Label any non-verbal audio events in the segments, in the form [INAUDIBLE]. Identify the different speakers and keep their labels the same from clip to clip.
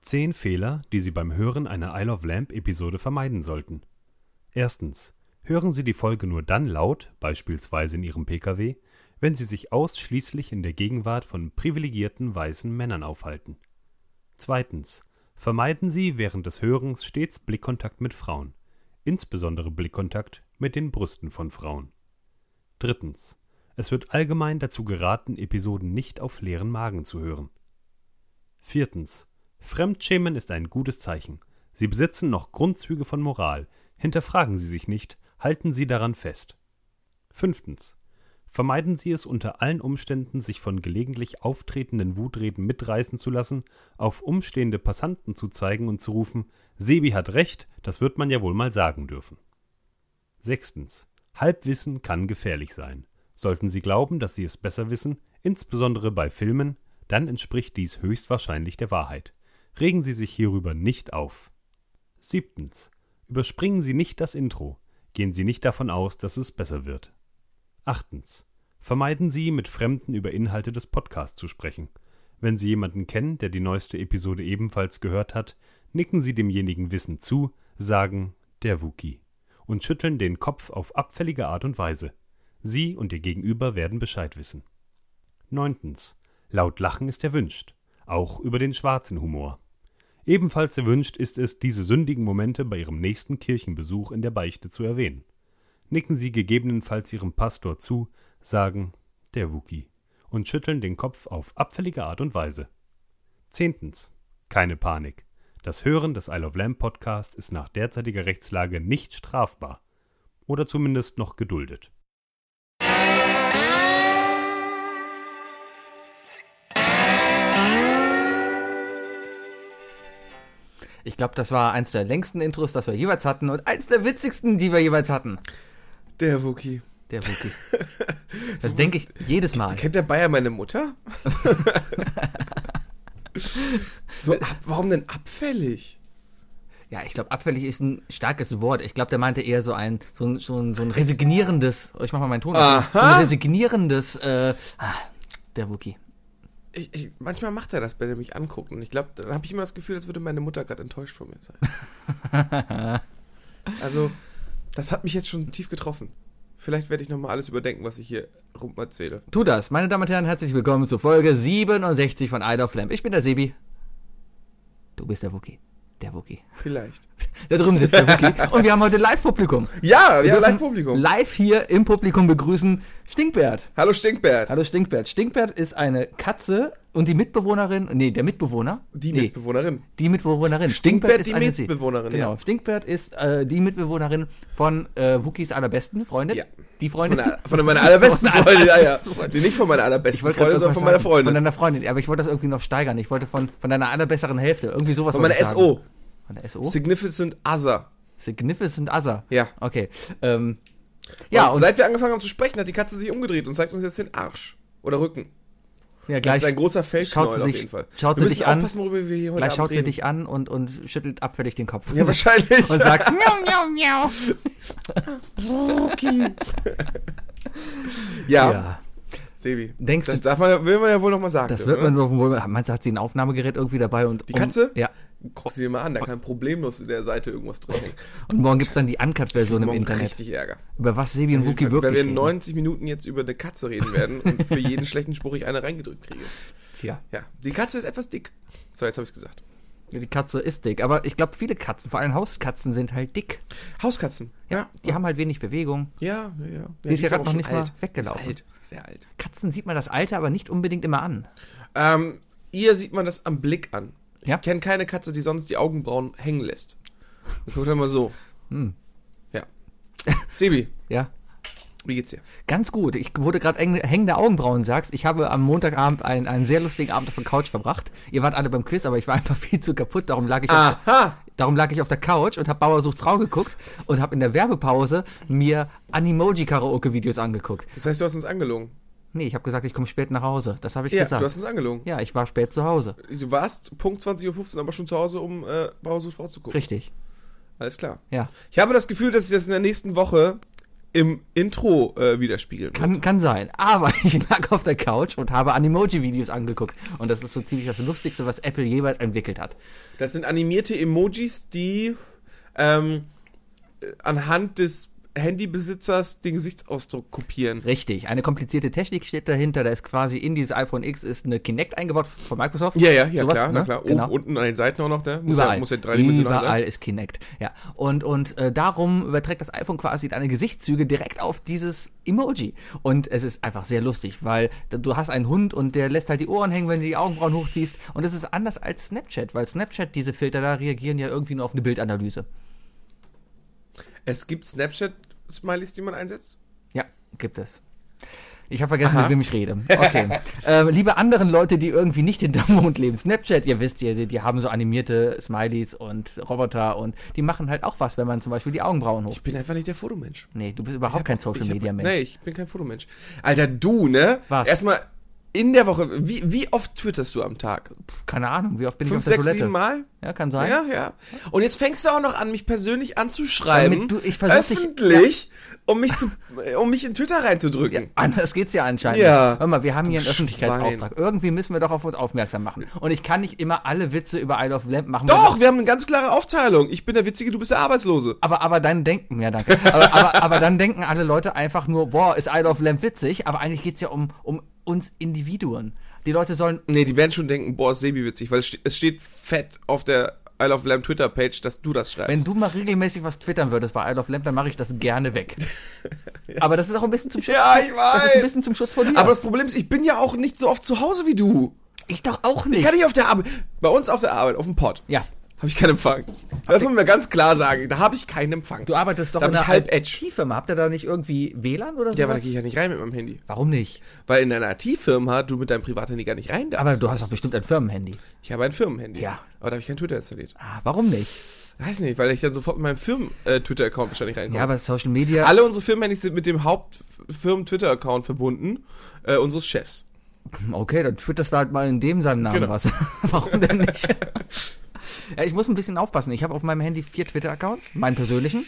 Speaker 1: Zehn Fehler, die Sie beim Hören einer Isle of Lamp Episode vermeiden sollten. Erstens. Hören Sie die Folge nur dann laut, beispielsweise in Ihrem Pkw, wenn Sie sich ausschließlich in der Gegenwart von privilegierten weißen Männern aufhalten. Zweitens. Vermeiden Sie während des Hörens stets Blickkontakt mit Frauen, insbesondere Blickkontakt mit den Brüsten von Frauen. Drittens. Es wird allgemein dazu geraten, Episoden nicht auf leeren Magen zu hören. Viertens. Fremdschämen ist ein gutes Zeichen. Sie besitzen noch Grundzüge von Moral. Hinterfragen Sie sich nicht, halten Sie daran fest. Fünftens. Vermeiden Sie es unter allen Umständen, sich von gelegentlich auftretenden Wutreden mitreißen zu lassen, auf umstehende Passanten zu zeigen und zu rufen, Sebi hat recht, das wird man ja wohl mal sagen dürfen. Sechstens. Halbwissen kann gefährlich sein. Sollten Sie glauben, dass Sie es besser wissen, insbesondere bei Filmen, dann entspricht dies höchstwahrscheinlich der Wahrheit. Regen Sie sich hierüber nicht auf. Siebtens. Überspringen Sie nicht das Intro. Gehen Sie nicht davon aus, dass es besser wird. Achtens. Vermeiden Sie, mit Fremden über Inhalte des Podcasts zu sprechen. Wenn Sie jemanden kennen, der die neueste Episode ebenfalls gehört hat, nicken Sie demjenigen wissend zu, sagen der Wookie und schütteln den Kopf auf abfällige Art und Weise. Sie und Ihr Gegenüber werden Bescheid wissen. Neuntens. Laut Lachen ist erwünscht, auch über den schwarzen Humor. Ebenfalls erwünscht ist es, diese sündigen Momente bei Ihrem nächsten Kirchenbesuch in der Beichte zu erwähnen. Nicken Sie gegebenenfalls Ihrem Pastor zu, sagen der Wookie und schütteln den Kopf auf abfällige Art und Weise. Zehntens. Keine Panik. Das Hören des Isle of Lamb Podcast ist nach derzeitiger Rechtslage nicht strafbar oder zumindest noch geduldet.
Speaker 2: Ich glaube, das war eins der längsten Intros, das wir jeweils hatten und eins der witzigsten, die wir jeweils hatten.
Speaker 3: Der Wookie.
Speaker 2: Der Wookie. Das denke ich jedes Mal.
Speaker 3: Kennt der Bayer
Speaker 2: [LAUGHS]
Speaker 3: meine Mutter? so, ab, warum denn abfällig?
Speaker 2: Ja, ich glaube, abfällig ist ein starkes Wort. Ich glaube, der meinte eher so ein, so ein, so ein, so ein resignierendes, oh, ich mach mal meinen Ton, aus. so ein
Speaker 3: Aha.
Speaker 2: resignierendes, äh, ah, der Wookie.
Speaker 3: Ich, ich, manchmal macht er das, wenn er mich anguckt. Und ich glaube, dann habe ich immer das Gefühl, als würde meine Mutter gerade enttäuscht von mir sein.
Speaker 2: [LAUGHS]
Speaker 3: also, das hat mich jetzt schon tief getroffen. Vielleicht werde ich nochmal alles überdenken, was ich hier rum erzähle.
Speaker 2: Tu das. Meine Damen und Herren, herzlich willkommen zu Folge 67 von Idle of Lamp. Ich bin der Sebi. Du bist der Wookie. Der Wookie. [LAUGHS]
Speaker 3: Vielleicht.
Speaker 2: Da drüben sitzt der Wookie. Und wir haben heute Live-Publikum.
Speaker 3: Ja, wir haben
Speaker 2: dürfen
Speaker 3: live Publikum.
Speaker 2: Live hier im Publikum begrüßen Stinkbert.
Speaker 3: Hallo Stinkbert.
Speaker 2: Hallo Stinkbert. Stinkbert ist eine Katze und die Mitbewohnerin, nee, der Mitbewohner.
Speaker 3: Die
Speaker 2: nee, [LAUGHS]
Speaker 3: Mitbewohnerin.
Speaker 2: Die Mitbewohnerin.
Speaker 3: Stinkbert die
Speaker 2: eine Sie.
Speaker 3: Mitbewohnerin,
Speaker 2: Genau.
Speaker 3: ja.
Speaker 2: Stinkbert ist äh, die Mitbewohnerin von äh, Wookies allerbesten Freundin.
Speaker 3: Ja.
Speaker 2: Die
Speaker 3: Von,
Speaker 2: Freundin. [LAUGHS]
Speaker 3: der, von meiner allerbesten
Speaker 2: Von der
Speaker 3: Freundin, ja, ja.
Speaker 2: allerbesten Freundin.
Speaker 3: Nee, nicht von meiner
Speaker 2: Ich
Speaker 3: allerbesten
Speaker 2: wollte gerade
Speaker 3: Freundin, sondern
Speaker 2: irgendwas
Speaker 3: von meiner
Speaker 2: sagen. Von
Speaker 3: Freundin.
Speaker 2: deiner Freundin, aber ich wollte das irgendwie noch steigern. Ich wollte von, von deiner allerbesseren Hälfte. Irgendwie sowas.
Speaker 3: Von
Speaker 2: wollte
Speaker 3: meiner
Speaker 2: ich
Speaker 3: SO.
Speaker 2: sagen. Von der SO?
Speaker 3: Significant Other.
Speaker 2: Significant Other.
Speaker 3: Ja.
Speaker 2: Okay. Ähm, ja,
Speaker 3: und,
Speaker 2: und
Speaker 3: seit wir angefangen haben zu sprechen, hat die Katze sich umgedreht und zeigt uns jetzt den Arsch. Oder Rücken.
Speaker 2: ja,
Speaker 3: Das
Speaker 2: gleich,
Speaker 3: ist ein großer
Speaker 2: schaut sie
Speaker 3: Feldschnäuel auf
Speaker 2: sich-
Speaker 3: jeden Fall.
Speaker 2: schaut
Speaker 3: wir
Speaker 2: sie
Speaker 3: müssen
Speaker 2: dich an.
Speaker 3: aufpassen, worüber wir hier heute
Speaker 2: gleich
Speaker 3: Abend
Speaker 2: schaut sie
Speaker 3: reden.
Speaker 2: dich an und, und schüttelt abfällig den Kopf.
Speaker 3: Ja,
Speaker 2: [LAUGHS]
Speaker 3: wahrscheinlich.
Speaker 2: und sagt, miau, miau, miau.
Speaker 3: [LAUGHS] ja,
Speaker 2: Ja,
Speaker 3: Sebi.
Speaker 2: Denkst
Speaker 3: das
Speaker 2: du-
Speaker 3: darf man, will man ja wohl nochmal sagen. ne?
Speaker 2: das
Speaker 3: dürfen,
Speaker 2: wird man
Speaker 3: oder?
Speaker 2: doch wohl. Meinst du, hat sie ein Aufnahmegerät irgendwie dabei? Und um,
Speaker 3: Die Katze?
Speaker 2: ja.
Speaker 3: Guck sie dir mal an, da kann problemlos in der Seite irgendwas drin hängen.
Speaker 2: Und morgen gibt es dann die Uncut-Version [LAUGHS] im
Speaker 3: Morgen
Speaker 2: Internet.
Speaker 3: richtig Ärger.
Speaker 2: Über was Sebi und Wookie
Speaker 3: Weil
Speaker 2: wirklich
Speaker 3: wir in
Speaker 2: reden.
Speaker 3: 90 Minuten jetzt über eine Katze reden werden und
Speaker 2: [LAUGHS]
Speaker 3: für jeden schlechten Spruch ich eine reingedrückt kriege.
Speaker 2: Tja.
Speaker 3: Ja, die Katze ist etwas dick. So, jetzt habe ich es gesagt.
Speaker 2: Ja, Die Katze ist dick, aber ich glaube, viele Katzen, vor allem Hauskatzen, sind halt dick.
Speaker 3: Hauskatzen. Ja,
Speaker 2: Die haben halt wenig Bewegung.
Speaker 3: ja, ja. ja.
Speaker 2: Die ist ja
Speaker 3: auch
Speaker 2: gerade noch
Speaker 3: schon
Speaker 2: nicht mal weggelaufen.
Speaker 3: Ist alt. Sehr alt.
Speaker 2: Katzen sieht man das Alter aber nicht unbedingt immer an.
Speaker 3: Ähm, ihr sieht man das am Blick an. Ich
Speaker 2: Ja.
Speaker 3: kenne keine Katze, die sonst die Augenbrauen hängen lässt. Ich gucke dann mal so.
Speaker 2: Hm.
Speaker 3: Ja. [LAUGHS] Sebi,
Speaker 2: Ja.
Speaker 3: wie geht's dir?
Speaker 2: Ganz gut. Ich wurde gerade eng- hängende Augenbrauen sagst. Ich habe am Montagabend einen, einen sehr lustigen Abend auf der Couch verbracht. Ihr wart alle beim Quiz, aber ich war [LAUGHS] einfach viel zu kaputt. Darum lag ich, auf,
Speaker 3: Aha!
Speaker 2: darum lag ich auf der Couch und habe Bauer sucht Frau geguckt und habe in der Werbepause mir Animoji-Karaoke-Videos angeguckt.
Speaker 3: Das heißt, du hast uns angelogen.
Speaker 2: Nee, ich habe gesagt, ich komme spät nach Hause. Das habe ich
Speaker 3: Ja,
Speaker 2: gesagt.
Speaker 3: du hast uns angelogen.
Speaker 2: ja, ich war spät zu Hause.
Speaker 3: Du warst Punkt 20.15 Uhr, aber schon zu Hause, um äh, Bauer sucht Frau zu gucken.
Speaker 2: Richtig.
Speaker 3: Alles klar.
Speaker 2: Ja.
Speaker 3: Ich habe das Gefühl, dass ich das in der nächsten Woche im Intro äh, widerspiegeln.
Speaker 2: Kann, kann sein. Aber [LAUGHS] ich lag auf der Couch und habe Animoji-Videos angeguckt. Und das ist so ziemlich das Lustigste, was Apple jeweils entwickelt hat.
Speaker 3: Das sind animierte Emojis, die ähm, anhand des Handybesitzers den Gesichtsausdruck kopieren.
Speaker 2: Richtig, eine komplizierte Technik steht dahinter. Da ist quasi in dieses iPhone X ist eine Kinect eingebaut von Microsoft.
Speaker 3: Ja, ja, ja,
Speaker 2: Sowas,
Speaker 3: klar, na
Speaker 2: ne?
Speaker 3: klar. Oh, Oben,
Speaker 2: Genau.
Speaker 3: unten an den Seiten auch noch, ne? Muss
Speaker 2: Überall.
Speaker 3: ja, muss ja dreidimensional sein.
Speaker 2: Überall ist Kinect. Ja. Und, und äh, darum überträgt das iPhone quasi deine Gesichtszüge direkt auf dieses Emoji. Und es ist einfach sehr lustig, weil d- du hast einen Hund und der lässt halt die Ohren hängen, wenn du die Augenbrauen hochziehst. Und es ist anders als Snapchat, weil Snapchat, diese Filter da, reagieren ja irgendwie nur auf eine Bildanalyse.
Speaker 3: Es gibt Snapchat-Smileys, die man einsetzt.
Speaker 2: Ja, gibt es. Ich habe vergessen,
Speaker 3: Aha.
Speaker 2: mit wem ich rede.
Speaker 3: [LAUGHS]
Speaker 2: Okay. äh, liebe anderen Leute, die irgendwie nicht hinterm Mond leben. Snapchat, ihr wisst ja, die, die haben so animierte Smileys und Roboter und die machen halt auch was, wenn man zum Beispiel die Augenbrauen
Speaker 3: Ich bin
Speaker 2: hochzieht.
Speaker 3: einfach nicht der Fotomensch.
Speaker 2: Nee, du bist überhaupt kein
Speaker 3: Ich hab-
Speaker 2: Social-Media-Mensch.
Speaker 3: Nee, ich bin kein Fotomensch. Alter, du, ne?
Speaker 2: Was?
Speaker 3: Erstmal in der Woche, wie, wie oft twitterst du am Tag?
Speaker 2: Keine Ahnung, wie oft bin
Speaker 3: Fünf,
Speaker 2: ich auf der
Speaker 3: sechs,
Speaker 2: Toilette?
Speaker 3: sieben Mal?
Speaker 2: Ja, kann sein.
Speaker 3: Ja, ja. Und jetzt fängst du auch noch an, mich persönlich anzuschreiben.
Speaker 2: Damit du- ich versuch dich-
Speaker 3: öffentlich, um, mich zu, um mich in Twitter reinzudrücken.
Speaker 2: Anders geht's ja anscheinend.
Speaker 3: Ja.
Speaker 2: nicht. Hör mal, wir haben hier einen
Speaker 3: Schwein.
Speaker 2: Öffentlichkeitsauftrag. Irgendwie müssen wir doch auf uns aufmerksam machen. Und ich kann nicht immer alle Witze über Isle of Lamp machen. weil
Speaker 3: Doch, wir haben eine ganz klare Aufteilung. Ich bin der Witzige, du bist der Arbeitslose.
Speaker 2: Aber, aber dann denken, ja danke, aber, aber, aber dann denken alle Leute einfach nur, boah, ist Isle of Lamp witzig, aber eigentlich geht's ja um, um uns Individuen. Die Leute sollen,
Speaker 3: Nee, die werden schon denken, boah, ist Sebi witzig, weil es ste- es steht fett auf der Isle of Lamb Twitter-Page, dass du das schreibst.
Speaker 2: wenn du mal regelmäßig was twittern würdest bei Isle of Lamp, dann mache ich das gerne
Speaker 3: [LAUGHS]
Speaker 2: weg. Aber das ist auch ein bisschen zum Schutz.
Speaker 3: Ja, ich
Speaker 2: Das ist ein
Speaker 3: weiß.
Speaker 2: bisschen zum Schutz vor dir.
Speaker 3: Aber das Problem ist, ich bin ja auch nicht so oft zu Hause wie du.
Speaker 2: ich doch auch nicht.
Speaker 3: Kann ich auf der Arbeit, bei uns auf der Arbeit, auf dem Pod,
Speaker 2: ja,
Speaker 3: habe ich keinen Empfang. Das muss man ganz klar sagen, da habe ich keinen Empfang.
Speaker 2: du arbeitest doch
Speaker 3: Da
Speaker 2: in
Speaker 3: bin
Speaker 2: einer
Speaker 3: ich halb edge.
Speaker 2: IT-Firma. Habt ihr da nicht irgendwie WLAN oder
Speaker 3: ja, aber da
Speaker 2: sowas?
Speaker 3: gehe ich ja nicht rein mit meinem Handy.
Speaker 2: Warum nicht?
Speaker 3: Weil in deiner IT-Firma du mit deinem Privathandy gar nicht rein darfst.
Speaker 2: Aber du hast doch bestimmt ein Firmenhandy.
Speaker 3: Ich habe ein Firmenhandy.
Speaker 2: Ja.
Speaker 3: Aber da habe ich kein Twitter installiert.
Speaker 2: Ah, warum nicht?
Speaker 3: Weiß nicht, weil ich dann sofort mit meinem Firmen-Twitter-Account wahrscheinlich reinkomme.
Speaker 2: Ja, aber Social Media.
Speaker 3: Alle unsere Firmenhandys sind mit dem Hauptfirmen-Twitter-Account verbunden, äh, unseres Chefs.
Speaker 2: Okay, dann twitterst du halt mal in dem seinen Namen
Speaker 3: Genau.
Speaker 2: was. [LAUGHS] Warum denn nicht? [LAUGHS] ja, ich muss ein bisschen aufpassen. Ich habe auf meinem Handy vier Twitter-Accounts. Meinen persönlichen,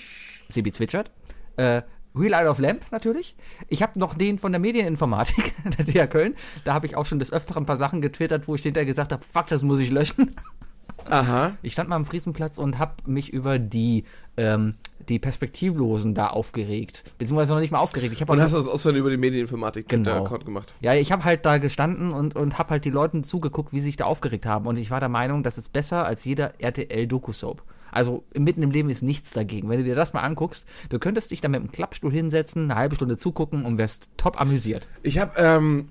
Speaker 2: Sebi Zwitschert. Äh, Real Isle of Lamp natürlich. Ich habe noch den von der Medieninformatik, [LAUGHS] der TH Köln. Da habe ich auch schon des Öfteren ein paar Sachen getwittert, wo ich hinterher gesagt habe, fuck, das muss ich löschen.
Speaker 3: Aha.
Speaker 2: Ich stand mal am Friesenplatz und habe mich über die, ähm, die Perspektivlosen da aufgeregt. Beziehungsweise noch nicht mal aufgeregt. Ich habe
Speaker 3: Und hast du das auswendig über die
Speaker 2: Genau.
Speaker 3: Medieninformatik-Twitter-Account gemacht?
Speaker 2: ja, ich habe halt da gestanden und, und habe halt die Leuten zugeguckt, wie sie sich da aufgeregt haben. Und ich war der Meinung, das ist besser als jeder RTL-Doku-Soap. Also mitten im Leben ist nichts dagegen. Wenn du dir das mal anguckst, du könntest dich da mit einem Klappstuhl hinsetzen, eine halbe Stunde zugucken und wärst top amüsiert.
Speaker 3: Ich habe, ähm,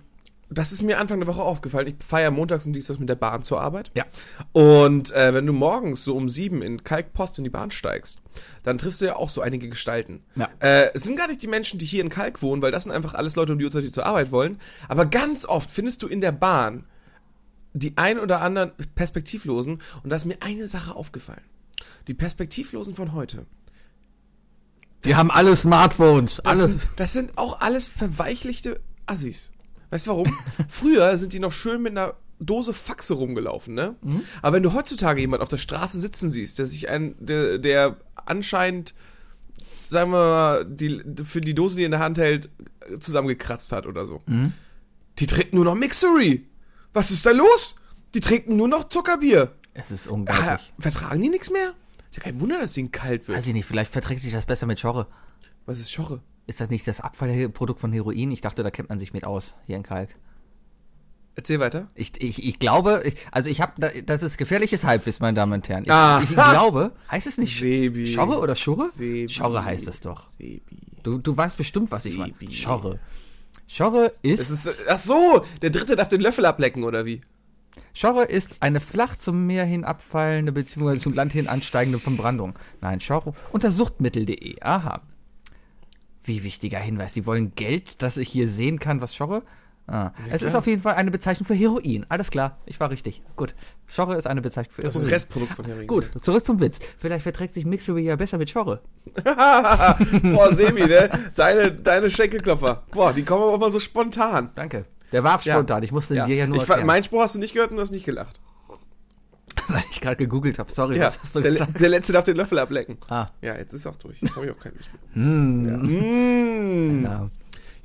Speaker 3: das ist mir Anfang der Woche aufgefallen. Ich feiere montags und dienstags mit der Bahn zur Arbeit.
Speaker 2: Ja.
Speaker 3: Und äh, wenn du morgens so um sieben in Kalkpost in die Bahn steigst, dann triffst du ja auch so einige Gestalten.
Speaker 2: Ja.
Speaker 3: Äh, es sind gar nicht die Menschen, die hier in Kalk wohnen, weil das sind einfach alles Leute, um die Uhrzeit, die zur Arbeit wollen. Aber ganz oft findest du in der Bahn die ein oder anderen Perspektivlosen. Und da ist mir eine Sache aufgefallen. Die Perspektivlosen von heute.
Speaker 2: Die haben alle Smartphones.
Speaker 3: Das,
Speaker 2: Alle.
Speaker 3: Sind, das sind auch alles verweichlichte Assis. Weißt du warum? Früher sind die noch schön mit einer Dose Faxe rumgelaufen, ne? Aber wenn du heutzutage jemanden auf der Straße sitzen siehst, der sich ein, der, der anscheinend, sagen wir mal, die, für die Dose, die er in der Hand hält, zusammengekratzt hat oder so, die trinken nur noch Mixery. Was ist da los? Die trinken nur noch Zuckerbier.
Speaker 2: Es ist
Speaker 3: Ah, [LAUGHS]
Speaker 2: unglaublich.
Speaker 3: vertragen die nichts mehr? Ist ja kein Wunder, dass denen kalt wird.
Speaker 2: Weiß ich nicht, vielleicht verträgt sich das besser mit Genre.
Speaker 3: Was ist Schorre?
Speaker 2: Ist das nicht das Abfallprodukt von Heroin? Ich dachte, da kennt man sich mit aus, hier in Kalk.
Speaker 3: Erzähl weiter.
Speaker 2: Ich, ich, ich glaube, ich, also ich habe, das ist gefährliches Halbwissen, meine Damen und Herren. Ich,
Speaker 3: Ah.
Speaker 2: ich glaube, heißt es nicht
Speaker 3: [LAUGHS] Sebi.
Speaker 2: Schorre oder Schurre?
Speaker 3: Sebi.
Speaker 2: Schorre heißt es doch.
Speaker 3: Sebi.
Speaker 2: Du, du weißt bestimmt, was ich meine.
Speaker 3: Sebi.
Speaker 2: Schorre. Schorre
Speaker 3: Es
Speaker 2: ist,
Speaker 3: ist, äh, ach so, der dritte darf den Löffel ablecken, oder wie?
Speaker 2: Schorre ist eine flach zum Meer hin abfallende bzw. zum Land hin ansteigende Verbrandung. Nein, Schorre unter suchtmittel.de. Aha. Wie wichtiger Hinweis. Die wollen Geld, dass ich hier sehen kann, was Schorre. Ah. es ist auf jeden Fall eine Bezeichnung für Heroin. Alles klar, ich war richtig. Gut. Schorre ist eine Bezeichnung für
Speaker 3: Das ist ein
Speaker 2: Heroin.
Speaker 3: Restprodukt von Heroin.
Speaker 2: Mhm. Gut, zurück zum Witz. Vielleicht verträgt sich Mixery ja besser mit Schorre.
Speaker 3: [LAUGHS] Boah, Sebi, ne? Deine, deine Schenkelklopfer. Boah, die kommen aber mal so spontan.
Speaker 2: Danke. Der warf
Speaker 3: Ja.
Speaker 2: spontan. Ich musste
Speaker 3: Ja.
Speaker 2: dir ja nur
Speaker 3: ich, fa-
Speaker 2: erklären.
Speaker 3: mein Spruch hast du nicht gehört und du hast nicht gelacht.
Speaker 2: [LAUGHS] weil ich gerade gegoogelt habe. Sorry,
Speaker 3: Ja,
Speaker 2: was hast du
Speaker 3: der,
Speaker 2: gesagt?
Speaker 3: der Letzte darf den Löffel ablecken.
Speaker 2: Ah. Hm.
Speaker 3: Ja, jetzt ist auch durch. Jetzt habe ich auch keine Lust mehr. Hm.
Speaker 2: Ja.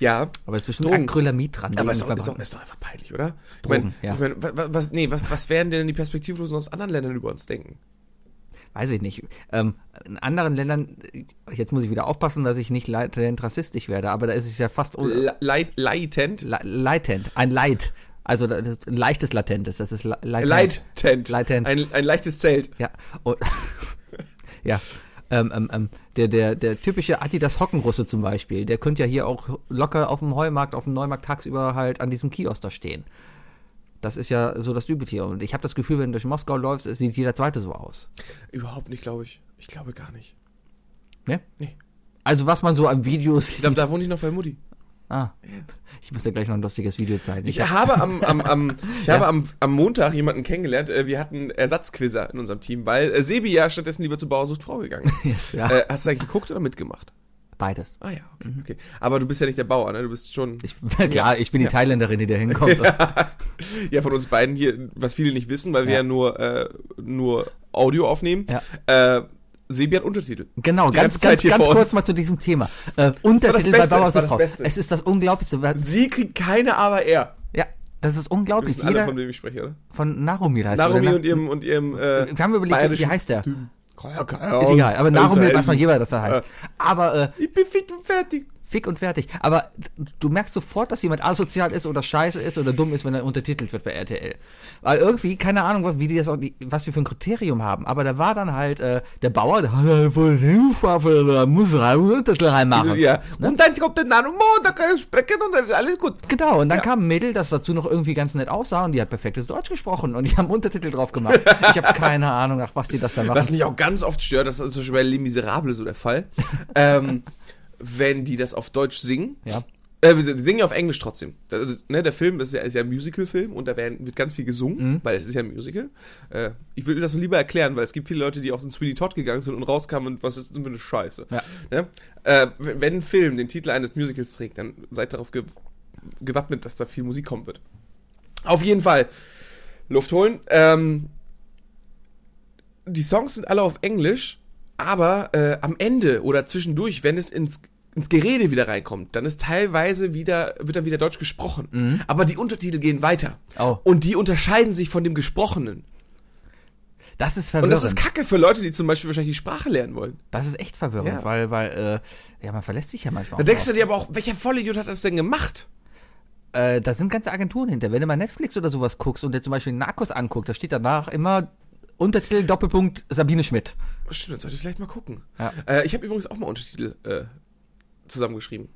Speaker 3: Ja,
Speaker 2: Aber es ist bestimmt
Speaker 3: Drogen.
Speaker 2: Acrylamid dran.
Speaker 3: aber
Speaker 2: wegen
Speaker 3: ist doch, ist, doch,
Speaker 2: Verband.
Speaker 3: ist doch einfach peinlich, oder? Ich
Speaker 2: Drogen, ja.
Speaker 3: ich mein, wa- wa- was, nee, was, was werden denn die Perspektivlosen aus anderen Ländern über uns denken?
Speaker 2: Weiß ich nicht. Ähm, in anderen Ländern, jetzt muss ich wieder aufpassen, dass ich nicht latent rassistisch werde, aber da ist es ja fast le
Speaker 3: Le- Leid, leitend?
Speaker 2: latent. Ein Leid. Also da- das, ein leichtes Latentes. Das ist la- latent.
Speaker 3: Leitent.
Speaker 2: Leitent.
Speaker 3: Ein, ein leichtes Zelt.
Speaker 2: Ja. Und, [LAUGHS] ja. Ähm, ähm, ähm, der, der, der typische Adidas Hockenrusse zum Beispiel, der könnte ja hier auch locker auf dem Heumarkt, auf dem Neumarkt tagsüber halt an diesem Kiosk da stehen. Das ist ja so das Übeltier. Und ich habe das Gefühl, wenn du durch Moskau läufst, sieht jeder zweite so aus.
Speaker 3: Überhaupt nicht, glaube ich. Ich glaube gar nicht.
Speaker 2: Ne?
Speaker 3: Nee.
Speaker 2: Also was man so an Videos
Speaker 3: Ich glaube, da wohne ich noch bei Mutti.
Speaker 2: Ah,
Speaker 3: Äh,
Speaker 2: ich muss dir gleich noch ein lustiges Video zeigen.
Speaker 3: Ich
Speaker 2: Ich hab,
Speaker 3: habe am, am, am,
Speaker 2: [LAUGHS]
Speaker 3: ich habe am, am Montag jemanden kennengelernt. äh, Wir hatten Ersatzquizzer in unserem Team, weil äh, Sebi ja stattdessen lieber zu Bauer sucht Frau gegangen ist.
Speaker 2: Yes, [LAUGHS] ja. Mhm.
Speaker 3: Äh, hast du da geguckt oder mitgemacht?
Speaker 2: beides.
Speaker 3: Ah ja, okay, okay. Aber du bist ja nicht der Bauer, ne? Du bist schon.
Speaker 2: Ich, [LAUGHS] klar, ich bin die Thailänderin, die da hinkommt.
Speaker 3: Ja, von uns beiden hier, was viele nicht wissen, weil wir
Speaker 2: Ja.
Speaker 3: ja nur, äh, nur Audio aufnehmen. Äh, Sebi hat Untertitel.
Speaker 2: Genau,
Speaker 3: Die
Speaker 2: ganz,
Speaker 3: ganze Zeit
Speaker 2: ganz,
Speaker 3: hier
Speaker 2: ganz
Speaker 3: vor
Speaker 2: kurz
Speaker 3: uns.
Speaker 2: mal zu diesem Thema. Äh, Untertitel bei
Speaker 3: Beste,
Speaker 2: Bauer
Speaker 3: das war
Speaker 2: sucht
Speaker 3: das
Speaker 2: Frau.
Speaker 3: Beste.
Speaker 2: Es ist das Unglaublichste. Was,
Speaker 3: Sie kriegt keine, aber er.
Speaker 2: ja, das ist
Speaker 3: Wir
Speaker 2: unglaublich.
Speaker 3: wissen alle,
Speaker 2: Jeder
Speaker 3: von
Speaker 2: von,
Speaker 3: wem ich spreche, oder?
Speaker 2: Narumir heißt er,
Speaker 3: Narumi
Speaker 2: oder? ne?
Speaker 3: und ihrem. Und ihrem äh,
Speaker 2: Wir haben überlegt, wie
Speaker 3: bayerischen
Speaker 2: heißt der?
Speaker 3: Typen.
Speaker 2: Ist egal, aber Narumir weiß noch
Speaker 3: jemand.
Speaker 2: jeder, dass er heißt. Aber äh,
Speaker 3: Ich bin fit und fertig.
Speaker 2: fick und fertig. Aber du merkst sofort, dass jemand asozial ist oder scheiße ist oder dumm ist, wenn er untertitelt wird bei RTL. Weil irgendwie, keine Ahnung, was- wie die das auch, die- was wir für ein Kriterium haben. Aber da war dann halt äh, der Bauer, der hat ja wohl Hilfswaffel, da muss rein, Untertitel reinmachen.
Speaker 3: Ja.
Speaker 2: Ne?
Speaker 3: Und dann kommt der Nanumo und dann kann ich sprechen und dann ist alles gut.
Speaker 2: Genau, und dann kam ein Mädel, das dazu noch irgendwie ganz nett aussah und die hat perfektes Deutsch gesprochen und die haben Untertitel drauf gemacht. Ich habe keine Ahnung, nach was die das da machen.
Speaker 3: Was mich auch ganz oft stört, das ist zum Beispiel bei Les Miserables so der Fall, [LAUGHS] ähm, wenn die das auf Deutsch singen.
Speaker 2: ja.
Speaker 3: Äh, wir singen ja auf Englisch trotzdem. Das ist, ne, der Film ist ja, ist ja ein Musical-Film und da werden, wird ganz viel gesungen, weil es ist ja ein Musical. Äh, ich würde das nur lieber erklären, weil es gibt viele Leute, die auch in Sweeney Todd gegangen sind und rauskamen und was ist denn für eine Scheiße.
Speaker 2: Ja.
Speaker 3: Ne? Äh, wenn wenn ein Film den Titel eines Musicals trägt, dann seid darauf ge gewappnet, dass da viel Musik kommen wird. Auf jeden Fall. Luft holen. Ähm, die Songs sind alle auf Englisch, aber äh, am Ende oder zwischendurch, wenn es ins, ins Gerede wieder reinkommt, dann ist teilweise wieder, wird dann wieder Deutsch gesprochen. Aber die Untertitel gehen weiter.
Speaker 2: Mhm. Oh.
Speaker 3: Und die unterscheiden sich von dem Gesprochenen.
Speaker 2: Das ist
Speaker 3: Und
Speaker 2: verwirrend.
Speaker 3: das ist kacke für Leute, die zum Beispiel wahrscheinlich die Sprache lernen wollen.
Speaker 2: echt verwirrend,
Speaker 3: Ja.
Speaker 2: weil, weil, äh, ja, man verlässt sich ja manchmal.
Speaker 3: Da
Speaker 2: auch
Speaker 3: denkst
Speaker 2: drauf.
Speaker 3: du dir aber auch, welcher Vollidiot hat das denn gemacht?
Speaker 2: äh, da sind ganze Agenturen hinter. Wenn du mal Netflix oder sowas guckst und dir zum Beispiel Narcos anguckt, da steht danach immer Untertitel Doppelpunkt Sabine Schmidt.
Speaker 3: Oh, Stimmt, das sollte ich vielleicht mal gucken.
Speaker 2: Ja.
Speaker 3: Äh, ich habe übrigens auch mal Untertitel äh, zusammengeschrieben.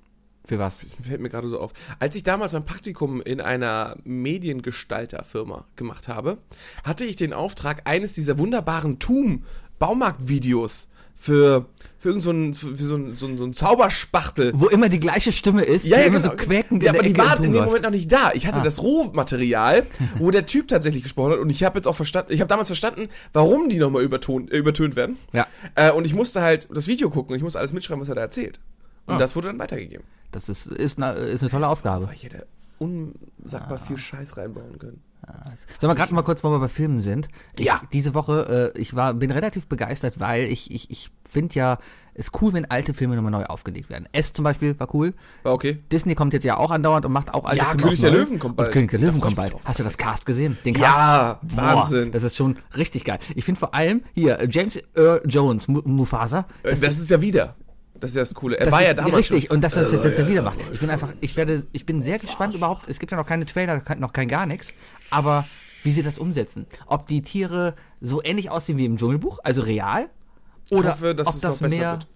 Speaker 2: Für was?
Speaker 3: Das fällt mir gerade so auf. Als ich damals mein Praktikum in einer Mediengestalterfirma gemacht habe, hatte ich den Auftrag, eines dieser wunderbaren Tum-Baumarkt-Videos für, für irgendeinen so einen- für so einen- so einen- so einen Zauberspachtel.
Speaker 2: Wo immer die gleiche Stimme ist, die immer so quäkend
Speaker 3: Ja,
Speaker 2: in
Speaker 3: aber
Speaker 2: der Ecke
Speaker 3: die waren in dem
Speaker 2: rumläuft.
Speaker 3: Moment noch nicht da. Ich
Speaker 2: Ah.
Speaker 3: hatte das Rohmaterial, wo der Typ tatsächlich gesprochen hat und ich habe jetzt auch verstanden, ich habe damals verstanden, warum die nochmal übertont, äh, übertönt werden.
Speaker 2: Ja,
Speaker 3: Äh, und ich musste halt das Video gucken und ich musste alles mitschreiben, was er da erzählt.
Speaker 2: Ah.
Speaker 3: Und das wurde dann weitergegeben.
Speaker 2: das ist, ist, eine, ist eine tolle Aufgabe.
Speaker 3: Weil ich hätte unsagbar viel Scheiß reinbauen können.
Speaker 2: Sollen wir gerade mal kurz, wo wir bei Filmen sind? Ich,
Speaker 3: Ja.
Speaker 2: Diese Woche, äh, ich war, bin relativ begeistert, weil ich, ich, ich finde ja, es cool, wenn alte Filme nochmal neu aufgelegt werden. S zum Beispiel war cool.
Speaker 3: War okay.
Speaker 2: Disney kommt jetzt ja auch andauernd und macht auch alte
Speaker 3: Ja,
Speaker 2: Filme
Speaker 3: König
Speaker 2: auf
Speaker 3: der
Speaker 2: neu.
Speaker 3: Löwen kommt bald.
Speaker 2: Und König der
Speaker 3: Da
Speaker 2: Löwen
Speaker 3: freu ich
Speaker 2: kommt
Speaker 3: mich
Speaker 2: bald.
Speaker 3: drauf.
Speaker 2: Hast du das Cast gesehen? Den Cast?
Speaker 3: Ja,
Speaker 2: Boah,
Speaker 3: Wahnsinn.
Speaker 2: das ist schon richtig geil. Ich finde vor allem hier äh, James Earl Jones, Mu Mufasa.
Speaker 3: Das, Äh, das ist ja wieder. Das ist ja das Coole. Er
Speaker 2: das
Speaker 3: war
Speaker 2: ist
Speaker 3: ja damals
Speaker 2: richtig
Speaker 3: schon. Also,
Speaker 2: und dass er das jetzt, jetzt wieder macht. Ich bin einfach, ich werde, ich bin sehr gespannt überhaupt. Es gibt ja noch keine Trailer, kein- noch kein gar nichts. Aber wie sie das umsetzen, ob die Tiere so ähnlich aussehen wie im Dschungelbuch, also real, oder
Speaker 3: hoffe, dass
Speaker 2: ob
Speaker 3: es
Speaker 2: das
Speaker 3: noch besser
Speaker 2: mehr.
Speaker 3: wird.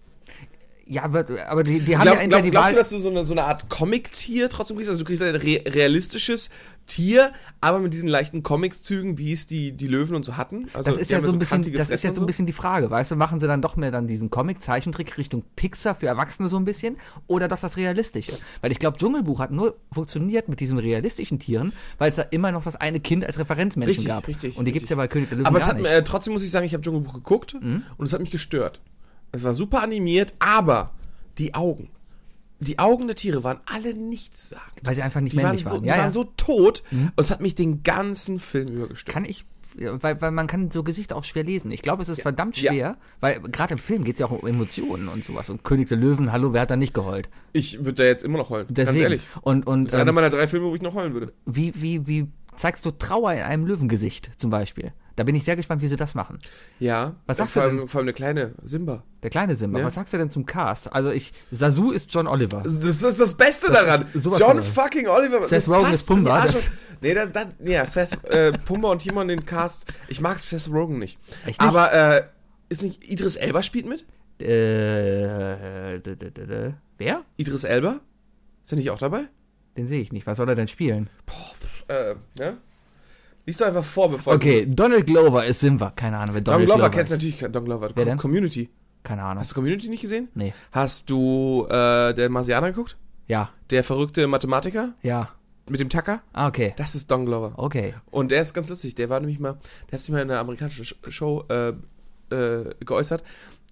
Speaker 2: Ja, wird, aber die, die haben
Speaker 3: Glaub,
Speaker 2: ja entweder
Speaker 3: glaub,
Speaker 2: die
Speaker 3: glaubst
Speaker 2: Wahl.
Speaker 3: du, dass du so eine, so eine Art Comic-Tier trotzdem kriegst? Also du kriegst ein re realistisches Tier, aber mit diesen leichten Comic-Zügen, wie es die, die Löwen und so hatten. Also,
Speaker 2: Das ist
Speaker 3: die
Speaker 2: ja
Speaker 3: haben
Speaker 2: so ein bisschen,
Speaker 3: kantige
Speaker 2: das ist
Speaker 3: Fressen
Speaker 2: ja so ein
Speaker 3: und
Speaker 2: bisschen die Frage, weißt du, machen sie dann doch mehr dann diesen Comic-Zeichentrick Richtung Pixar für Erwachsene so ein bisschen oder doch das Realistische? Weil ich glaube, Dschungelbuch hat nur funktioniert mit diesen realistischen Tieren, weil es da immer noch das eine Kind als Referenzmenschen
Speaker 3: Richtig,
Speaker 2: gab.
Speaker 3: richtig,
Speaker 2: Und die gibt es
Speaker 3: richtig.
Speaker 2: ja bei König der Löwen
Speaker 3: Aber es
Speaker 2: gar
Speaker 3: hat,
Speaker 2: nicht.
Speaker 3: äh, trotzdem muss ich sagen, ich habe Dschungelbuch geguckt
Speaker 2: Mhm.
Speaker 3: und es hat mich gestört. Es war super animiert, aber die Augen. Die Augen der Tiere waren alle nichts sagen.
Speaker 2: Weil die einfach nicht
Speaker 3: die waren,
Speaker 2: männlich
Speaker 3: so,
Speaker 2: waren.
Speaker 3: die
Speaker 2: Ja,
Speaker 3: waren
Speaker 2: ja.
Speaker 3: so tot und es hat mich den ganzen Film über gestört.
Speaker 2: Kann ich ja, weil, weil man kann so Gesichter auch schwer lesen. Ich glaube, es ist verdammt
Speaker 3: Ja.
Speaker 2: schwer, weil gerade im Film geht es ja auch um Emotionen und sowas. Und König der Löwen, hallo, wer hat da nicht geheult?
Speaker 3: Ich würde da jetzt immer noch heulen.
Speaker 2: Deswegen.
Speaker 3: Ganz ehrlich.
Speaker 2: Und, und
Speaker 3: Das ist einer
Speaker 2: ähm,
Speaker 3: meiner drei Filme, wo ich noch heulen würde.
Speaker 2: wie, wie, wie zeigst du Trauer in einem Löwengesicht zum Beispiel? Da bin ich sehr gespannt, wie sie das machen.
Speaker 3: Ja.
Speaker 2: Was
Speaker 3: Äh,
Speaker 2: sagst
Speaker 3: vor
Speaker 2: du
Speaker 3: allem,
Speaker 2: denn?
Speaker 3: Vor allem eine kleine Simba.
Speaker 2: Der kleine Simba,
Speaker 3: Ja.
Speaker 2: was sagst du denn zum Cast? Also ich, Sasu ist John Oliver.
Speaker 3: Das, das ist das Beste
Speaker 2: Das
Speaker 3: daran.
Speaker 2: ist sowas
Speaker 3: John
Speaker 2: von-
Speaker 3: fucking Oliver.
Speaker 2: Seth
Speaker 3: das
Speaker 2: Rogen
Speaker 3: passt
Speaker 2: ist Pumba,
Speaker 3: in die
Speaker 2: das-
Speaker 3: Arsch- Nee, das, das, ja, Seth äh, Pumba und Timon den Cast. Ich mag Seth Rogen nicht.
Speaker 2: Echt nicht?
Speaker 3: Aber äh, ist nicht Idris Elba spielt mit?
Speaker 2: Äh, d- d- d- d- wer?
Speaker 3: Idris Elba? Ist er nicht auch dabei?
Speaker 2: Den sehe ich nicht. Was soll er denn spielen?
Speaker 3: Äh, ne? Lies doch einfach vor, bevor
Speaker 2: Okay, Donald Glover ist Simba. Keine Ahnung, wer
Speaker 3: Don
Speaker 2: Donald
Speaker 3: Glover
Speaker 2: Glover
Speaker 3: kennst du
Speaker 2: ist.
Speaker 3: natürlich. Don Glover.
Speaker 2: Wer denn?
Speaker 3: Community.
Speaker 2: Keine Ahnung.
Speaker 3: Hast du Community nicht gesehen?
Speaker 2: Nee.
Speaker 3: Hast du äh, den Marsianer geguckt?
Speaker 2: Ja,
Speaker 3: Der verrückte Mathematiker
Speaker 2: ja.
Speaker 3: mit dem Tacker?
Speaker 2: Ah, okay.
Speaker 3: Das ist Don Glover.
Speaker 2: Okay.
Speaker 3: Und der ist ganz lustig. Der war nämlich mal, der hat sich mal in einer amerikanischen Sch- Show äh, äh, geäußert,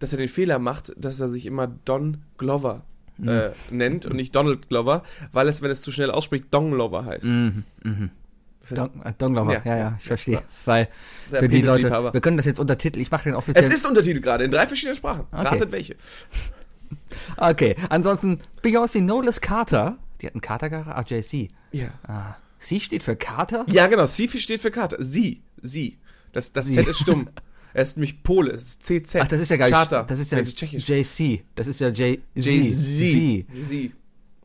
Speaker 3: dass er den Fehler macht, dass er sich immer Don Glover äh, nennt und nicht Donald Glover, weil es, wenn es zu schnell ausspricht, Don Glover heißt.
Speaker 2: Mhm, mhm.
Speaker 3: Das heißt,
Speaker 2: Don, äh, Don Glover, ja,
Speaker 3: Ja,
Speaker 2: ja,
Speaker 3: ja,
Speaker 2: ich verstehe. Weil
Speaker 3: der
Speaker 2: für die Leute,
Speaker 3: Penisliebhaber.
Speaker 2: wir können das jetzt untertiteln. Ich mache den offiziell.
Speaker 3: Es ist untertitelt gerade in drei verschiedenen Sprachen.
Speaker 2: Okay.
Speaker 3: Ratet welche.
Speaker 2: okay, ansonsten Beyoncé Knowles Carter. Die hat einen Carter gehabt? Ah, JC.
Speaker 3: Ja.
Speaker 2: Ah, sie steht für Carter?
Speaker 3: Ja, genau. Sie steht für Karte. Sie. Sie. Das, das
Speaker 2: Sie.
Speaker 3: Z ist
Speaker 2: [LAUGHS]
Speaker 3: stumm. Er ist nämlich Pole. Es ist CZ.
Speaker 2: Ach, das ist ja gar nicht.
Speaker 3: Charter.
Speaker 2: Das ist ja
Speaker 3: Nee, tschechisch.
Speaker 2: JC. Das ist ja J
Speaker 3: Jay-Z.
Speaker 2: Z.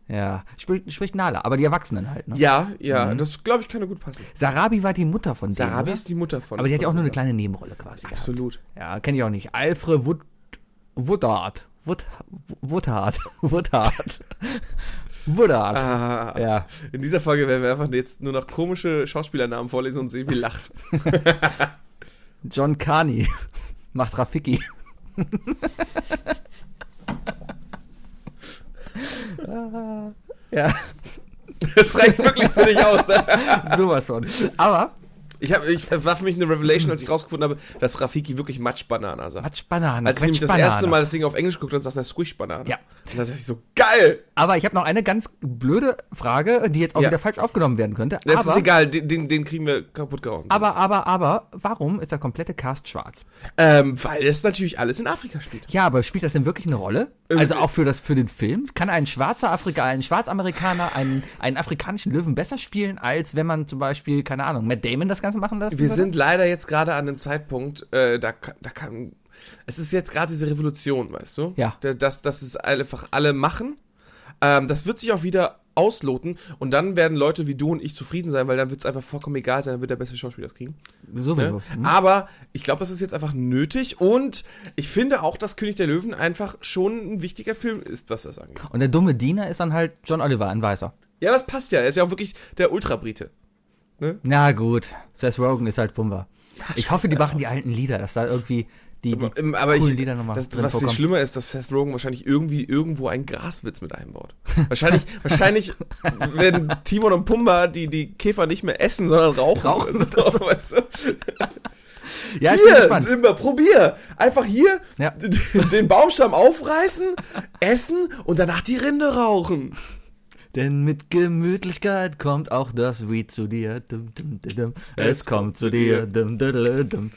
Speaker 2: Ja, spricht, spricht Nala, aber die Erwachsenen halt, ne?
Speaker 3: Ja, ja. Das, glaube ich, kann gut passen.
Speaker 2: Sarabi war die Mutter von denen,
Speaker 3: Sarabi
Speaker 2: oder?
Speaker 3: ist die Mutter von.
Speaker 2: Aber die hat ja auch
Speaker 3: von
Speaker 2: nur eine
Speaker 3: Sarabi.
Speaker 2: kleine Nebenrolle quasi. gehabt.
Speaker 3: Absolut.
Speaker 2: Ja, kenne ich auch nicht. Alfred Wood, Woodard. Wood, [LAUGHS] Woodard. Woodard. Woodard.
Speaker 3: Ah,
Speaker 2: Ja.
Speaker 3: In dieser Folge werden wir einfach jetzt nur noch komische Schauspielernamen vorlesen und sehen,
Speaker 2: [LAUGHS]
Speaker 3: wie lacht.
Speaker 2: John Carney macht
Speaker 3: [LAUGHS]
Speaker 2: Rafiki. Ah, ja,
Speaker 3: Das reicht wirklich für dich aus. Ne?
Speaker 2: sowas von. Aber
Speaker 3: Ich, hab, ich war für mich eine Revelation, als ich rausgefunden habe, dass Rafiki wirklich Matschbanana sagt.
Speaker 2: Quatschbanane.
Speaker 3: Als ich nämlich das
Speaker 2: Quatschbanane.
Speaker 3: erste Mal das Ding auf Englisch geguckt habe, sagt er Squishbanane.
Speaker 2: Ja.
Speaker 3: Und da dachte ich so, geil!
Speaker 2: Aber ich habe noch eine ganz blöde Frage, die jetzt auch
Speaker 3: Ja.
Speaker 2: wieder falsch aufgenommen werden könnte.
Speaker 3: Das
Speaker 2: aber,
Speaker 3: ist egal, den, den, den kriegen wir kaputt gehauen.
Speaker 2: aber, aber, aber, warum ist der komplette Cast schwarz?
Speaker 3: ähm, weil es natürlich alles in Afrika spielt.
Speaker 2: Ja, aber spielt das denn wirklich eine Rolle? Also auch für, das, für den Film? Kann ein schwarzer Afrika, ein Schwarzamerikaner einen, einen afrikanischen Löwen besser spielen, als wenn man zum Beispiel, keine Ahnung, Matt Damon das Ganze machen lässt?
Speaker 3: Wir sind leider jetzt gerade an einem Zeitpunkt, äh, da, ka- da kann. Es ist jetzt gerade diese Revolution, weißt du?
Speaker 2: Ja.
Speaker 3: Da- Dass, dass es einfach alle machen. Ähm, das wird sich auch wieder ausloten und dann werden Leute wie du und ich zufrieden sein, weil dann wird es einfach vollkommen egal sein, dann wird der beste Schauspieler das kriegen.
Speaker 2: Sowieso. Hm.
Speaker 3: Ne? Aber ich glaube, das ist jetzt einfach nötig und ich finde auch, dass König der Löwen einfach schon ein wichtiger Film ist, was das angeht.
Speaker 2: Und der dumme Diener ist dann halt John Oliver, ein Weißer.
Speaker 3: Ja, das passt ja. Er ist ja auch wirklich der Ultrabrite.
Speaker 2: Na gut, Seth Rogen ist halt Pumba. Ich hoffe, die machen die alten Lieder, dass da irgendwie die, die
Speaker 3: Ähm, Aber
Speaker 2: coolen
Speaker 3: ich,
Speaker 2: Lieder nochmal
Speaker 3: das,
Speaker 2: drin
Speaker 3: was viel
Speaker 2: vorkommen.
Speaker 3: schlimmer ist, dass Seth Rogen wahrscheinlich irgendwie irgendwo einen Graswitz mit einbaut.
Speaker 2: [LAUGHS]
Speaker 3: Wahrscheinlich, wahrscheinlich werden Timon und Pumba die, die Käfer nicht mehr essen, sondern rauchen.
Speaker 2: Rauchen,
Speaker 3: [LAUGHS] so, weißt du?
Speaker 2: Ja, ich bin
Speaker 3: Hier,
Speaker 2: gespannt.
Speaker 3: Simba, probier. Einfach hier
Speaker 2: Ja.
Speaker 3: [LAUGHS] den Baumstamm aufreißen, essen und danach die Rinde rauchen.
Speaker 2: Denn mit Gemütlichkeit kommt auch das Weed zu dir. Dum, dum, dum, dum. Es kommt zu dir. Dum, dum, dum, dum.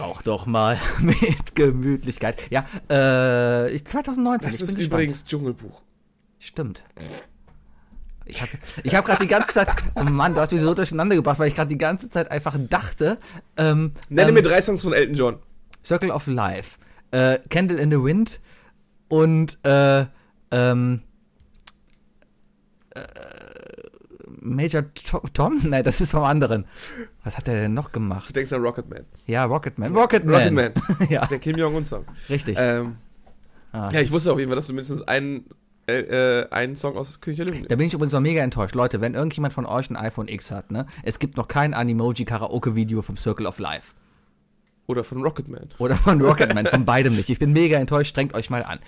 Speaker 2: Rauch doch mal [LAUGHS] mit Gemütlichkeit. Ja, äh, ich- 2019.
Speaker 3: Das
Speaker 2: ich
Speaker 3: ist
Speaker 2: bin
Speaker 3: übrigens Dschungelbuch.
Speaker 2: Gespannt. Stimmt. Ich habe ich hab gerade die ganze Zeit. Oh Mann, du hast mich so durcheinander gebracht, weil ich gerade die ganze Zeit einfach dachte. Ähm,
Speaker 3: Nenne
Speaker 2: ähm,
Speaker 3: mir drei Songs von Elton John.
Speaker 2: Circle of Life, äh, Candle in the Wind und äh, ähm, äh, Major To- Tom? [LAUGHS] Nein, das ist vom anderen. Was hat er denn noch
Speaker 3: Du
Speaker 2: gemacht?
Speaker 3: denkst an Rocketman.
Speaker 2: Ja, Rocketman. Rocketman.
Speaker 3: Rocketman.
Speaker 2: [LAUGHS] ja,
Speaker 3: Der Kim Jong-un-Song.
Speaker 2: richtig.
Speaker 3: Ähm,
Speaker 2: Ah.
Speaker 3: Ja, ich wusste auf jeden Fall, dass du mindestens einen, äh, äh, einen Song aus König der Löwen
Speaker 2: Da bin ich übrigens noch mega enttäuscht. Leute, wenn irgendjemand von euch ein iPhone X hat, ne? Es gibt noch kein Animoji-Karaoke-Video vom Circle of Life.
Speaker 3: Oder von Rocketman.
Speaker 2: Oder von Rocketman, von beidem nicht. Ich bin mega enttäuscht, strengt euch mal an.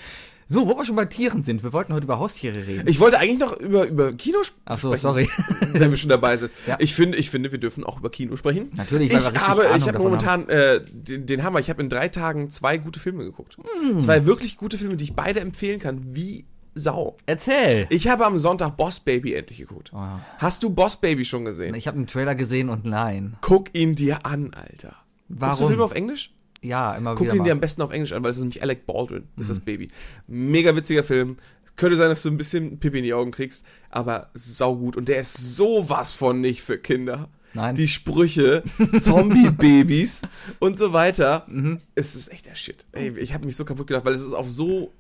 Speaker 2: So, wo wir schon bei Tieren sind, wir wollten heute über Haustiere reden.
Speaker 3: Ich wollte eigentlich noch über, über Kino sp-
Speaker 2: Ach so,
Speaker 3: sprechen.
Speaker 2: sorry.
Speaker 3: [LAUGHS] Wenn wir schon dabei sind.
Speaker 2: Ja.
Speaker 3: Ich, finde, ich finde, wir dürfen auch über Kino sprechen.
Speaker 2: Natürlich,
Speaker 3: Ich
Speaker 2: weil wir richtig
Speaker 3: habe,
Speaker 2: Ahnung
Speaker 3: ich habe
Speaker 2: davon
Speaker 3: momentan äh, den, den
Speaker 2: Mm.
Speaker 3: Hammer. Ich habe in drei Tagen zwei gute Filme geguckt. Zwei wirklich gute Filme, die ich beide empfehlen kann, wie Sau.
Speaker 2: Erzähl!
Speaker 3: Ich habe am Sonntag Boss Baby endlich geguckt. Hast du Boss Baby schon gesehen?
Speaker 2: Ich habe einen Trailer gesehen und nein.
Speaker 3: Guck ihn dir an, Alter. Guckst du
Speaker 2: Warum?
Speaker 3: Filme auf Englisch?
Speaker 2: Ja, immer
Speaker 3: Guck
Speaker 2: wieder
Speaker 3: ihn dir
Speaker 2: mal.
Speaker 3: am besten auf Englisch an, weil es ist nämlich Alec Baldwin, ist
Speaker 2: Mhm.
Speaker 3: das Baby. Mega witziger Film. Könnte sein, dass du ein bisschen Pippi in die Augen kriegst, aber saugut. Und der ist sowas von nicht für Kinder.
Speaker 2: Nein.
Speaker 3: Die Sprüche,
Speaker 2: [LAUGHS]
Speaker 3: Zombie-Babys und so weiter.
Speaker 2: Mhm.
Speaker 3: Es ist echt der Shit. Ey, ich habe mich so kaputt gedacht, weil es ist auf so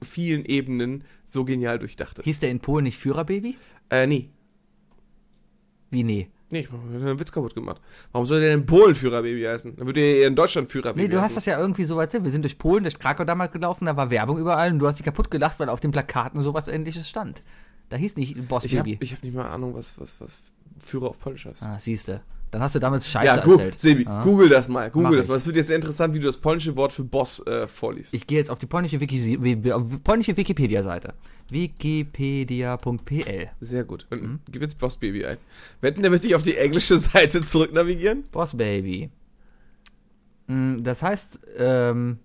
Speaker 3: vielen Ebenen so genial durchdacht.
Speaker 2: Hieß der in Polen nicht Führerbaby?
Speaker 3: Äh, nee.
Speaker 2: Wie nee?
Speaker 3: Nee, ich hab einen Witz kaputt gemacht. Warum soll der denn in Polen Führerbaby heißen? Dann würde er eher in Deutschland Führerbaby
Speaker 2: Nee, du hast
Speaker 3: heißen.
Speaker 2: das ja irgendwie so erzählt. Wir sind durch Polen, durch Krakau damals gelaufen, da war Werbung überall und du hast dich kaputt gelacht, weil auf den Plakaten sowas ähnliches stand. Da hieß nicht Boss
Speaker 3: ich habe
Speaker 2: Baby.
Speaker 3: ich hab nicht mal Ahnung, was, was, was Führer auf Polnisch heißt.
Speaker 2: ah, siehste. Dann hast du damals Scheiße
Speaker 3: Ja, gu
Speaker 2: erzählt.
Speaker 3: Sebi,
Speaker 2: Ah.
Speaker 3: google das mal. Google
Speaker 2: Mach
Speaker 3: das
Speaker 2: ich.
Speaker 3: mal. Es wird jetzt sehr interessant, wie du das polnische Wort für Boss äh, vorliest.
Speaker 2: Ich gehe jetzt auf die polnische, Wiki Wi- auf die polnische Wikipedia-Seite. Wikipedia.pl
Speaker 3: sehr gut. Und
Speaker 2: Hm?
Speaker 3: gib jetzt Boss Baby ein. Wetten, der wird dich auf die englische [LAUGHS] Seite zurück navigieren?
Speaker 2: Boss Baby. Mm, Das heißt, ähm,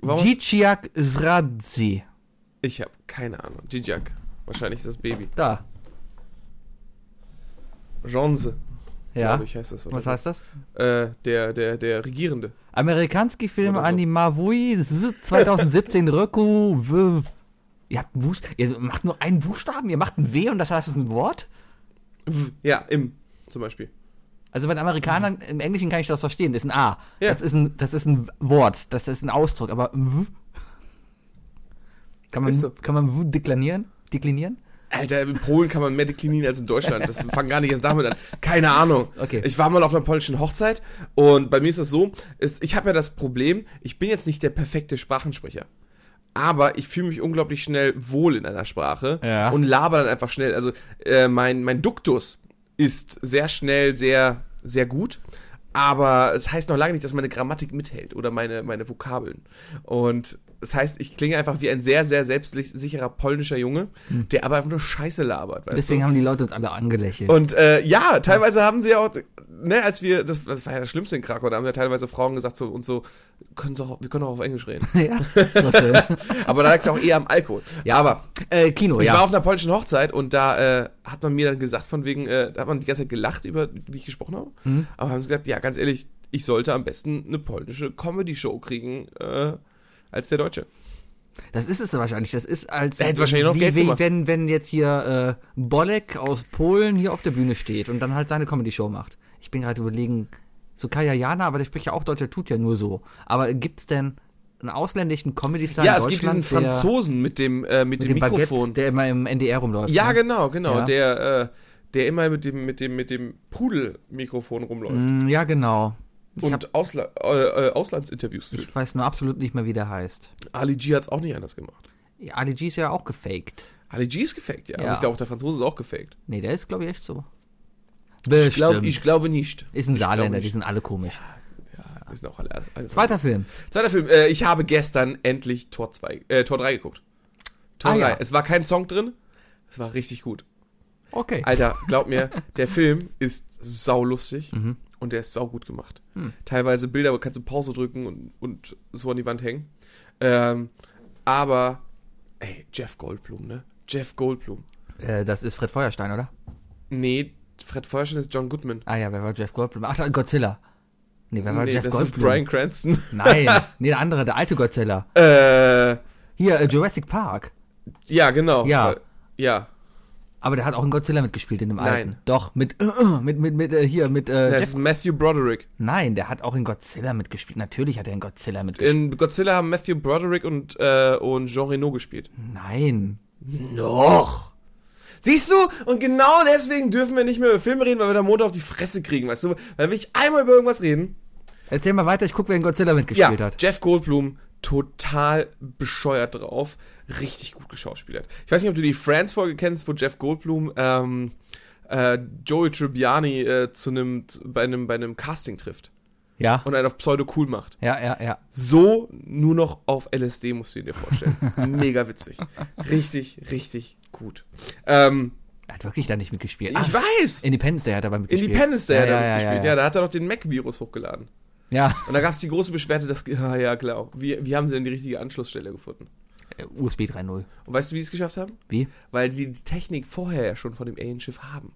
Speaker 3: Warum?
Speaker 2: Giciak Zradzi.
Speaker 3: ich habe keine Ahnung. Gijak. Wahrscheinlich ist das Baby.
Speaker 2: Da,
Speaker 3: Jonze,
Speaker 2: ja.
Speaker 3: glaube ich, heißt das. oder
Speaker 2: Was
Speaker 3: so.
Speaker 2: heißt das?
Speaker 3: Äh, der, der, der Regierende. [LAUGHS]
Speaker 2: Amerikanski Film
Speaker 3: Oder so.
Speaker 2: Animavui z- [LAUGHS] 2017 Röku. w- Ihr habt einen Buchstaben, ihr macht nur einen Buchstaben, ihr macht ein W und das heißt es ist ein Wort?
Speaker 3: W- Ja, im, zum Beispiel.
Speaker 2: Also bei den Amerikanern im Englischen kann ich das verstehen, das ist ein A.
Speaker 3: Mhm. Ja.
Speaker 2: Das ist ein das ist ein Wort, das ist ein Ausdruck, aber w kann man
Speaker 3: Ist so.
Speaker 2: kann man w deklinieren? Deklinieren?
Speaker 3: Alter, in Polen kann man mehr deklinieren als in Deutschland. Das fang gar nicht erst damit an. Keine Ahnung.
Speaker 2: Okay.
Speaker 3: Ich war mal auf einer polnischen Hochzeit und bei mir ist das so, ist, ich habe ja das Problem, ich bin jetzt nicht der perfekte Sprachensprecher. Aber ich fühle mich unglaublich schnell wohl in einer Sprache
Speaker 2: Ja.
Speaker 3: und laber dann einfach schnell. Also äh, mein, mein Duktus ist sehr schnell, sehr, sehr gut. Aber es heißt noch lange nicht, dass meine Grammatik mithält oder meine, meine Vokabeln. Und das heißt, ich klinge einfach wie ein sehr, sehr selbstsicherer polnischer Junge, der aber einfach nur Scheiße labert. weißt
Speaker 2: Hm. Deswegen haben die Leute uns alle angelächelt.
Speaker 3: und äh, ja, teilweise haben sie auch, ne, als wir, das, das war ja das Schlimmste in Krakau, da haben ja teilweise Frauen gesagt so und so, können sie auch, wir können auch auf Englisch reden.
Speaker 2: [LAUGHS] ja, das war
Speaker 3: [LAUGHS]
Speaker 2: schön.
Speaker 3: Aber da lag es ja auch eher am Alkohol.
Speaker 2: Ja.
Speaker 3: Aber
Speaker 2: äh, Kino,
Speaker 3: ich war
Speaker 2: ja.
Speaker 3: auf einer polnischen Hochzeit und da äh, hat man mir dann gesagt, von wegen, äh, da hat man die ganze Zeit gelacht über, wie ich gesprochen habe.
Speaker 2: Mhm.
Speaker 3: Aber haben sie gesagt, ja, ganz ehrlich, ich sollte am besten eine polnische Comedy-Show kriegen äh, als der Deutsche.
Speaker 2: Das ist es wahrscheinlich. Das ist als
Speaker 3: Da hätte wahrscheinlich noch
Speaker 2: wie,
Speaker 3: Geld
Speaker 2: wie,
Speaker 3: gemacht.
Speaker 2: wenn, wenn jetzt hier äh, Bolek aus Polen hier auf der Bühne steht und dann halt seine Comedy-Show macht. Ich bin gerade überlegen, so Kaya Jana, aber der spricht ja auch Deutsch, der tut ja nur so. Aber gibt es denn einen ausländischen Comedy-Star
Speaker 3: ja,
Speaker 2: in
Speaker 3: es gibt diesen
Speaker 2: Deutschland, der-
Speaker 3: Franzosen mit dem, äh, mit, dem,
Speaker 2: Baguette,
Speaker 3: Mikrofon.
Speaker 2: der immer im NDR rumläuft?
Speaker 3: Ja,
Speaker 2: ne?
Speaker 3: genau, genau.
Speaker 2: Ja.
Speaker 3: Der, äh, der immer mit dem, mit dem, mit dem Pudel-Mikrofon rumläuft
Speaker 2: Mm, ja, genau. Ich,
Speaker 3: und
Speaker 2: hab,
Speaker 3: Ausla äh, äh, Auslandsinterviews führt.
Speaker 2: ich weiß nur absolut nicht mehr, wie der heißt.
Speaker 3: Ali G hat's auch nicht anders gemacht.
Speaker 2: Ja, Ali G ist ja auch gefaked.
Speaker 3: Ali G ist gefaked, ja.
Speaker 2: Ja.
Speaker 3: Und ich glaube, der Franzose ist auch gefaked.
Speaker 2: Nee, der ist, glaube ich, echt so.
Speaker 3: Ich, glaub, ich glaube nicht.
Speaker 2: ist ein
Speaker 3: ich glaube
Speaker 2: Saarländer, die
Speaker 3: nicht.
Speaker 2: sind alle komisch.
Speaker 3: Die sind auch alle, alle
Speaker 2: Zweiter Film.
Speaker 3: Zweiter Film. Äh, ich habe gestern endlich Tor 2, äh, Tor 3 geguckt. Tor
Speaker 2: Ah,
Speaker 3: 3.
Speaker 2: ja.
Speaker 3: Es war kein Song drin. Es war richtig gut.
Speaker 2: Okay.
Speaker 3: Alter,
Speaker 2: [LAUGHS]
Speaker 3: glaub mir, der Film ist saulustig
Speaker 2: Mhm.
Speaker 3: und der ist saugut gemacht.
Speaker 2: Hm.
Speaker 3: Teilweise Bilder, aber kannst du Pause drücken und, und so an die Wand hängen. Ähm, aber, ey, Jeff Goldblum, ne? Jeff Goldblum.
Speaker 2: Äh, das ist Fred Feuerstein, oder?
Speaker 3: Nee, Fred Feuerstein ist John Goodman.
Speaker 2: Ah ja, wer war Jeff Goldblum? Ach, Godzilla. Nee, wer war
Speaker 3: nee,
Speaker 2: Jeff
Speaker 3: das ist
Speaker 2: Goldblum?
Speaker 3: Brian Cranston. [LAUGHS]
Speaker 2: Nein, nee, der andere, der alte Godzilla.
Speaker 3: äh,
Speaker 2: Hier, äh, Jurassic Park.
Speaker 3: ja, genau.
Speaker 2: Ja.
Speaker 3: Äh, ja.
Speaker 2: Aber der hat auch in Godzilla mitgespielt in dem
Speaker 3: Nein.
Speaker 2: alten. Doch, mit, mit, mit, mit, äh, hier, mit, äh,
Speaker 3: Das
Speaker 2: Jeff.
Speaker 3: ist Matthew Broderick.
Speaker 2: Nein, der hat auch in Godzilla mitgespielt. Natürlich hat er in Godzilla mitgespielt.
Speaker 3: In Godzilla haben Matthew Broderick und, äh, und Jean Reno gespielt.
Speaker 2: Nein.
Speaker 3: Noch. Siehst du? Und genau deswegen dürfen wir nicht mehr über Filme reden, weil wir da Montag auf die Fresse kriegen, weißt du? Weil will ich einmal über irgendwas reden.
Speaker 2: Erzähl mal weiter, ich guck, wer in Godzilla
Speaker 3: Ja,
Speaker 2: mitgespielt hat.
Speaker 3: Jeff Goldblum, total bescheuert drauf. Richtig gut geschauspielert. Ich weiß nicht, ob du die Friends-Folge kennst, wo Jeff Goldblum ähm, äh, Joey Tribbiani äh, zu einem, zu- bei einem, bei einem Casting trifft
Speaker 2: Ja.
Speaker 3: und einen auf Pseudo-cool macht.
Speaker 2: Ja, ja, ja.
Speaker 3: So nur noch auf LSD musst du
Speaker 2: [LAUGHS]
Speaker 3: dir vorstellen. Mega witzig. Richtig, richtig gut. Ähm,
Speaker 2: Er hat wirklich da nicht mitgespielt.
Speaker 3: ich
Speaker 2: Ach,
Speaker 3: weiß!
Speaker 2: Independence Day hat er beim mitgespielt.
Speaker 3: Independence Day
Speaker 2: ja,
Speaker 3: hat
Speaker 2: ja,
Speaker 3: er
Speaker 2: ja,
Speaker 3: mitgespielt. Ja,
Speaker 2: ja,
Speaker 3: da hat er noch den Mac-Virus hochgeladen.
Speaker 2: ja.
Speaker 3: [LAUGHS] Und da gab es die große Beschwerde, dass. Ah, ja, klar. Wie, wie haben sie denn die richtige Anschlussstelle gefunden?
Speaker 2: [LAUGHS] äh, USB 3.0.
Speaker 3: Und weißt du, wie sie es geschafft haben?
Speaker 2: Wie?
Speaker 3: Weil sie die Technik vorher ja schon von dem Alien-Schiff haben.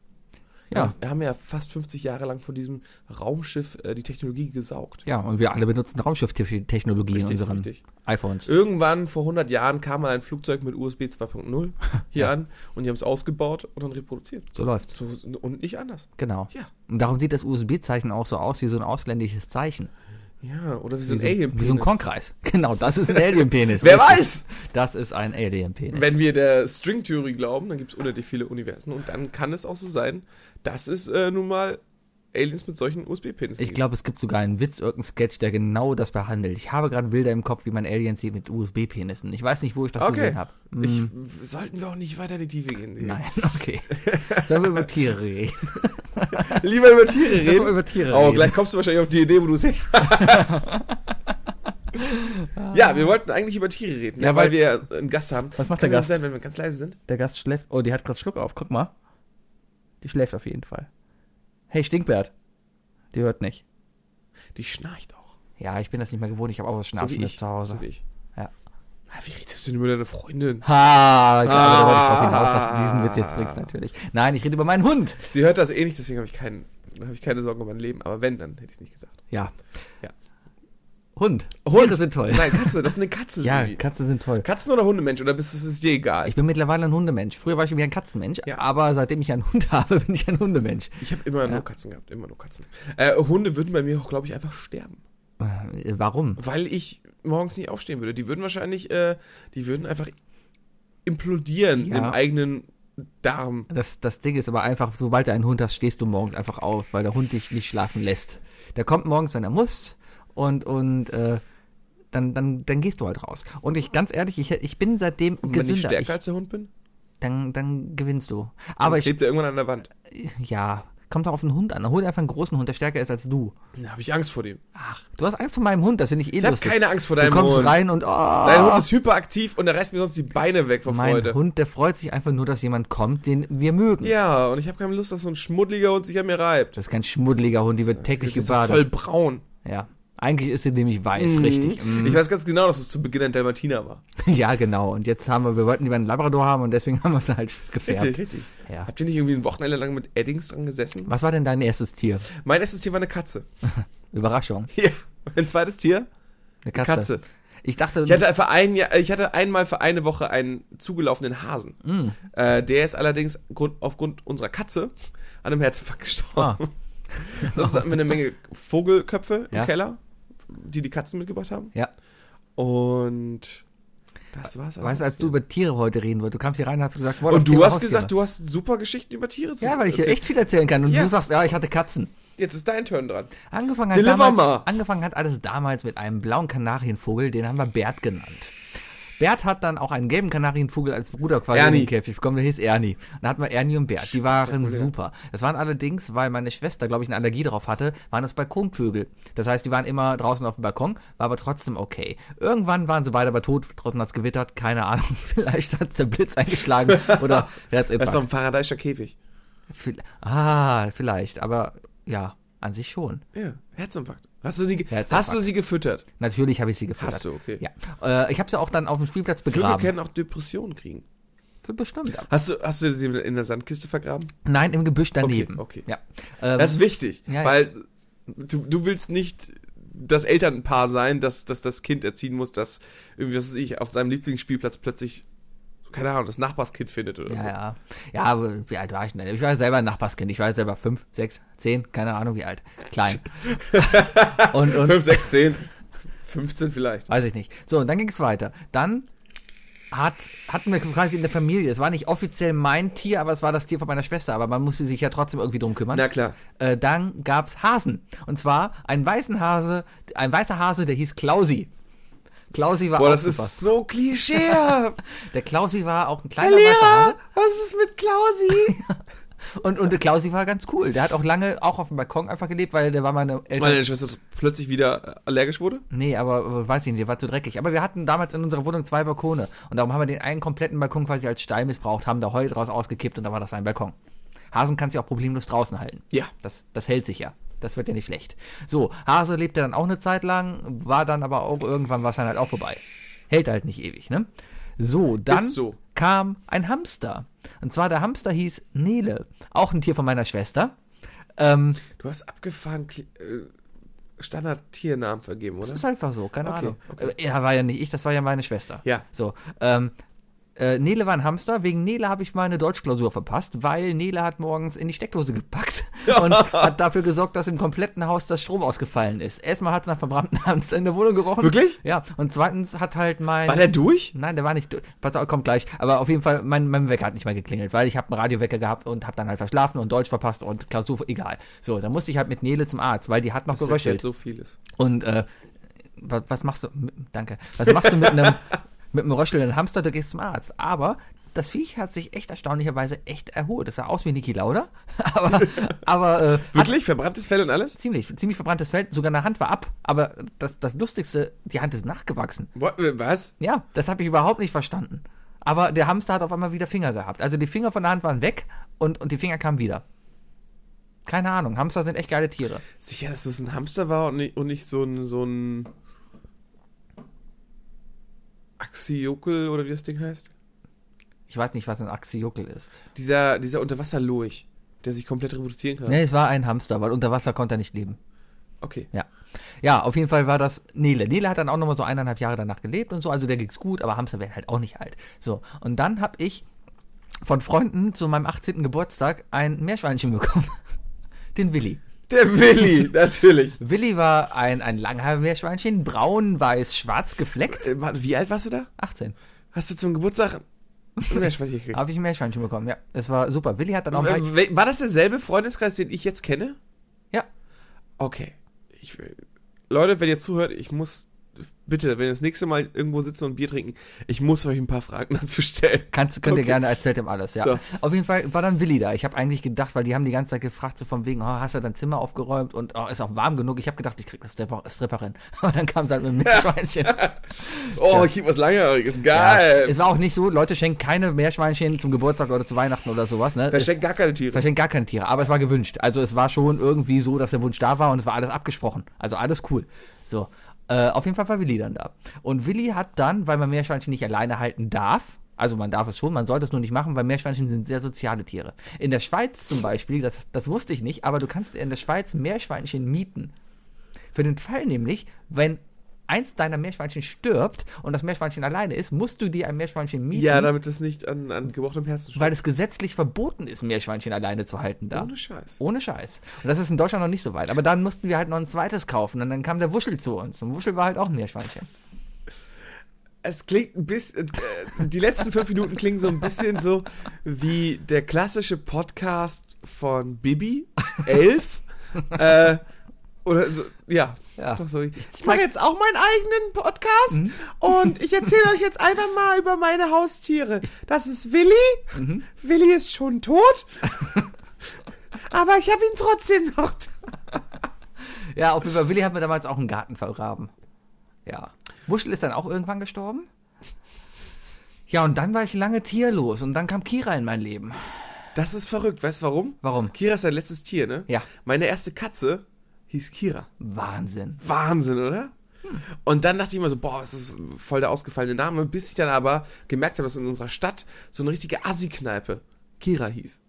Speaker 2: Ja.
Speaker 3: Wir haben ja fast 50 Jahre lang von diesem Raumschiff äh, die Technologie gesaugt.
Speaker 2: Ja, und wir alle benutzen Raumschifftechnologie in
Speaker 3: Richtig,
Speaker 2: unseren
Speaker 3: richtig.
Speaker 2: iPhones.
Speaker 3: Irgendwann vor 100 Jahren kam mal ein Flugzeug mit USB [LAUGHS] 2.0 hier
Speaker 2: Ja.
Speaker 3: an und die haben es ausgebaut und dann reproduziert.
Speaker 2: So läuft's.
Speaker 3: So, und nicht anders.
Speaker 2: Genau.
Speaker 3: Ja.
Speaker 2: Und darum sieht das USB-Zeichen auch so aus wie so ein ausländisches Zeichen.
Speaker 3: Ja, oder wie so
Speaker 2: Wie
Speaker 3: ein
Speaker 2: so,
Speaker 3: alien
Speaker 2: wie so ein Konkreis. [LAUGHS] Genau, das ist ein Alien-Penis.
Speaker 3: Wer
Speaker 2: Richtig.
Speaker 3: weiß?
Speaker 2: Das ist ein Alien-Penis.
Speaker 3: Wenn wir der Stringtheorie glauben, dann gibt es unendlich viele Universen und dann kann es auch so sein, dass es äh, nun mal Aliens mit solchen USB-Penissen
Speaker 2: Ich glaube, es gibt sogar einen Witz, irgendeinen Sketch, der genau das behandelt. Ich habe gerade Bilder im Kopf, wie man Aliens sieht mit USB-Penissen. Ich weiß nicht, wo ich das
Speaker 3: Okay.
Speaker 2: gesehen habe. Hm,
Speaker 3: Ich, w- sollten wir auch nicht weiter in die Tiefe gehen. Digga.
Speaker 2: Nein, [LAUGHS] okay. Sollen wir über Tiere reden?
Speaker 3: Lieber über Tiere
Speaker 2: Lass mal
Speaker 3: reden.
Speaker 2: über Tiere
Speaker 3: Oh,
Speaker 2: reden.
Speaker 3: gleich kommst du wahrscheinlich auf die Idee, wo du es her
Speaker 2: [LAUGHS]
Speaker 3: hast. ja, wir wollten eigentlich über Tiere reden,
Speaker 2: Ja,
Speaker 3: ja, weil
Speaker 2: weil-
Speaker 3: wir einen Gast haben.
Speaker 2: Was macht
Speaker 3: Kann
Speaker 2: der
Speaker 3: das sein, wenn wir ganz leise sind?
Speaker 2: Der Gast schläft. Oh, die hat gerade Schluck auf. Guck mal. Die schläft auf jeden Fall. Hey, Stinkbert. Die hört nicht.
Speaker 3: Die schnarcht auch.
Speaker 2: Ja, ich bin das nicht mehr gewohnt. Ich habe auch was
Speaker 3: So wie
Speaker 2: Schnarchendes
Speaker 3: ich.
Speaker 2: zu Hause.
Speaker 3: So wie ich.
Speaker 2: Ja.
Speaker 3: Ah, Wie redest du denn über deine Freundin?
Speaker 2: Ha, ich glaube, da wollte ich
Speaker 3: Ah.
Speaker 2: drauf hinaus, dass du diesen Witz jetzt bringst, natürlich. Nein, ich rede über meinen Hund.
Speaker 3: Sie hört das eh nicht, deswegen habe ich, keinen- hab ich keine Sorgen um mein Leben. Aber wenn, dann hätte ich es nicht gesagt.
Speaker 2: [LAUGHS] Ja.
Speaker 3: Ja.
Speaker 2: Hund.
Speaker 3: Hund.
Speaker 2: Tiere sind toll.
Speaker 3: Nein, Katze, das ist eine Katze.
Speaker 2: ja,
Speaker 3: Sebi.
Speaker 2: Katzen sind toll.
Speaker 3: Katzen oder Hundemensch? Oder bist, es ist dir egal?
Speaker 2: Ich bin mittlerweile ein Hundemensch. Früher war ich irgendwie ein Katzenmensch,
Speaker 3: Ja.
Speaker 2: aber seitdem ich einen Hund [LAUGHS] habe, bin ich ein Hundemensch.
Speaker 3: Ich habe immer
Speaker 2: Ja.
Speaker 3: nur Katzen gehabt, immer nur Katzen. Äh, Hunde würden bei mir auch, glaube ich, einfach sterben.
Speaker 2: Äh, Warum?
Speaker 3: Weil ich morgens nicht aufstehen würde. Die würden wahrscheinlich, äh, die würden einfach implodieren
Speaker 2: Ja.
Speaker 3: im eigenen Darm.
Speaker 2: Das, das Ding ist aber einfach, sobald du einen Hund hast, stehst du morgens einfach auf, weil der Hund dich nicht schlafen lässt. Der kommt morgens, wenn er muss und, und äh, dann, dann, dann gehst du halt raus. Und ich, ganz ehrlich, ich, ich bin seitdem
Speaker 3: Und wenn ich
Speaker 2: gesünder.
Speaker 3: stärker
Speaker 2: Ich,
Speaker 3: als der Hund bin,
Speaker 2: dann, dann gewinnst du. Aber ich,
Speaker 3: klebt er irgendwann an der Wand.
Speaker 2: ja, kommt doch auf den Hund an. Hol dir einfach einen großen Hund, der stärker ist als du.
Speaker 3: Da habe ich Angst vor dem.
Speaker 2: Ach, du hast Angst vor meinem Hund, das finde ich eh
Speaker 3: Ich habe
Speaker 2: lustig.
Speaker 3: keine Angst vor
Speaker 2: du
Speaker 3: deinem
Speaker 2: kommst
Speaker 3: Hund.
Speaker 2: rein und oh,
Speaker 3: Dein Hund ist hyperaktiv und der reißt mir sonst die Beine weg vor
Speaker 2: mein
Speaker 3: Freude.
Speaker 2: Hund, der freut sich einfach nur, dass jemand kommt, den wir mögen.
Speaker 3: Ja, und ich habe keine Lust, dass so ein schmuddeliger Hund sich an mir reibt.
Speaker 2: Das ist kein schmuddeliger Hund, die wird täglich
Speaker 3: Das ist so voll
Speaker 2: gebadet.
Speaker 3: braun.
Speaker 2: Ja. Eigentlich ist sie nämlich weiß,
Speaker 3: Mhm.
Speaker 2: richtig. [LAUGHS] Mm.
Speaker 3: Ich weiß ganz genau, dass es zu Beginn ein Dalmatiner war.
Speaker 2: Ja, genau. Und jetzt haben wir, wir wollten lieber einen Labrador haben und deswegen [LAUGHS] haben wir es halt gefärbt.
Speaker 3: richtig.
Speaker 2: Ja.
Speaker 3: Habt ihr nicht irgendwie ein Wochenende lang mit Eddings dran gesessen?
Speaker 2: Was war denn dein erstes Tier?
Speaker 3: Mein erstes Tier war eine Katze. [LAUGHS]
Speaker 2: Überraschung.
Speaker 3: Ja. Mein zweites Tier?
Speaker 2: Eine
Speaker 3: Katze.
Speaker 2: Katze. Mhm. Ich dachte,
Speaker 3: Ich hatte, für ein Jahr, ich hatte einmal für eine Woche einen zugelaufenen Hasen.
Speaker 2: Mhm.
Speaker 3: Äh, der ist allerdings grund, aufgrund unserer Katze an einem Herzinfarkt
Speaker 2: ah,
Speaker 3: gestorben. Sonst hatten wir eine Menge Vogelköpfe
Speaker 2: Ja.
Speaker 3: im Keller, die die Katzen mitgebracht haben.
Speaker 2: ja.
Speaker 3: Und das war's.
Speaker 2: Weißt du, als du über Tiere heute reden wolltest, du kamst hier rein und hast gesagt, wow, das
Speaker 3: Und du
Speaker 2: Thema
Speaker 3: hast
Speaker 2: Haustiere.
Speaker 3: gesagt, du hast super Geschichten über Tiere zu
Speaker 2: Ja, weil ich hier
Speaker 3: erzählen.
Speaker 2: echt viel erzählen kann. Und
Speaker 3: Ja.
Speaker 2: du sagst, ja, ich hatte Katzen.
Speaker 3: Jetzt ist dein Turn dran.
Speaker 2: Angefangen hat,
Speaker 3: Deliver mal.
Speaker 2: damals, angefangen hat alles damals mit einem blauen Kanarienvogel, den haben wir Bert genannt. Bert hat dann auch einen gelben Kanarienvogel als Bruder quasi in
Speaker 3: Ernie.
Speaker 2: den Käfig bekommen, der hieß Ernie. Und da hatten wir Ernie und Bert, die waren super. Das waren allerdings, weil meine Schwester, glaube ich, eine Allergie drauf hatte, waren das Balkonvögel. Das heißt, die waren immer draußen auf dem Balkon, war aber trotzdem okay. Irgendwann waren sie beide aber tot, draußen hat es gewittert, keine Ahnung, [LAUGHS] vielleicht hat der Blitz eingeschlagen
Speaker 3: [LAUGHS]
Speaker 2: oder
Speaker 3: Das ist
Speaker 2: Herzinfarkt.
Speaker 3: doch ein Paradiescher Käfig.
Speaker 2: Viel- Ah, vielleicht, aber ja, an sich schon.
Speaker 3: Ja, Herzinfarkt. Hast du, die, ge-
Speaker 2: Herzinfarkt.
Speaker 3: hast du sie gefüttert?
Speaker 2: Natürlich habe ich sie gefüttert.
Speaker 3: Hast du, okay.
Speaker 2: Ja. Äh, ich habe sie auch dann auf dem Spielplatz
Speaker 3: Vögel
Speaker 2: begraben.
Speaker 3: können auch Depressionen kriegen.
Speaker 2: Bestimmt.
Speaker 3: Hast du, hast du sie in der Sandkiste vergraben?
Speaker 2: Nein, im Gebüsch daneben.
Speaker 3: Okay, okay.
Speaker 2: Ja. Ähm,
Speaker 3: Das ist wichtig,
Speaker 2: ja, ja.
Speaker 3: weil du, du willst nicht das Elternpaar sein, dass, dass das Kind erziehen muss, das irgendwie, was weiß ich, auf seinem Lieblingsspielplatz plötzlich, keine Ahnung, das Nachbarskind findet oder
Speaker 2: ja,
Speaker 3: [LAUGHS] so.
Speaker 2: ja. Ja, aber wie alt war ich denn? Ich war selber ein Nachbarskind. Ich war selber fünf, sechs, zehn, keine Ahnung wie alt.
Speaker 3: [LAUGHS]
Speaker 2: Klein. und, und
Speaker 3: 5, 6, 10, 15 vielleicht.
Speaker 2: Weiß ich nicht. So, und dann ging es weiter. Dann hat, hatten wir quasi in der Familie, es war nicht offiziell mein Tier, aber es war das Tier von meiner Schwester, aber man musste sich ja trotzdem irgendwie drum kümmern.
Speaker 3: Na klar.
Speaker 2: Äh, dann gab's Hasen. Und zwar einen weißen Hase, ein weißer Hase, der hieß Klausi. Klausi war
Speaker 3: Boah,
Speaker 2: auch
Speaker 3: das
Speaker 2: super.
Speaker 3: ist
Speaker 2: [LAUGHS]
Speaker 3: so klischeehaft.
Speaker 2: Der Klausi war auch ein kleiner weißer
Speaker 3: Lehrer,
Speaker 2: Hase.
Speaker 3: was ist mit Klausi?
Speaker 2: Und, und der Klausi war ganz cool. Der hat auch lange auch auf dem Balkon einfach gelebt, weil der war meine Eltern.
Speaker 3: Weil deine Schwester plötzlich wieder allergisch wurde?
Speaker 2: Nee, aber äh, weiß ich nicht, der war zu dreckig. Aber wir hatten damals in unserer Wohnung zwei Balkone. Und darum haben wir den einen kompletten Balkon quasi als Stein missbraucht, haben da Heu draus ausgekippt und dann war das ein Balkon. Hasen kannst du auch problemlos draußen halten.
Speaker 3: Ja.
Speaker 2: Das, das hält sich ja. Das wird ja nicht schlecht. So, Hase lebte dann auch eine Zeit lang, war dann aber auch irgendwann, war es dann halt auch vorbei. Hält halt nicht ewig, ne? So, dann
Speaker 3: Ist so.
Speaker 2: kam ein Hamster. Und zwar der Hamster hieß Nele. Auch ein Tier von meiner Schwester. Ähm,
Speaker 3: Du hast abgefahren Kli- äh, Standard-Tiernamen vergeben, oder?
Speaker 2: das ist einfach so, keine
Speaker 3: Okay,
Speaker 2: Ahnung.
Speaker 3: okay.
Speaker 2: Äh, Ja, war ja nicht ich, das war ja meine Schwester.
Speaker 3: Ja.
Speaker 2: So, ähm, äh, Nele war ein Hamster. Wegen Nele habe ich meine Deutschklausur verpasst, weil Nele hat morgens in die Steckdose
Speaker 3: [LAUGHS]
Speaker 2: gepackt und hat dafür gesorgt, dass im kompletten Haus das Strom ausgefallen ist. Erstmal hat es nach verbrannten Hamster in der Wohnung gerochen.
Speaker 3: Wirklich?
Speaker 2: Ja. Und zweitens hat halt mein.
Speaker 3: War der durch?
Speaker 2: Nein, der war nicht. durch. Pass auf, kommt gleich. Aber auf jeden Fall, mein, mein Wecker hat nicht mehr geklingelt, weil ich habe einen Radiowecker gehabt und habe dann halt verschlafen und Deutsch verpasst und Klausur, egal. So, dann musste ich halt mit Nele zum Arzt, weil die hat noch geröchelt.
Speaker 3: erklärt so vieles.
Speaker 2: Und äh, wa- was machst du? m- Danke. Was machst du mit einem mit einem röchelnden Hamster? Du gehst zum Arzt. Aber das Viech hat sich echt erstaunlicherweise echt erholt. Das sah aus wie Niki Lauda, [LAUGHS] aber, aber äh, hat
Speaker 3: Wirklich? Verbranntes Fell und alles?
Speaker 2: ziemlich, ziemlich verbranntes Feld. Sogar eine Hand war ab. Aber das, das Lustigste, die Hand ist nachgewachsen.
Speaker 3: Wo- äh, Was?
Speaker 2: Ja, das habe ich überhaupt nicht verstanden. Aber der Hamster hat auf einmal wieder Finger gehabt. Also die Finger von der Hand waren weg und, und die Finger kamen wieder. Keine Ahnung, Hamster sind echt geile Tiere.
Speaker 3: Sicher, dass es ein Hamster war und nicht, und nicht so ein, so ein Axiokel oder wie das Ding heißt?
Speaker 2: Ich weiß nicht, was ein Axiokel ist.
Speaker 3: Dieser, dieser Unterwasserlurch, der sich komplett reproduzieren kann.
Speaker 2: Nee, es war ein Hamster, weil unter Wasser konnte er nicht leben.
Speaker 3: Okay.
Speaker 2: Ja. Ja, auf jeden Fall war das Nele. Nele hat dann auch nochmal so eineinhalb Jahre danach gelebt und so, also der ging's gut, aber Hamster werden halt auch nicht alt. So, und dann habe ich von Freunden zu meinem 18. Geburtstag ein Meerschweinchen bekommen. [LAUGHS] Den Willi.
Speaker 3: Der
Speaker 2: [LAUGHS]
Speaker 3: Willi, natürlich.
Speaker 2: Willi war ein, ein Langhaar-Meerschweinchen, braun, weiß, schwarz gefleckt.
Speaker 3: Äh, warte, Wie alt warst du da?
Speaker 2: 18.
Speaker 3: Hast du zum Geburtstag
Speaker 2: [LAUGHS]
Speaker 3: ein Meerschweinchen gekriegt?
Speaker 2: Habe ich ein Meerschweinchen bekommen, ja. Es war super. Willi hat dann auch ein paar,
Speaker 3: Ähm, wel- War das derselbe Freundeskreis, den ich jetzt kenne?
Speaker 2: Ja.
Speaker 3: Okay. Ich, will- Leute, wenn ihr zuhört, ich muss. Bitte, wenn ihr das nächste Mal irgendwo sitzen und Bier trinken, ich muss euch ein paar Fragen [LAUGHS] dazu stellen.
Speaker 2: Kannst, könnt ihr
Speaker 3: Okay.
Speaker 2: gerne, erzählt ihm alles, ja.
Speaker 3: So.
Speaker 2: Auf jeden Fall war dann Willi da. Ich habe eigentlich gedacht, weil die haben die ganze Zeit gefragt, so von wegen, oh, hast du dein Zimmer aufgeräumt und oh, ist auch warm genug. Ich habe gedacht, ich krieg eine Stripper, Stripperin. [LAUGHS] Und dann kam sie halt mit dem Meerschweinchen.
Speaker 3: Oh, ich krieg was Langjähriges. Geil.
Speaker 2: es war auch nicht so, Leute schenken keine Meerschweinchen zum Geburtstag oder zu Weihnachten oder sowas, ne?
Speaker 3: da
Speaker 2: Es-
Speaker 3: stecken gar keine Tiere.
Speaker 2: da stecken gar keine Tiere, aber es war gewünscht. Also es war schon irgendwie so, dass der Wunsch da war und es war alles abgesprochen. Also alles cool. So, äh, auf jeden Fall war Willi dann da. Und Willi hat dann, weil man Meerschweinchen nicht alleine halten darf, also man darf es schon, man sollte es nur nicht machen, weil Meerschweinchen sind sehr soziale Tiere. In der Schweiz zum Beispiel, das, das wusste ich nicht, aber du kannst in der Schweiz Meerschweinchen mieten. Für den Fall nämlich, wenn eins deiner Meerschweinchen stirbt und das Meerschweinchen alleine ist, musst du dir ein Meerschweinchen mieten,
Speaker 3: Ja, damit es nicht an, an gebrochenem Herzen steht.
Speaker 2: weil es gesetzlich verboten ist, Meerschweinchen alleine zu halten da.
Speaker 3: Ohne Scheiß.
Speaker 2: Ohne Scheiß. Und das ist in Deutschland noch nicht so weit. Aber dann mussten wir halt noch ein zweites kaufen. Und dann kam der Wuschel zu uns. Und Wuschel war halt auch ein Meerschweinchen.
Speaker 3: Es klingt ein bisschen. Äh, die letzten fünf Minuten klingen so ein bisschen so wie der klassische Podcast von Bibi, Elf. äh, oder so, ja.
Speaker 2: Ja.
Speaker 3: Doch so. Ich Mhm. mache jetzt auch meinen eigenen Podcast und ich erzähle euch jetzt einfach mal über meine Haustiere. Das ist Willi. Willi ist schon tot. Aber ich habe ihn trotzdem noch. da.
Speaker 2: Ja, auf jeden Fall. Willi hat mir damals auch einen Garten vergraben. Ja. Wuschel ist dann auch irgendwann gestorben. Ja, und dann war ich lange tierlos. Und dann kam Kira in mein Leben.
Speaker 3: Das ist verrückt. Weißt du warum?
Speaker 2: Warum?
Speaker 3: Kira ist dein letztes Tier, ne?
Speaker 2: Ja.
Speaker 3: Meine erste Katze hieß Kira.
Speaker 2: Wahnsinn.
Speaker 3: Wahnsinn, oder? Und dann dachte ich mir so, boah, das ist voll der ausgefallene Name, bis ich dann aber gemerkt habe, dass in unserer Stadt so eine richtige Assi-Kneipe
Speaker 2: [LAUGHS]
Speaker 3: Kira hieß.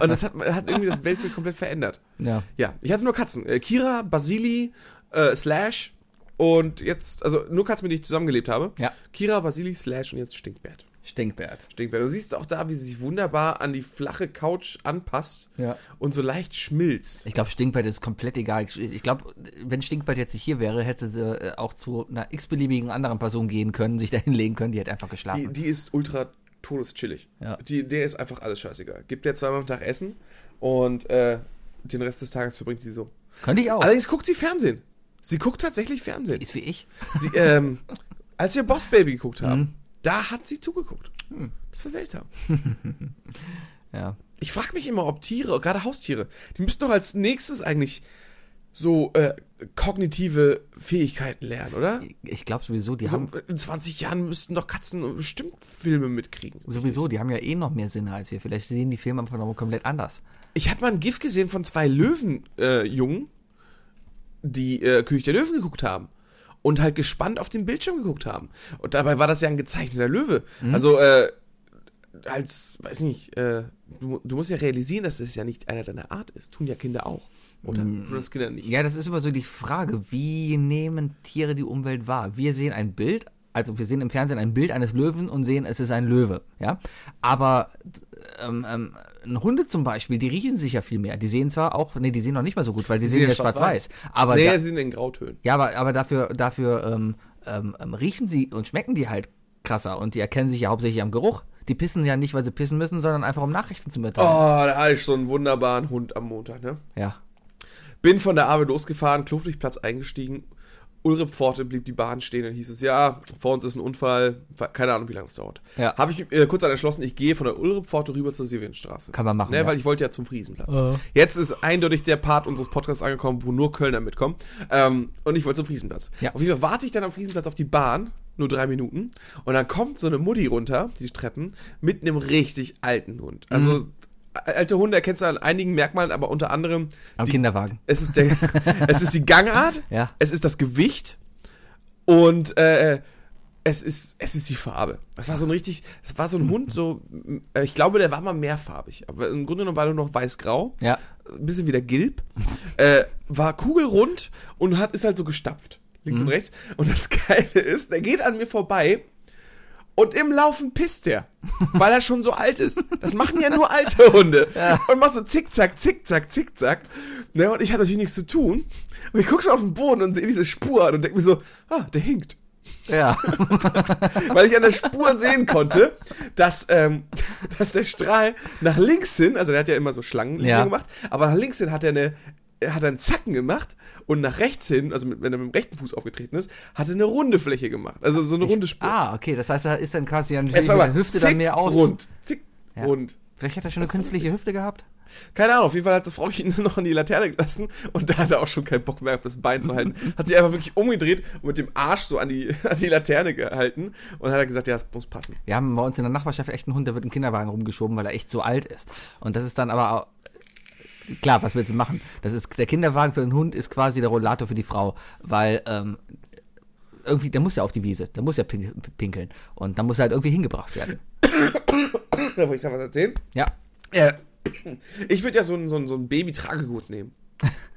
Speaker 3: Und das hat, hat irgendwie das Weltbild komplett verändert.
Speaker 2: Ja.
Speaker 3: Ja, ich hatte nur Katzen. Äh, Kira, Basili, äh, Slash und jetzt, also nur Katzen, mit denen ich zusammengelebt habe.
Speaker 2: Ja.
Speaker 3: Kira, Basili, Slash und jetzt Stinkbert.
Speaker 2: Stinkbert.
Speaker 3: Stinkbert. Du siehst auch da, wie sie sich wunderbar an die flache Couch anpasst
Speaker 2: Ja.
Speaker 3: und so leicht schmilzt.
Speaker 2: Ich glaube, Stinkbert ist komplett egal. Ich glaube, wenn Stinkbert jetzt nicht hier wäre, hätte sie äh, auch zu einer x-beliebigen anderen Person gehen können, sich da hinlegen können. Die hätte einfach geschlafen.
Speaker 3: Die, die ist ultra todeschillig.
Speaker 2: Ja.
Speaker 3: Die, der ist einfach alles scheißegal. Gibt der zweimal am Tag Essen und äh, den Rest des Tages verbringt sie so.
Speaker 2: Könnte ich auch.
Speaker 3: Allerdings guckt sie Fernsehen. Sie guckt tatsächlich Fernsehen.
Speaker 2: Oh. ist wie ich.
Speaker 3: Sie,
Speaker 2: [LAUGHS]
Speaker 3: ähm, als wir Boss Baby geguckt haben,
Speaker 2: Mhm.
Speaker 3: da hat sie zugeguckt.
Speaker 2: Hm.
Speaker 3: Das war seltsam.
Speaker 2: Ja.
Speaker 3: Ich frage mich immer, ob Tiere, gerade Haustiere, die müssten doch als nächstes eigentlich so äh, kognitive Fähigkeiten lernen, oder?
Speaker 2: Ich glaube sowieso, die
Speaker 3: So,
Speaker 2: haben
Speaker 3: in 20 Jahren müssten doch Katzen bestimmt Filme mitkriegen.
Speaker 2: sowieso, die haben ja eh noch mehr Sinne als wir. Vielleicht sehen die Filme einfach nochmal komplett anders.
Speaker 3: Ich habe mal ein GIF gesehen von zwei Löwenjungen, äh, Jungen, die äh, König der Löwen geguckt haben. und halt gespannt auf den Bildschirm geguckt haben. Und dabei war das ja ein gezeichneter Löwe.
Speaker 2: Mhm.
Speaker 3: Also, äh, als, weiß nicht, äh, du, du musst ja realisieren, dass das ja nicht einer deiner Art ist. Tun ja Kinder auch. Oder?
Speaker 2: Mhm.
Speaker 3: Tun das Kinder nicht.
Speaker 2: Ja, das ist immer so die Frage, wie nehmen Tiere die Umwelt wahr? Wir sehen ein Bild, also wir sehen im Fernsehen ein Bild eines Löwen und sehen, es ist ein Löwe, ja. Aber ähm, ähm, Hunde zum Beispiel, die riechen sich ja viel mehr. Die sehen zwar auch, nee, die sehen noch nicht mal so gut, weil die, sehen ja schwarz-weiß. Aber
Speaker 3: nee,
Speaker 2: da-
Speaker 3: sie sind in Grautönen.
Speaker 2: ja, aber, aber dafür, dafür ähm, ähm, ähm, riechen sie und schmecken die halt krasser und die erkennen sich ja hauptsächlich am Geruch. Die pissen ja nicht, weil sie pissen müssen, sondern einfach um Nachrichten zu
Speaker 3: Oh,
Speaker 2: mitteilen.
Speaker 3: da hatte ich so einen wunderbaren Hund am Montag, ne?
Speaker 2: Ja.
Speaker 3: Bin von der Arbeit losgefahren, Kluftigplatz eingestiegen. Ulrich Pforte blieb die Bahn stehen und hieß es, ja, vor uns ist ein Unfall, keine Ahnung, wie lange es dauert.
Speaker 2: Ja.
Speaker 3: Habe ich äh, kurz entschlossen, ich gehe von der Ulrich Pforte rüber zur Sivienstraße.
Speaker 2: Kann man machen,
Speaker 3: Ne,
Speaker 2: ja.
Speaker 3: Weil ich wollte ja zum Friesenplatz. Jetzt ist eindeutig der Part unseres Podcasts angekommen, wo nur Kölner mitkommen. Ähm, und ich wollte zum Friesenplatz.
Speaker 2: Ja.
Speaker 3: Auf jeden Fall warte ich dann am Friesenplatz auf die Bahn, nur drei Minuten. Und dann kommt so eine Mutti runter, die Treppen, mit einem richtig alten Hund. Also
Speaker 2: Mhm.
Speaker 3: alte Hunde erkennst du an einigen Merkmalen, aber unter anderem
Speaker 2: Am
Speaker 3: die,
Speaker 2: Kinderwagen.
Speaker 3: es ist, der, [LAUGHS] es ist die Gangart,
Speaker 2: Ja.
Speaker 3: es ist das Gewicht und äh, es, ist, es ist die Farbe. Es war so ein richtig, es war so ein Hund, so, m, äh, ich glaube, der war mal mehrfarbig. Aber im Grunde genommen war er nur noch weiß-grau,
Speaker 2: Ja.
Speaker 3: ein bisschen wieder gilb, [LAUGHS] äh, war kugelrund und hat, ist halt so gestapft, links und rechts. Und das [LAUGHS] Geile ist, der geht an mir vorbei. Und im Laufen pisst er, weil er schon so alt ist. Das machen ja nur alte Hunde. Und macht so zickzack, zickzack, zickzack. Ne, und ich hatte natürlich nichts zu tun. Und ich gucke so auf den Boden und sehe diese Spur an und denke mir so, ah, der hinkt.
Speaker 2: [LAUGHS] Ja.
Speaker 3: Weil ich an der Spur sehen konnte, dass, ähm, dass der Strahl nach links hin, also der hat ja immer so Schlangenlinien
Speaker 2: Ja.
Speaker 3: gemacht, aber nach links hin hat er eine er hat einen Zacken gemacht und nach rechts hin, also mit, wenn er mit dem rechten Fuß aufgetreten ist, hat er eine runde Fläche gemacht. Also so eine runde Spur.
Speaker 2: Ah, okay. Das heißt, da ist dann quasi dann
Speaker 3: Jetzt
Speaker 2: natürlich
Speaker 3: war
Speaker 2: mit
Speaker 3: mal
Speaker 2: der Hüfte dann
Speaker 3: zick,
Speaker 2: mehr aus.
Speaker 3: Rund, zick,
Speaker 2: Ja.
Speaker 3: rund.
Speaker 2: Vielleicht hat er schon eine künstliche Hüfte gehabt.
Speaker 3: Keine Ahnung, auf jeden Fall hat das Frauchen ihn [LAUGHS] noch an die Laterne gelassen und da hat er auch schon keinen Bock mehr auf das Bein zu halten.
Speaker 2: [LAUGHS]
Speaker 3: Hat sich einfach wirklich umgedreht und mit dem Arsch so an die, [LAUGHS] an die Laterne gehalten und hat er gesagt, ja, das muss passen. [LAUGHS]
Speaker 2: Wir haben bei uns in der Nachbarschaft echt einen Hund, der wird im Kinderwagen rumgeschoben, weil er echt so alt ist. Und das ist dann aber au- klar, was willst du machen? Das ist der Kinderwagen für den Hund ist quasi der Rollator für die Frau, weil ähm, irgendwie der muss ja auf die Wiese, der muss ja pin- pinkeln und dann muss er halt irgendwie hingebracht werden.
Speaker 3: Da wollte ich gerade was erzählen.
Speaker 2: Ja,
Speaker 3: Ja. Ich würde ja so ein, so ein, so ein Baby-Tragegut nehmen.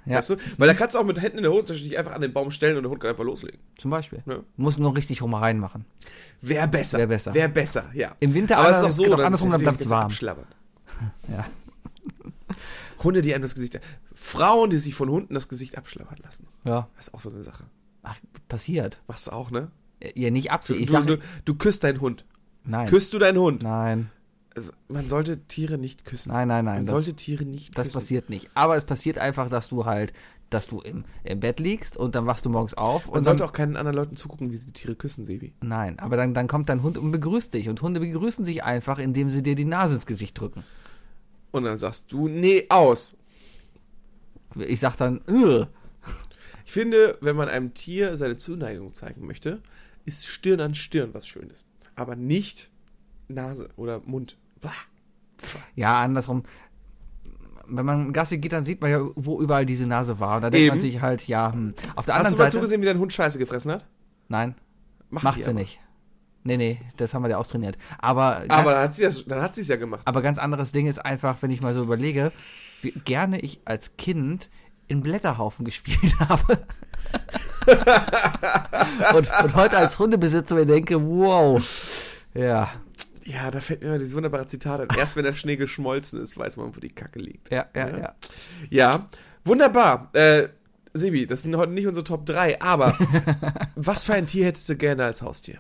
Speaker 2: Ja.
Speaker 3: Weißt du? Weil da kannst du auch mit Händen in der Hosentasche dich einfach an den Baum stellen und der Hund kann einfach loslegen.
Speaker 2: zum Beispiel.
Speaker 3: Ja.
Speaker 2: Muss nur richtig rum reinmachen.
Speaker 3: Wär besser.
Speaker 2: Wär besser.
Speaker 3: Wär besser, ja.
Speaker 2: Im Winter
Speaker 3: aber es ist auch
Speaker 2: anders-
Speaker 3: so,
Speaker 2: genau,
Speaker 3: dann
Speaker 2: andersrum, dann
Speaker 3: die ganze
Speaker 2: bleibt's
Speaker 3: Zeit
Speaker 2: warm.
Speaker 3: abschlabbern.
Speaker 2: [LAUGHS] Ja.
Speaker 3: Hunde, die einem das Gesicht. Frauen, die sich von Hunden das Gesicht abschlabbern lassen.
Speaker 2: Ja,
Speaker 3: Das ist auch so eine Sache.
Speaker 2: Ach, passiert.
Speaker 3: Machst du auch, ne?
Speaker 2: Ja, nicht
Speaker 3: Du,
Speaker 2: absichtlich. Ich
Speaker 3: du,
Speaker 2: sag,
Speaker 3: du, du küsst deinen Hund.
Speaker 2: nein.
Speaker 3: Küsst du deinen Hund?
Speaker 2: Nein,
Speaker 3: Also, man sollte Tiere nicht küssen.
Speaker 2: nein, nein, nein.
Speaker 3: Man
Speaker 2: das-
Speaker 3: sollte Tiere nicht
Speaker 2: Das
Speaker 3: küssen.
Speaker 2: passiert nicht. Aber es passiert einfach, dass du halt, dass du im, im Bett liegst und dann wachst du morgens auf
Speaker 3: Man
Speaker 2: und dann,
Speaker 3: sollte auch keinen anderen Leuten zugucken, wie sie die Tiere küssen, Sebi.
Speaker 2: Nein, aber dann, dann kommt dein Hund und begrüßt dich. Und Hunde begrüßen sich einfach, indem sie dir die Nase ins Gesicht drücken.
Speaker 3: Und dann sagst du, nee, aus.
Speaker 2: Ich sag dann, Ugh.
Speaker 3: Ich finde, wenn man einem Tier seine Zuneigung zeigen möchte, ist Stirn an Stirn was Schönes. Aber nicht Nase oder Mund. Bah.
Speaker 2: ja, andersrum. Wenn man Gassi geht, dann sieht man ja, wo überall diese Nase war. Und da denkt
Speaker 3: Eben.
Speaker 2: man sich halt, ja, hm. Auf der
Speaker 3: Hast
Speaker 2: anderen
Speaker 3: du mal
Speaker 2: Seite.
Speaker 3: zugesehen, wie dein Hund Scheiße gefressen hat?
Speaker 2: Nein,
Speaker 3: Macht
Speaker 2: macht
Speaker 3: die
Speaker 2: sie
Speaker 3: aber.
Speaker 2: nicht. Nee, nee, das haben wir ja austrainiert. Aber,
Speaker 3: Aber dann hat sie es dann hat sie es ja gemacht.
Speaker 2: Aber ganz anderes Ding ist einfach, wenn ich mal so überlege, wie gerne ich als Kind in Blätterhaufen [LAUGHS] gespielt habe. und, und heute als Hundebesitzer mir denke, wow. Ja,
Speaker 3: Ja, da fällt mir immer dieses wunderbare Zitat ein. Erst wenn der Schnee geschmolzen ist, weiß man, wo die Kacke liegt.
Speaker 2: ja, ja, ja.
Speaker 3: Ja, wunderbar. Äh, Sebi, das sind heute nicht unsere Top
Speaker 2: [LAUGHS]
Speaker 3: 3, aber was für ein Tier hättest du gerne als Haustier?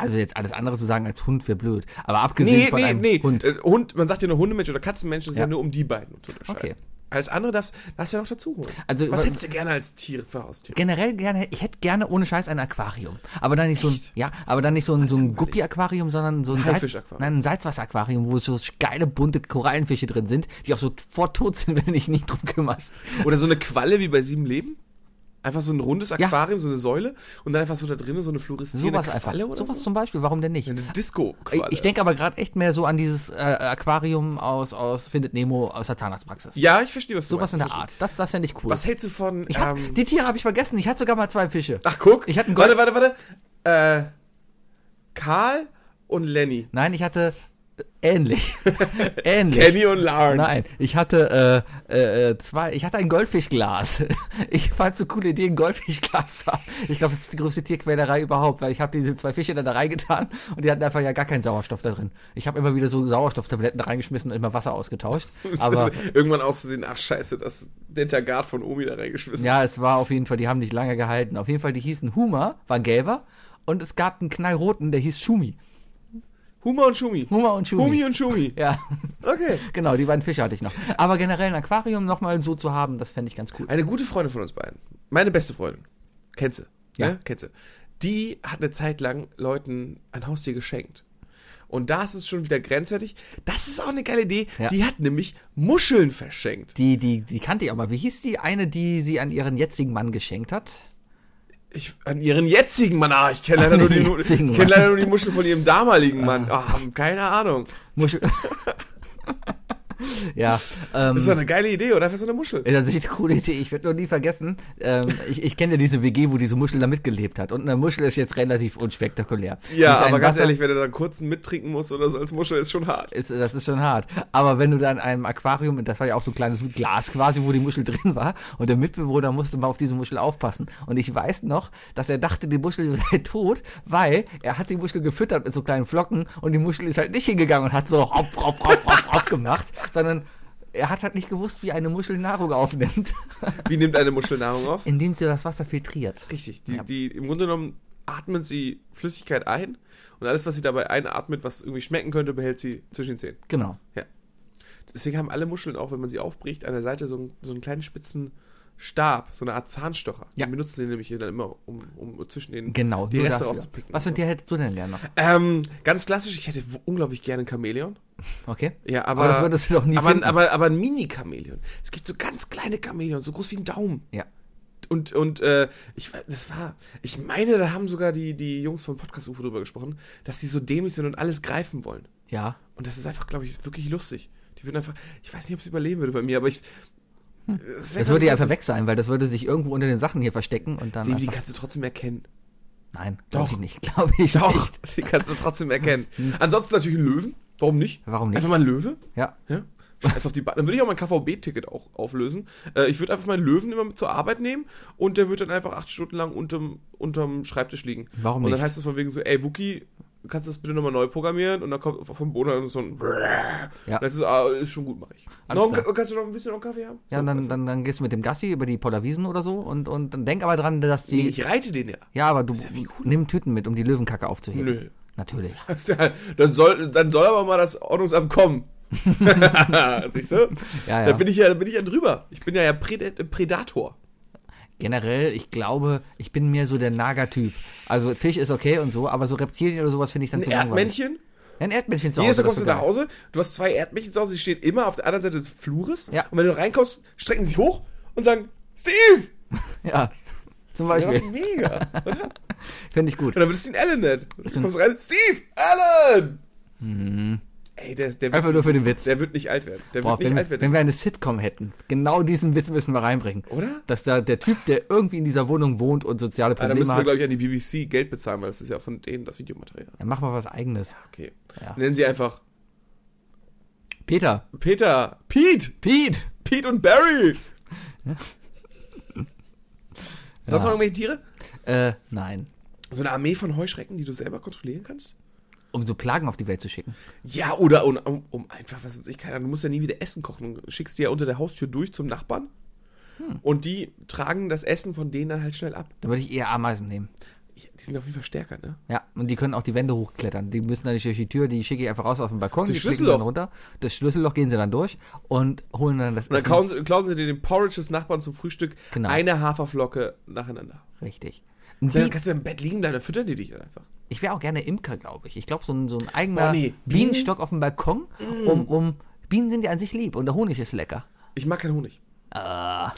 Speaker 2: Also jetzt alles andere zu sagen als Hund wäre blöd. Aber abgesehen
Speaker 3: Nee,
Speaker 2: von
Speaker 3: nee,
Speaker 2: einem
Speaker 3: nee.
Speaker 2: Hund.
Speaker 3: Äh, Hund, man sagt ja nur Hundemensch oder Katzenmensch, das ist ja,
Speaker 2: Ja.
Speaker 3: nur um die beiden zu unterscheiden.
Speaker 2: Okay.
Speaker 3: Als andere darfst, darfst du ja noch dazu holen.
Speaker 2: Also
Speaker 3: Was
Speaker 2: über-
Speaker 3: hättest du gerne als Tier für Haustier?
Speaker 2: Generell gerne, ich hätte gerne ohne Scheiß ein Aquarium. Aber dann nicht so ein,
Speaker 3: Echt?
Speaker 2: ja, aber dann nicht so ein, so ein Guppi-Aquarium, sondern so ein,
Speaker 3: Haifisch-Aquarium.
Speaker 2: nein, ein Salzwasser-Aquarium, wo so geile bunte Korallenfische drin [LAUGHS] sind, die auch sofort tot sind, wenn du dich nicht drum kümmerst.
Speaker 3: Oder so eine Qualle wie bei Sieben Leben? Einfach so ein rundes Aquarium, so eine Säule und dann einfach so da drinnen so eine fluoreszierende
Speaker 2: Sowas einfach.
Speaker 3: Qualle oder
Speaker 2: Sowas
Speaker 3: so.
Speaker 2: zum Beispiel, warum denn nicht?
Speaker 3: Eine
Speaker 2: Ich,
Speaker 3: Disco-Qualle.
Speaker 2: ich denke aber gerade echt mehr so an dieses äh, Aquarium aus, aus Findet Nemo aus der Zahnarztpraxis.
Speaker 3: ja, ich verstehe, was du
Speaker 2: Sowas in
Speaker 3: meinst.
Speaker 2: der Art. Das, das fände ich cool.
Speaker 3: Was hältst du von.
Speaker 2: ich hab,
Speaker 3: ähm,
Speaker 2: die Tiere habe ich vergessen. Ich hatte sogar mal zwei Fische.
Speaker 3: ach, guck.
Speaker 2: ich hatte einen
Speaker 3: warte, warte, warte. Äh, Karl und Lenny.
Speaker 2: Nein, ich hatte äh, ähnlich. [LAUGHS] ähnlich.
Speaker 3: Kenny und Lauren.
Speaker 2: Nein, ich hatte äh, äh, zwei, ich hatte ein Goldfischglas. [LAUGHS] Ich fand es eine coole Idee, ein Goldfischglas zu haben. Ich glaube, das ist die größte Tierquälerei überhaupt, weil ich habe diese zwei Fische dann da reingetan und die hatten einfach ja gar keinen Sauerstoff da drin. Ich habe immer wieder so Sauerstofftabletten reingeschmissen und immer Wasser ausgetauscht. Aber
Speaker 3: [LAUGHS] Irgendwann auszusehen, ach scheiße, das der Tagat von Omi da reingeschmissen.
Speaker 2: ja, es war auf jeden Fall, die haben nicht lange gehalten. Auf jeden Fall, die hießen Huma, war ein gelber und es gab einen knallroten, der hieß Schumi.
Speaker 3: Huma und Schumi.
Speaker 2: Huma und Schumi.
Speaker 3: Humi und Schumi.
Speaker 2: [LAUGHS] Ja,
Speaker 3: Okay.
Speaker 2: genau, die beiden Fische hatte ich noch. Aber generell ein Aquarium nochmal so zu haben, das fände ich ganz cool.
Speaker 3: Eine gute Freundin von uns beiden, meine beste Freundin, kennt sie,
Speaker 2: Ja.
Speaker 3: ne? kennt sie, die hat eine Zeit lang Leuten ein Haustier geschenkt. Und da ist es schon wieder grenzwertig. Das ist auch eine geile Idee.
Speaker 2: Ja.
Speaker 3: Die hat nämlich Muscheln verschenkt.
Speaker 2: Die, die, die kannte ich auch mal. Wie hieß die eine, die sie an ihren jetzigen Mann geschenkt hat?
Speaker 3: Ich, an ihren jetzigen Mann. Ah, ich kenne leider,
Speaker 2: An
Speaker 3: nur
Speaker 2: den
Speaker 3: die- ich
Speaker 2: jetzigen
Speaker 3: kenn
Speaker 2: Mann.
Speaker 3: leider nur die Muschel von ihrem damaligen Mann. Ah, keine Ahnung.
Speaker 2: Muschel. [LAUGHS] ja, ähm,
Speaker 3: Das ist doch eine geile Idee, oder? Einfach so eine Muschel.
Speaker 2: das ist echt eine coole Idee. Ich werde noch nie vergessen, ähm, ich, ich kenne ja diese WG, wo diese Muschel da mitgelebt hat. Und eine Muschel ist jetzt relativ unspektakulär.
Speaker 3: Ja,
Speaker 2: Das ist ein
Speaker 3: aber ganz
Speaker 2: Wasser-
Speaker 3: ehrlich, wenn du da einen kurzen mittrinken musst oder so als Muschel, ist schon hart.
Speaker 2: Ist, das ist schon hart. Aber wenn du da in einem Aquarium, das war ja auch so ein kleines Glas quasi, wo die Muschel [LAUGHS] drin war, und der Mitbewohner musste mal auf diese Muschel aufpassen. Und ich weiß noch, dass er dachte, die Muschel [LAUGHS] sei tot, weil er hat die Muschel gefüttert mit so kleinen Flocken und die Muschel ist halt nicht hingegangen und hat so hopp, hopp, hopp, hopp, hopp gemacht, sondern er hat halt nicht gewusst, wie eine Muschel Nahrung aufnimmt, [LAUGHS]
Speaker 3: Wie nimmt eine Muschel Nahrung auf?
Speaker 2: indem sie das Wasser filtriert.
Speaker 3: Richtig. Die, die, Im Grunde genommen atmen sie Flüssigkeit ein und alles, was sie dabei einatmet, was irgendwie schmecken könnte, behält sie zwischen den Zähnen.
Speaker 2: Genau.
Speaker 3: Deswegen haben alle Muscheln auch, wenn man sie aufbricht, an der Seite so einen, so einen kleinen spitzen Stab, so eine Art Zahnstocher.
Speaker 2: Ja.
Speaker 3: Die benutzen den nämlich dann immer, um, um zwischen den
Speaker 2: Genau.
Speaker 3: die
Speaker 2: nur
Speaker 3: Reste
Speaker 2: dafür.
Speaker 3: rauszupicken.
Speaker 2: Was für ein Tier hättest du denn gerne noch?
Speaker 3: Ähm, ganz klassisch, ich hätte w- unglaublich gerne ein Chamäleon.
Speaker 2: Okay.
Speaker 3: Ja, aber,
Speaker 2: Aber das würdest du doch nie
Speaker 3: aber,
Speaker 2: finden.
Speaker 3: aber, aber ein Mini-Chamäleon. Es gibt so ganz kleine Chamäleons, so groß wie ein Daumen.
Speaker 2: Ja.
Speaker 3: Und, und äh, ich, wa- das war, ich meine, da haben sogar die, die Jungs vom Podcast UFO drüber gesprochen, dass die so dämlich sind und alles greifen wollen.
Speaker 2: Ja.
Speaker 3: Und das ist einfach, glaube ich, wirklich lustig. Die würden einfach, ich weiß nicht, ob es überleben würde bei mir, aber ich. Das, wär
Speaker 2: Hm. Das würde ja
Speaker 3: ganz
Speaker 2: einfach weg sein, weil das würde sich irgendwo unter den Sachen hier verstecken und dann.
Speaker 3: lustig. Die, die
Speaker 2: einfach-
Speaker 3: kannst du trotzdem erkennen.
Speaker 2: nein, glaube
Speaker 3: Doch.
Speaker 2: ich nicht. [LAUGHS] Glaube ich
Speaker 3: Doch,
Speaker 2: nicht.
Speaker 3: die kannst du trotzdem erkennen. Ansonsten natürlich ein Löwen. Warum nicht?
Speaker 2: Hm. Warum nicht?
Speaker 3: Einfach mal ein Löwe.
Speaker 2: Ja.
Speaker 3: Ja? Scheiß auf die ba Dann würde ich auch mein KVB-Ticket auch auflösen. Äh, ich würde einfach meinen Löwen immer mit zur Arbeit nehmen und der wird dann einfach acht Stunden lang unterm, unterm Schreibtisch liegen.
Speaker 2: Warum
Speaker 3: Und dann
Speaker 2: nicht?
Speaker 3: heißt es von wegen so, ey Wookie, kannst du das bitte nochmal neu programmieren? Und dann kommt vom Boden so ein ja.
Speaker 2: Ja.
Speaker 3: Und das ist, ah, ist schon gut, mach ich.
Speaker 2: Alles
Speaker 3: Noch ein-
Speaker 2: klar.
Speaker 3: kannst du noch ein bisschen noch einen Kaffee haben?
Speaker 2: Ja,
Speaker 3: So,
Speaker 2: und dann,
Speaker 3: weißt du.
Speaker 2: dann, dann gehst du mit dem Gassi über die Pollerwiesen oder so und, und dann denk aber dran, dass die.
Speaker 3: Nee, ich reite den ja. [LAUGHS]
Speaker 2: ja, aber du nimm Tüten mit, um die Löwenkacke aufzuheben.
Speaker 3: Nö.
Speaker 2: Natürlich.
Speaker 3: Dann soll, dann soll aber mal das
Speaker 2: [LAUGHS]
Speaker 3: Ordnungsamt kommen. [LAUGHS] Siehst du?
Speaker 2: Ja,
Speaker 3: Da
Speaker 2: ja.
Speaker 3: bin ich ja, da bin ich ja drüber. Ich bin ja, ja Pred- äh, Predator.
Speaker 2: Generell, ich glaube, ich bin mehr so der Nager-Typ. Also Fisch ist okay und so, aber so Reptilien oder sowas finde ich dann
Speaker 3: Ein
Speaker 2: zu langweilig.
Speaker 3: Erdmännchen.
Speaker 2: Ein Erdmännchen zu
Speaker 3: Jedes
Speaker 2: Hause.
Speaker 3: Mal kommst
Speaker 2: das
Speaker 3: du
Speaker 2: wär
Speaker 3: nach
Speaker 2: geil.
Speaker 3: Hause, du hast zwei Erdmädchen zu Hause, die stehen immer auf der anderen Seite des Flures.
Speaker 2: Ja.
Speaker 3: Und wenn du reinkommst, strecken sie sich hoch und sagen, Steve!
Speaker 2: Ja. [LAUGHS] Zum
Speaker 3: Ja,
Speaker 2: Beispiel.
Speaker 3: mega.
Speaker 2: [LAUGHS]
Speaker 3: Und
Speaker 2: Finde ich gut.
Speaker 3: dann würdest du ihn Alan nennen. Und
Speaker 2: sind-
Speaker 3: dann kommst du rein, Steve! Alan! Ey, der, der,
Speaker 2: Mhm. Einfach nur
Speaker 3: wird,
Speaker 2: für den Witz.
Speaker 3: der wird nicht alt werden. Der
Speaker 2: Boah,
Speaker 3: wird nicht
Speaker 2: wenn,
Speaker 3: alt
Speaker 2: wenn
Speaker 3: werden.
Speaker 2: wir eine Sitcom hätten, genau diesen Witz müssen wir reinbringen.
Speaker 3: Oder?
Speaker 2: Dass da der Typ, der irgendwie in dieser Wohnung wohnt und soziale
Speaker 3: Ah, da
Speaker 2: Probleme
Speaker 3: müssen wir,
Speaker 2: hat,
Speaker 3: glaube ich, an die BBC Geld bezahlen, weil das ist ja von denen das Videomaterial.
Speaker 2: dann mach mal was eigenes.
Speaker 3: Okay.
Speaker 2: Ja.
Speaker 3: Nennen sie einfach
Speaker 2: Peter,
Speaker 3: Peter, Pete,
Speaker 2: Pete!
Speaker 3: Pete
Speaker 2: [LAUGHS]
Speaker 3: und Barry.
Speaker 2: Ja.
Speaker 3: Sonst noch irgendwelche Tiere?
Speaker 2: Äh, nein.
Speaker 3: So eine Armee von Heuschrecken, die du selber kontrollieren kannst?
Speaker 2: Um so Plagen auf die Welt zu schicken.
Speaker 3: Ja, oder um, um, um einfach, was weiß ich, keine Ahnung, du musst ja nie wieder Essen kochen. Du schickst die ja unter der Haustür durch zum Nachbarn.
Speaker 2: Hm.
Speaker 3: Und die tragen das Essen von denen dann halt schnell ab.
Speaker 2: Dann würde ich eher Ameisen nehmen.
Speaker 3: Ja, die sind auf jeden Fall stärker, ne?
Speaker 2: Ja, und die können auch die Wände hochklettern. Die müssen dann nicht durch die Tür, die schicke ich einfach raus auf den Balkon,
Speaker 3: Das
Speaker 2: die klicken dann
Speaker 3: Schlüsselloch.
Speaker 2: runter. Das Schlüsselloch gehen sie dann durch und holen dann das
Speaker 3: Und dann klauen sie, klauen sie dir den Porridge des Nachbarn zum Frühstück
Speaker 2: Genau.
Speaker 3: eine Haferflocke nacheinander.
Speaker 2: Richtig. Ein
Speaker 3: Ja, dann
Speaker 2: Bi-
Speaker 3: kannst du im Bett liegen bleiben, dann füttern die dich dann einfach.
Speaker 2: ich wäre auch gerne Imker, glaube ich. Ich glaube, so ein, so ein eigener
Speaker 3: Boah, nee.
Speaker 2: Bienenstock auf dem Balkon, um, um. Bienen sind ja an sich lieb und der Honig ist lecker.
Speaker 3: Ich mag keinen Honig.
Speaker 2: Äh,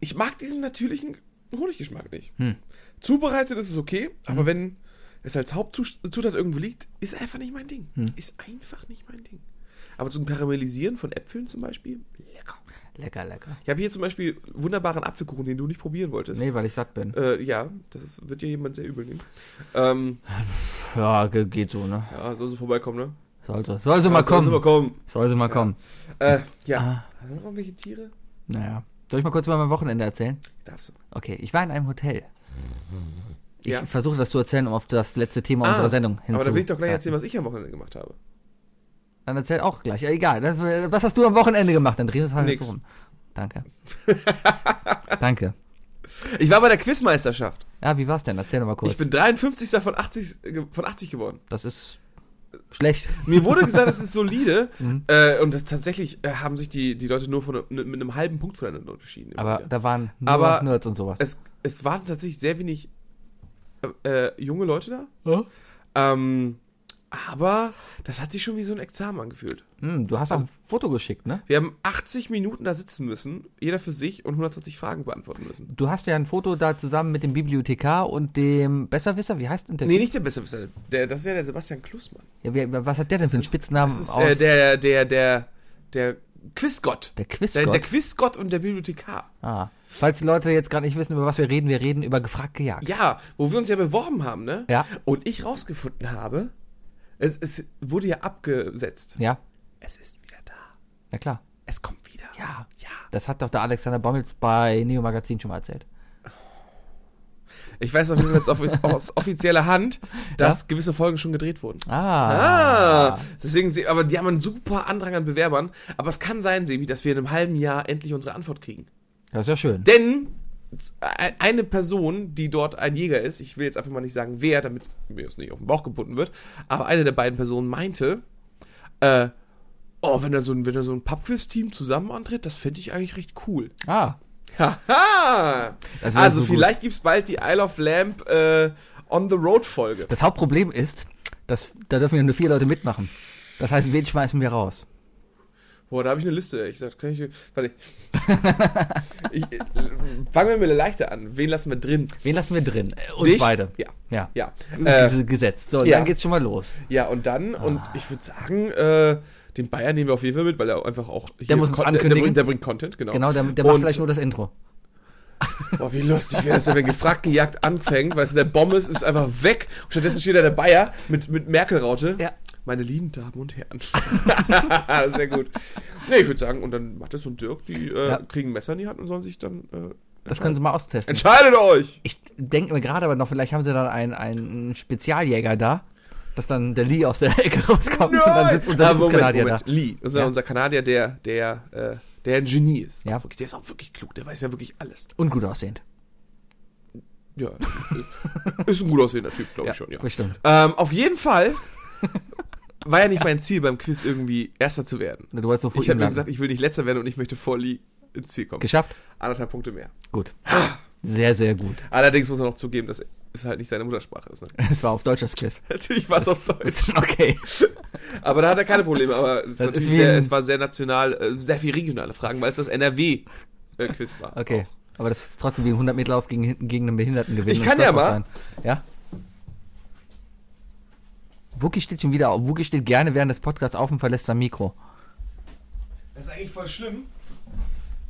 Speaker 3: Ich mag diesen natürlichen den Honiggeschmack nicht.
Speaker 2: Hm.
Speaker 3: Zubereitet ist es okay, aber wenn es als Hauptzutat irgendwo liegt, ist einfach nicht mein Ding.
Speaker 2: Hm.
Speaker 3: Ist einfach nicht mein Ding. Aber zum Karamellisieren von Äpfeln zum Beispiel, lecker.
Speaker 2: Lecker, lecker.
Speaker 3: Ich habe hier zum Beispiel wunderbaren Apfelkuchen, den du nicht probieren wolltest.
Speaker 2: Nee, weil ich satt bin.
Speaker 3: Äh, ja, das ist, wird dir jemand sehr übel nehmen. Ähm,
Speaker 2: Ja, ge- geht so, ne?
Speaker 3: ja, soll sie vorbeikommen, ne?
Speaker 2: Soll sie, soll sie mal kommen. Ah.
Speaker 3: Soll sie mal kommen.
Speaker 2: Soll sie mal kommen.
Speaker 3: Äh, ja. Hast du noch irgendwelche Tiere?
Speaker 2: Naja. Soll ich mal kurz über mein Wochenende erzählen?
Speaker 3: Darfst du.
Speaker 2: Okay, ich war in einem Hotel. Ich
Speaker 3: Ja.
Speaker 2: versuche das zu erzählen, um auf das letzte Thema
Speaker 3: Ah,
Speaker 2: unserer Sendung hinzu.
Speaker 3: Aber dann will ich doch gleich
Speaker 2: Ja.
Speaker 3: erzählen, was ich am Wochenende gemacht habe.
Speaker 2: Dann erzähl auch gleich. Ja, egal. Das, was hast du am Wochenende gemacht? Dann dreh das halt
Speaker 3: Nix.
Speaker 2: so rum.
Speaker 3: [LAUGHS]
Speaker 2: Danke. Danke.
Speaker 3: Ich war bei der Quizmeisterschaft.
Speaker 2: Ja, wie war's denn? Erzähl doch mal kurz.
Speaker 3: Ich bin 53. von 80, ge- von 80 geworden.
Speaker 2: das ist schlecht.
Speaker 3: Mir wurde gesagt, es
Speaker 2: [LAUGHS]
Speaker 3: ist solide. äh, und das tatsächlich äh, haben sich die, die Leute nur von, ne, mit einem halben Punkt voneinander unterschieden. immer
Speaker 2: Aber
Speaker 3: wieder.
Speaker 2: da waren nur
Speaker 3: Aber
Speaker 2: Nerds und sowas.
Speaker 3: es, es waren tatsächlich sehr wenig äh, äh, junge Leute da. Ähm, aber das hat sich schon wie so ein Examen angefühlt.
Speaker 2: Hm, du hast
Speaker 3: also
Speaker 2: auch ein Foto geschickt, ne?
Speaker 3: Wir haben 80 Minuten da sitzen müssen, jeder für sich und 120 Fragen beantworten müssen.
Speaker 2: Du hast ja ein Foto da zusammen mit dem Bibliothekar und dem Besserwisser. Wie heißt denn der?
Speaker 3: Nee,
Speaker 2: Typ?
Speaker 3: nicht der Besserwisser. Der, das ist ja der Sebastian Klussmann.
Speaker 2: Ja, wer, was hat der denn für einen Spitznamen
Speaker 3: Das ist
Speaker 2: aus?
Speaker 3: äh, der, der, der, der Quizgott.
Speaker 2: der
Speaker 3: Der,
Speaker 2: Quizgott.
Speaker 3: der Quizgott und der Bibliothekar.
Speaker 2: ah. Falls die Leute jetzt gerade nicht wissen, über was wir reden, wir reden über gefragt gejagt.
Speaker 3: Ja, wo wir uns ja beworben haben, ne?
Speaker 2: Ja.
Speaker 3: Und ich rausgefunden habe, es, es wurde ja abgesetzt.
Speaker 2: Ja,
Speaker 3: Es ist wieder da.
Speaker 2: na klar.
Speaker 3: Es kommt wieder.
Speaker 2: Ja.
Speaker 3: Ja.
Speaker 2: Das hat doch der Alexander Bommels bei Neo Magazin schon mal erzählt.
Speaker 3: Ich weiß auf jeden Fall jetzt
Speaker 2: [LAUGHS]
Speaker 3: auf, aus offizieller Hand, dass gewisse Folgen schon gedreht wurden.
Speaker 2: Ah.
Speaker 3: Ah, deswegen, sie- aber die haben einen super Andrang an Bewerbern. Aber es kann sein, Sebi, dass wir in einem halben Jahr endlich unsere Antwort kriegen.
Speaker 2: Das ist ja schön.
Speaker 3: Denn e- eine Person, die dort ein Jäger ist, ich will jetzt einfach mal nicht sagen, wer, damit mir das nicht auf den Bauch gebunden wird, aber eine der beiden Personen meinte, äh, oh, wenn da so ein, wenn da so ein Pubquiz-Team zusammen antritt, das fände ich eigentlich recht cool.
Speaker 2: Ah.
Speaker 3: Haha!
Speaker 2: Das wär
Speaker 3: Also
Speaker 2: so gut.
Speaker 3: vielleicht gibt's bald die Isle of Lamp äh, On the Road-Folge.
Speaker 2: Das Hauptproblem ist, dass da dürfen ja nur vier Leute mitmachen. Das heißt, wen schmeißen wir raus?
Speaker 3: Boah, da habe ich eine Liste. Ich sag, kann ich.
Speaker 2: [LAUGHS]
Speaker 3: Warte. ich, äh, fangen wir mit der leichter an. Wen lassen wir drin?
Speaker 2: Wen lassen wir drin? Äh, Uns
Speaker 3: Dich?
Speaker 2: beide. Hm,
Speaker 3: Ja.
Speaker 2: Ja.
Speaker 3: Ja. Äh,
Speaker 2: Diese gesetzt. So,
Speaker 3: ja.
Speaker 2: dann geht's schon mal los.
Speaker 3: Ja, und dann, und
Speaker 2: Ah.
Speaker 3: ich würde sagen, äh, den Bayer nehmen wir auf jeden Fall mit, weil er einfach auch. Hier
Speaker 2: muss uns
Speaker 3: Con- Der
Speaker 2: ankündigen.
Speaker 3: bringt, der bringt Content, genau.
Speaker 2: Genau, der, der
Speaker 3: und,
Speaker 2: macht vielleicht nur das Intro.
Speaker 3: Boah, wie lustig wäre das, denn, wenn gefragt, gejagt anfängt. Weißt du, der Bommes ist einfach weg. Und stattdessen steht da der Bayer mit, mit Merkel-Raute.
Speaker 2: Ja.
Speaker 3: Meine lieben Damen und Herren. [LAUGHS] das wäre gut. Nee, ich würde sagen, und dann Mattes und Dirk, die äh,
Speaker 2: Ja.
Speaker 3: kriegen ein Messer in die Hand und sollen sich dann. Äh,
Speaker 2: Das können Sie mal austesten.
Speaker 3: entscheidet euch!
Speaker 2: Ich denke mir gerade aber noch, vielleicht haben Sie dann einen, einen Spezialjäger da, dass dann der Lee aus der Ecke rauskommt und dann sitzt unser
Speaker 3: Ah, Moment,
Speaker 2: Kanadier da.
Speaker 3: Moment. Lee, das ist ja
Speaker 2: Ja.
Speaker 3: unser Kanadier, der, der, äh, der ein Genie ist.
Speaker 2: Ja.
Speaker 3: Wirklich, der ist auch wirklich klug, der weiß ja wirklich alles.
Speaker 2: Und gut aussehend.
Speaker 3: Ja, [LAUGHS] ist ein gut aussehender Typ, glaube ich schon, ja.
Speaker 2: Bestimmt.
Speaker 3: Ähm, auf jeden Fall [LAUGHS] war ja nicht mein Ziel, beim Quiz irgendwie Erster zu werden.
Speaker 2: Du wolltest so vor
Speaker 3: Ich
Speaker 2: ihm
Speaker 3: habe mir
Speaker 2: landen.
Speaker 3: gesagt, ich will nicht Letzter werden und ich möchte vor Lee ins Ziel kommen.
Speaker 2: Geschafft?
Speaker 3: Anderthalb Punkte mehr.
Speaker 2: Gut. Sehr, sehr gut.
Speaker 3: Allerdings muss er noch zugeben, dass es halt nicht seine Muttersprache ist. Ne? [LAUGHS]
Speaker 2: Es war auf Deutsch das Quiz.
Speaker 3: Natürlich war es auf Deutsch.
Speaker 2: Ist schon [LAUGHS] okay.
Speaker 3: Aber da hat er keine Probleme. Aber es, ist
Speaker 2: Das
Speaker 3: natürlich
Speaker 2: ist wie
Speaker 3: sehr,
Speaker 2: ein-
Speaker 3: es war sehr national, äh, sehr viel regionale Fragen, weil es das NRW-Quiz äh, war.
Speaker 2: Okay. Aber das ist trotzdem wie ein 100-Meter-Lauf gegen, hinten- gegen einen Behinderten gewinnen.
Speaker 3: Oh.
Speaker 2: um
Speaker 3: Ich
Speaker 2: Das
Speaker 3: kann
Speaker 2: darf
Speaker 3: ja
Speaker 2: doch
Speaker 3: mal.
Speaker 2: Ja. Wookie steht schon wieder auf. Wookie steht gerne während des Podcasts auf und verlässt sein Mikro.
Speaker 3: Das ist eigentlich voll schlimm.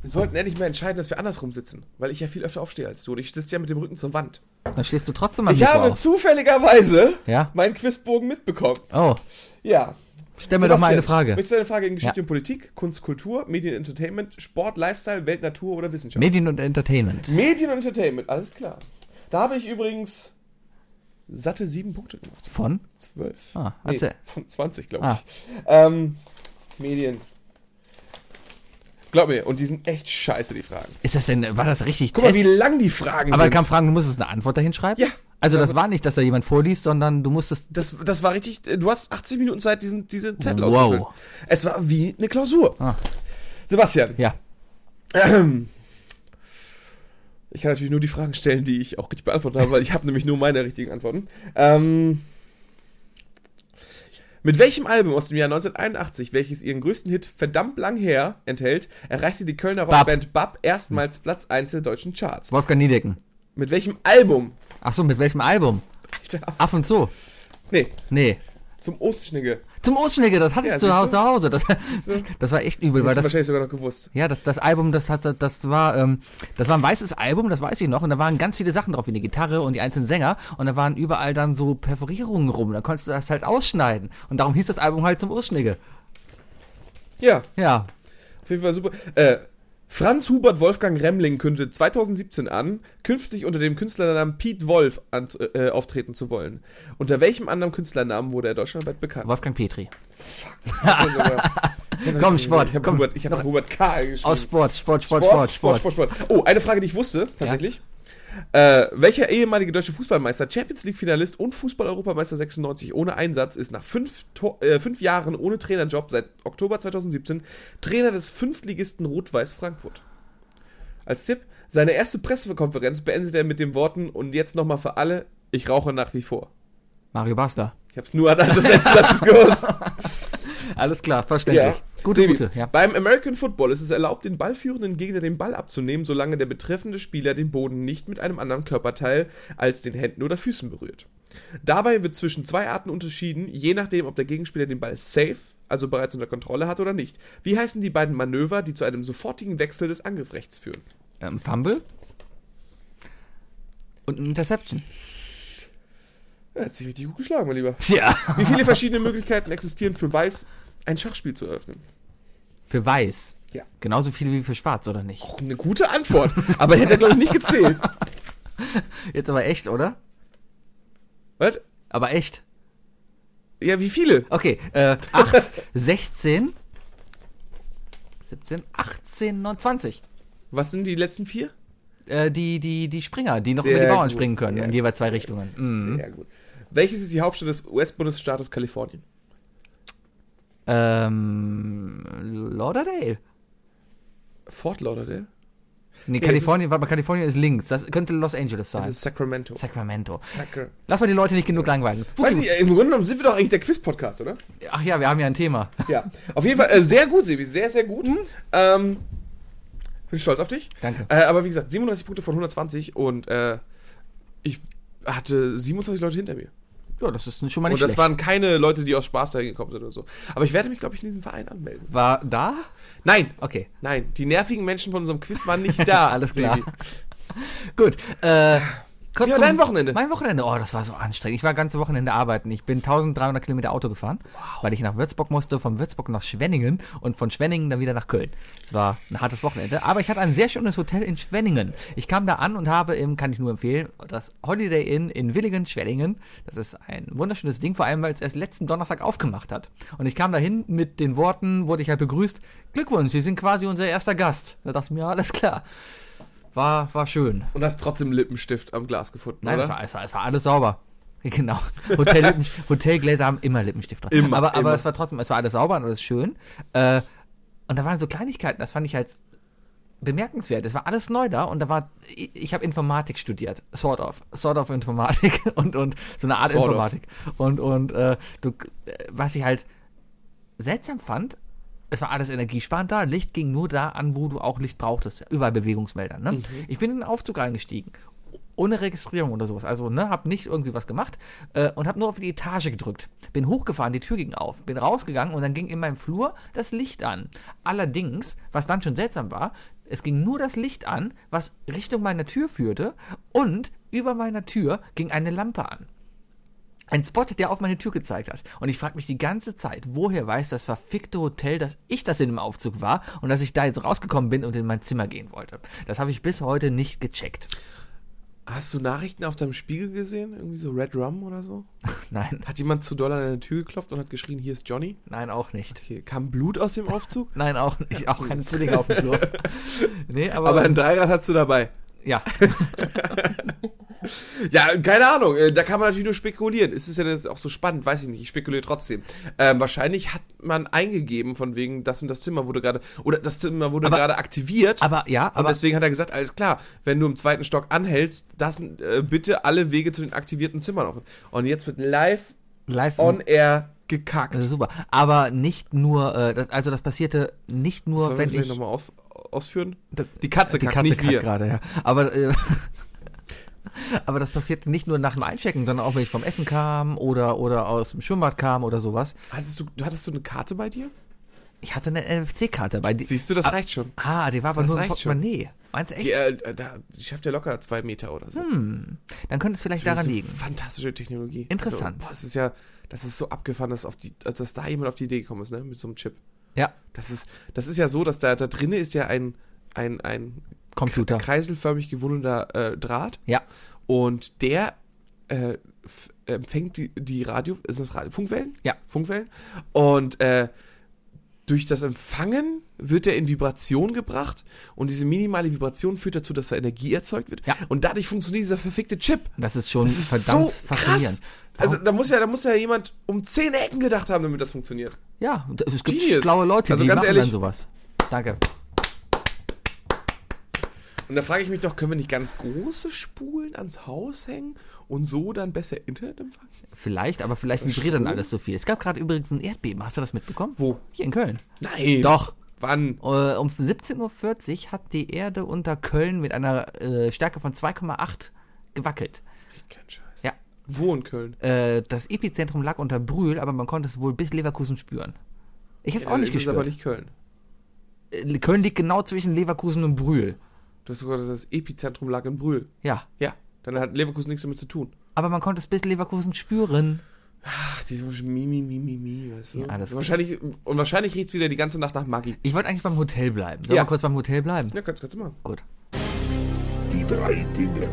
Speaker 3: Wir sollten endlich mal entscheiden, dass wir andersrum sitzen, weil ich ja viel öfter aufstehe als du und ich sitze ja mit dem Rücken zur Wand.
Speaker 2: Dann stehst du trotzdem am
Speaker 3: Ich
Speaker 2: Mikro
Speaker 3: habe
Speaker 2: auf.
Speaker 3: zufälligerweise
Speaker 2: Ja?
Speaker 3: meinen Quizbogen mitbekommen.
Speaker 2: Oh,
Speaker 3: Ja.
Speaker 2: stell mir doch mal eine
Speaker 3: Sebastian,
Speaker 2: Frage.
Speaker 3: Möchtest du eine Frage in Geschichte
Speaker 2: Ja.
Speaker 3: und Politik, Kunst, Kultur, Medien, Entertainment, Sport, Lifestyle, Welt, Natur oder Wissenschaft?
Speaker 2: Medien und Entertainment.
Speaker 3: Medien und Entertainment, alles klar. Da habe ich übrigens satte sieben Punkte gemacht.
Speaker 2: Von?
Speaker 3: Zwölf.
Speaker 2: Ah,
Speaker 3: nee,
Speaker 2: erzähl.
Speaker 3: von 20, glaube
Speaker 2: Ah.
Speaker 3: ich. Ähm, Medien. Glaub mir, und die sind echt scheiße, die Fragen.
Speaker 2: Ist das denn, war das richtig?
Speaker 3: Guck mal, wie
Speaker 2: Test?
Speaker 3: lang die Fragen
Speaker 2: Aber
Speaker 3: sind.
Speaker 2: man kann fragen, du musstest eine Antwort dahin schreiben?
Speaker 3: Ja.
Speaker 2: Also das war nicht, dass da jemand vorliest, sondern du musstest...
Speaker 3: das, das war richtig. äh, Du hast 80 Minuten Zeit, diesen, diese Zettel
Speaker 2: Wow.
Speaker 3: auszufüllen. Es war wie eine Klausur.
Speaker 2: Ah.
Speaker 3: Sebastian,
Speaker 2: Ja.
Speaker 3: ich kann natürlich nur die Fragen stellen, die ich auch richtig beantwortet habe, weil ich habe nämlich nur meine richtigen Antworten. Ähm, mit welchem Album aus dem Jahr 1981, welches ihren größten Hit verdammt lang her enthält, erreichte die Kölner
Speaker 2: Bab.
Speaker 3: Rockband Bab erstmals Platz 1 der deutschen Charts?
Speaker 2: Wolfgang Niedecken.
Speaker 3: Mit welchem Album?
Speaker 2: Achso, mit welchem Album?
Speaker 3: Alter.
Speaker 2: Af und zu.
Speaker 3: Nee,
Speaker 2: Nee.
Speaker 3: zum Ostschnigge.
Speaker 2: Zum Ostschnecke, das hatte
Speaker 3: Ja,
Speaker 2: ich zu
Speaker 3: siehst
Speaker 2: Hause.
Speaker 3: du?
Speaker 2: Zu Hause. Das, [LAUGHS] das war echt übel, weil
Speaker 3: Hättest du
Speaker 2: das,
Speaker 3: wahrscheinlich sogar noch gewusst.
Speaker 2: Ja, das, das Album, das hatte, das war, ähm, das war ein weißes Album, das weiß ich noch, und da waren ganz viele Sachen drauf, wie eine Gitarre und die einzelnen Sänger, und da waren überall dann so Perforierungen rum, da konntest du das halt ausschneiden, und darum hieß das Album halt zum Ausschnigge.
Speaker 3: Ja,
Speaker 2: Ja,
Speaker 3: auf jeden Fall super. Äh, Franz Hubert Wolfgang Remling kündigte 2017 an, künftig unter dem Künstlernamen Pete Wolf an, äh, auftreten zu wollen. Unter welchem anderen Künstlernamen wurde er deutschlandweit bekannt?
Speaker 2: Wolfgang Petri.
Speaker 3: Also sogar-
Speaker 2: [LAUGHS] Komm, Sport,
Speaker 3: Ich habe
Speaker 2: komm.
Speaker 3: Hubert, ich hab Hubert K. geschrieben.
Speaker 2: Aus Sport, Sport, Sport, Sport, Sport.
Speaker 3: Sport, Sport, Sport. Oh, eine Frage, die ich wusste, tatsächlich. Äh, welcher ehemalige deutsche Fußballmeister, Champions League-Finalist und Fußball-Europameister 96 ohne Einsatz ist nach fünf, Tor äh, fünf Jahren ohne Trainerjob seit Oktober 2017 Trainer des Fünftligisten Rot-Weiß Frankfurt? Als Tipp, seine erste Pressekonferenz beendete er mit den Worten und jetzt nochmal für alle, ich rauche nach wie vor.
Speaker 2: Mario Basler.
Speaker 3: Ich hab's [LAUGHS] nur anhand des letzten Satzes gewusst.
Speaker 2: Alles klar, verständlich. Gute,
Speaker 3: Sebi,
Speaker 2: gute, ja.
Speaker 3: Beim American Football ist es erlaubt, den ballführenden Gegner den Ball abzunehmen, solange der betreffende Spieler den Boden nicht mit einem anderen Körperteil als den Händen oder Füßen berührt. Dabei wird zwischen zwei Arten unterschieden, je nachdem, ob der Gegenspieler den Ball safe, also bereits unter Kontrolle hat oder nicht. Wie heißen die beiden Manöver, die zu einem sofortigen Wechsel des Angriffsrechts führen?
Speaker 2: Ähm, Fumble. Und ein Interception. [LAUGHS]
Speaker 3: Ja, hat sich richtig gut geschlagen, mein Lieber.
Speaker 2: Tja.
Speaker 3: Wie viele verschiedene Möglichkeiten existieren für Weiß, ein Schachspiel zu eröffnen?
Speaker 2: Für weiß.
Speaker 3: Ja.
Speaker 2: Genauso viele wie für schwarz, oder nicht?
Speaker 3: Auch eine gute Antwort, aber hätte er, glaube ich, nicht gezählt.
Speaker 2: Jetzt aber echt, oder?
Speaker 3: Was?
Speaker 2: Aber echt.
Speaker 3: Ja, wie viele?
Speaker 2: Okay, äh,
Speaker 3: [LAUGHS]
Speaker 2: 8, 16, 17, 18, 29.
Speaker 3: Was sind die letzten vier?
Speaker 2: Äh, die, die, die Springer, die noch
Speaker 3: Sehr
Speaker 2: über die Bauern
Speaker 3: gut,
Speaker 2: springen können,
Speaker 3: sehr
Speaker 2: in jeweils zwei Richtungen. Mhm.
Speaker 3: Sehr gut. Welches ist die Hauptstadt des US-Bundesstaates Kalifornien?
Speaker 2: Ähm, Lauderdale.
Speaker 3: Fort Lauderdale?
Speaker 2: Nee,
Speaker 3: es
Speaker 2: Kalifornien, warte mal, Kalifornien ist links. Das könnte Los Angeles
Speaker 3: Das
Speaker 2: sein.
Speaker 3: ist Sacramento.
Speaker 2: Sacramento.
Speaker 3: Sacra
Speaker 2: Lass mal die Leute nicht genug langweilen.
Speaker 3: Weiß ich, im Grunde genommen sind wir doch eigentlich der Quiz-Podcast, oder?
Speaker 2: Ach ja, wir haben ja ein Thema.
Speaker 3: Ja. Auf jeden Fall äh, sehr gut, Sebi. Sehr, sehr gut. Ähm, bin stolz auf dich.
Speaker 2: Mhm. Danke.
Speaker 3: Äh, aber wie gesagt, 37 Punkte von 120 und äh, ich hatte 27 Leute hinter mir.
Speaker 2: Ja, das ist schon mal
Speaker 3: Und
Speaker 2: nicht
Speaker 3: Oh, das
Speaker 2: schlecht.
Speaker 3: waren keine Leute, die aus Spaß dahin gekommen sind oder so. Aber ich werde mich, glaube ich, in diesen Verein anmelden.
Speaker 2: War da?
Speaker 3: Nein,
Speaker 2: Okay,
Speaker 3: nein, die nervigen Menschen von unserem Quiz
Speaker 2: [LAUGHS]
Speaker 3: waren nicht da.
Speaker 2: Alles klar. gut. Äh, kurz
Speaker 3: Ja,
Speaker 2: zum-
Speaker 3: dein Wochenende.
Speaker 2: Mein Wochenende, oh, das war so anstrengend. Ich war ganze Wochenende arbeiten. Ich bin 1300 Kilometer Auto gefahren, weil ich nach Würzburg musste, von Würzburg nach Schwenningen und von Schwenningen dann wieder nach Köln. Es war ein hartes Wochenende, aber ich hatte ein sehr schönes Hotel in Schwenningen. Ich kam da an und habe im, kann ich nur empfehlen, das Holiday Inn in Willingen, Schwenningen. Das ist ein wunderschönes Ding, vor allem, weil es erst letzten Donnerstag aufgemacht hat. Und ich kam dahin mit den Worten, wurde ich halt begrüßt, Glückwunsch, Sie sind quasi unser erster Gast. Da dachte ich mir, ja, alles klar. War, war schön.
Speaker 3: Und hast trotzdem Lippenstift am Glas gefunden,
Speaker 2: Nein,
Speaker 3: oder?
Speaker 2: es war, es, war, es war alles sauber. [LAUGHS] Genau. Hotel Lippen,
Speaker 3: [LAUGHS]
Speaker 2: Hotelgläser haben immer Lippenstift dran.
Speaker 3: Immer,
Speaker 2: aber aber
Speaker 3: immer.
Speaker 2: es war trotzdem, es war alles sauber und alles schön. Äh, und da waren so Kleinigkeiten, das fand ich halt bemerkenswert. Es war alles neu da und da war, ich, ich habe Informatik studiert. Sort of. Sort of Informatik [LAUGHS] und, und so eine Art
Speaker 3: Sort of.
Speaker 2: Informatik. Und, und äh, du, äh, was ich halt seltsam fand, es war alles energiesparend da. Licht ging nur da an, wo du auch Licht brauchtest. Überall Bewegungsmelder. Ne? Ich bin in den Aufzug reingestiegen. Ohne Registrierung oder sowas. Also, ne, hab nicht irgendwie was gemacht äh, und hab nur auf die Etage gedrückt. Bin hochgefahren, die Tür ging auf, bin rausgegangen und dann ging in meinem Flur das Licht an. Allerdings, was dann schon seltsam war, es ging nur das Licht an, was Richtung meiner Tür führte und über meiner Tür ging eine Lampe an. Ein Spot, der auf meine Tür gezeigt hat. Und ich frage mich die ganze Zeit, woher weiß das verfickte Hotel, dass ich das in dem Aufzug war und dass ich da jetzt rausgekommen bin und in mein Zimmer gehen wollte. Das habe ich bis heute nicht gecheckt. [LAUGHS]
Speaker 3: Hast du Nachrichten auf deinem Spiegel gesehen? Irgendwie so Red Rum oder so?
Speaker 2: Nein,
Speaker 3: Hat jemand zu doll an deine Tür geklopft und hat geschrien, hier ist Johnny?
Speaker 2: nein, auch nicht.
Speaker 3: Okay, kam Blut aus dem Aufzug?
Speaker 2: Nein, auch nicht. Auch keine Zwillinge auf dem Flur. Nee, [LAUGHS] aber,
Speaker 3: Aber ein Dreirad hast du dabei.
Speaker 2: ja.
Speaker 3: Ja, keine Ahnung. äh, Da kann man natürlich nur spekulieren. Es ist ja jetzt auch so spannend, weiß ich nicht. Ich spekuliere trotzdem. Ähm, wahrscheinlich hat man eingegeben von wegen, das und das Zimmer wurde gerade, oder das Zimmer wurde
Speaker 2: Aber-
Speaker 3: gerade aktiviert.
Speaker 2: Aber ja,
Speaker 3: und
Speaker 2: aber
Speaker 3: deswegen hat er gesagt, alles klar, wenn du im zweiten Stock anhältst, das, äh, bitte alle Wege zu den aktivierten Zimmern offen. Und jetzt wird live
Speaker 2: live
Speaker 3: on air Hm. gekackt.
Speaker 2: Also super. Aber nicht nur, äh, das, also das passierte nicht nur,
Speaker 3: Sollen wir
Speaker 2: wenn
Speaker 3: das
Speaker 2: ich.
Speaker 3: nochmal aus, ausführen?
Speaker 2: Da-
Speaker 3: Die Katze
Speaker 2: die
Speaker 3: kackt,
Speaker 2: Katze
Speaker 3: nicht
Speaker 2: kackt
Speaker 3: wir.
Speaker 2: gerade, ja. Aber äh, [LAUGHS] Aber das passiert nicht nur nach dem Einchecken, sondern auch wenn ich vom Essen kam oder, oder aus dem Schwimmbad kam oder sowas.
Speaker 3: Hattest du, du hattest du eine Karte bei dir?
Speaker 2: Ich hatte eine NFC-Karte bei die.
Speaker 3: Siehst du, das
Speaker 2: Ah,
Speaker 3: reicht schon.
Speaker 2: Ah, die war aber
Speaker 3: Das
Speaker 2: nur im
Speaker 3: reicht schon.
Speaker 2: Portemonnaie. Meinst du echt? Hm.
Speaker 3: Die, äh, da, die schafft ja locker zwei Meter oder so.
Speaker 2: Dann könnte es vielleicht
Speaker 3: Das
Speaker 2: daran
Speaker 3: ist eine
Speaker 2: liegen.
Speaker 3: Fantastische Technologie.
Speaker 2: Interessant.
Speaker 3: Also, boah, das ist ja, das ist so abgefahren, dass, auf die, dass da jemand auf die Idee gekommen ist, ne? Mit so einem Chip.
Speaker 2: Ja,
Speaker 3: Das ist, das ist ja so, dass da, da drinne ist ja ein, ein, ein
Speaker 2: Computer.
Speaker 3: kreiselförmig gewundener äh, Draht.
Speaker 2: Ja.
Speaker 3: Und der äh, f- empfängt die, die Radio, ist das Radio, Funkwellen?
Speaker 2: Ja.
Speaker 3: Funkwellen. Und äh, durch das Empfangen wird er in Vibration gebracht und diese minimale Vibration führt dazu, dass da Energie erzeugt wird.
Speaker 2: Ja.
Speaker 3: Und dadurch funktioniert dieser verfickte Chip.
Speaker 2: Das ist schon
Speaker 3: Das ist
Speaker 2: verdammt
Speaker 3: so
Speaker 2: faszinierend.
Speaker 3: krass. Also da muss ja, da muss ja jemand um zehn Ecken gedacht haben, damit das funktioniert.
Speaker 2: Ja, und es gibt
Speaker 3: Genius.
Speaker 2: schlaue Leute,
Speaker 3: Also
Speaker 2: die
Speaker 3: ganz
Speaker 2: machen
Speaker 3: ehrlich-
Speaker 2: dann sowas. Danke.
Speaker 3: Und da frage ich mich doch, können wir nicht ganz große Spulen ans Haus hängen und so dann besser Internet empfangen?
Speaker 2: Vielleicht, aber vielleicht vibriert dann alles so viel. Es gab gerade übrigens ein Erdbeben. Hast du das mitbekommen?
Speaker 3: Wo?
Speaker 2: Hier in Köln.
Speaker 3: Nein.
Speaker 2: Doch.
Speaker 3: Wann?
Speaker 2: Äh, Um 17.40 Uhr hat die Erde unter Köln mit einer äh, Stärke von 2,8 gewackelt.
Speaker 3: Kein Scheiß.
Speaker 2: Ja.
Speaker 3: Wo in Köln?
Speaker 2: Äh, das Epizentrum lag unter Brühl, aber man konnte es wohl bis Leverkusen spüren. Ich habe es
Speaker 3: Ja,
Speaker 2: auch nicht
Speaker 3: Äh, ist es aber
Speaker 2: gespürt.
Speaker 3: nicht Köln.
Speaker 2: Äh, Köln liegt genau zwischen Leverkusen und Brühl.
Speaker 3: Du hast sogar das Epizentrum lag in Brühl.
Speaker 2: Ja,
Speaker 3: Ja. Dann hat Leverkusen nichts damit zu tun.
Speaker 2: aber man konnte es bis Leverkusen spüren.
Speaker 3: Ach, die mi, mi, mi, mi, mi, weißt du?
Speaker 2: Ja, das-
Speaker 3: wahrscheinlich, und wahrscheinlich riecht's wieder die ganze Nacht nach Maggi.
Speaker 2: Ich wollte eigentlich beim Hotel bleiben. Sollen
Speaker 3: Ja.
Speaker 2: wir kurz beim Hotel bleiben?
Speaker 3: Ja, kannst, kannst du machen.
Speaker 2: Gut.
Speaker 4: Die drei Dinge.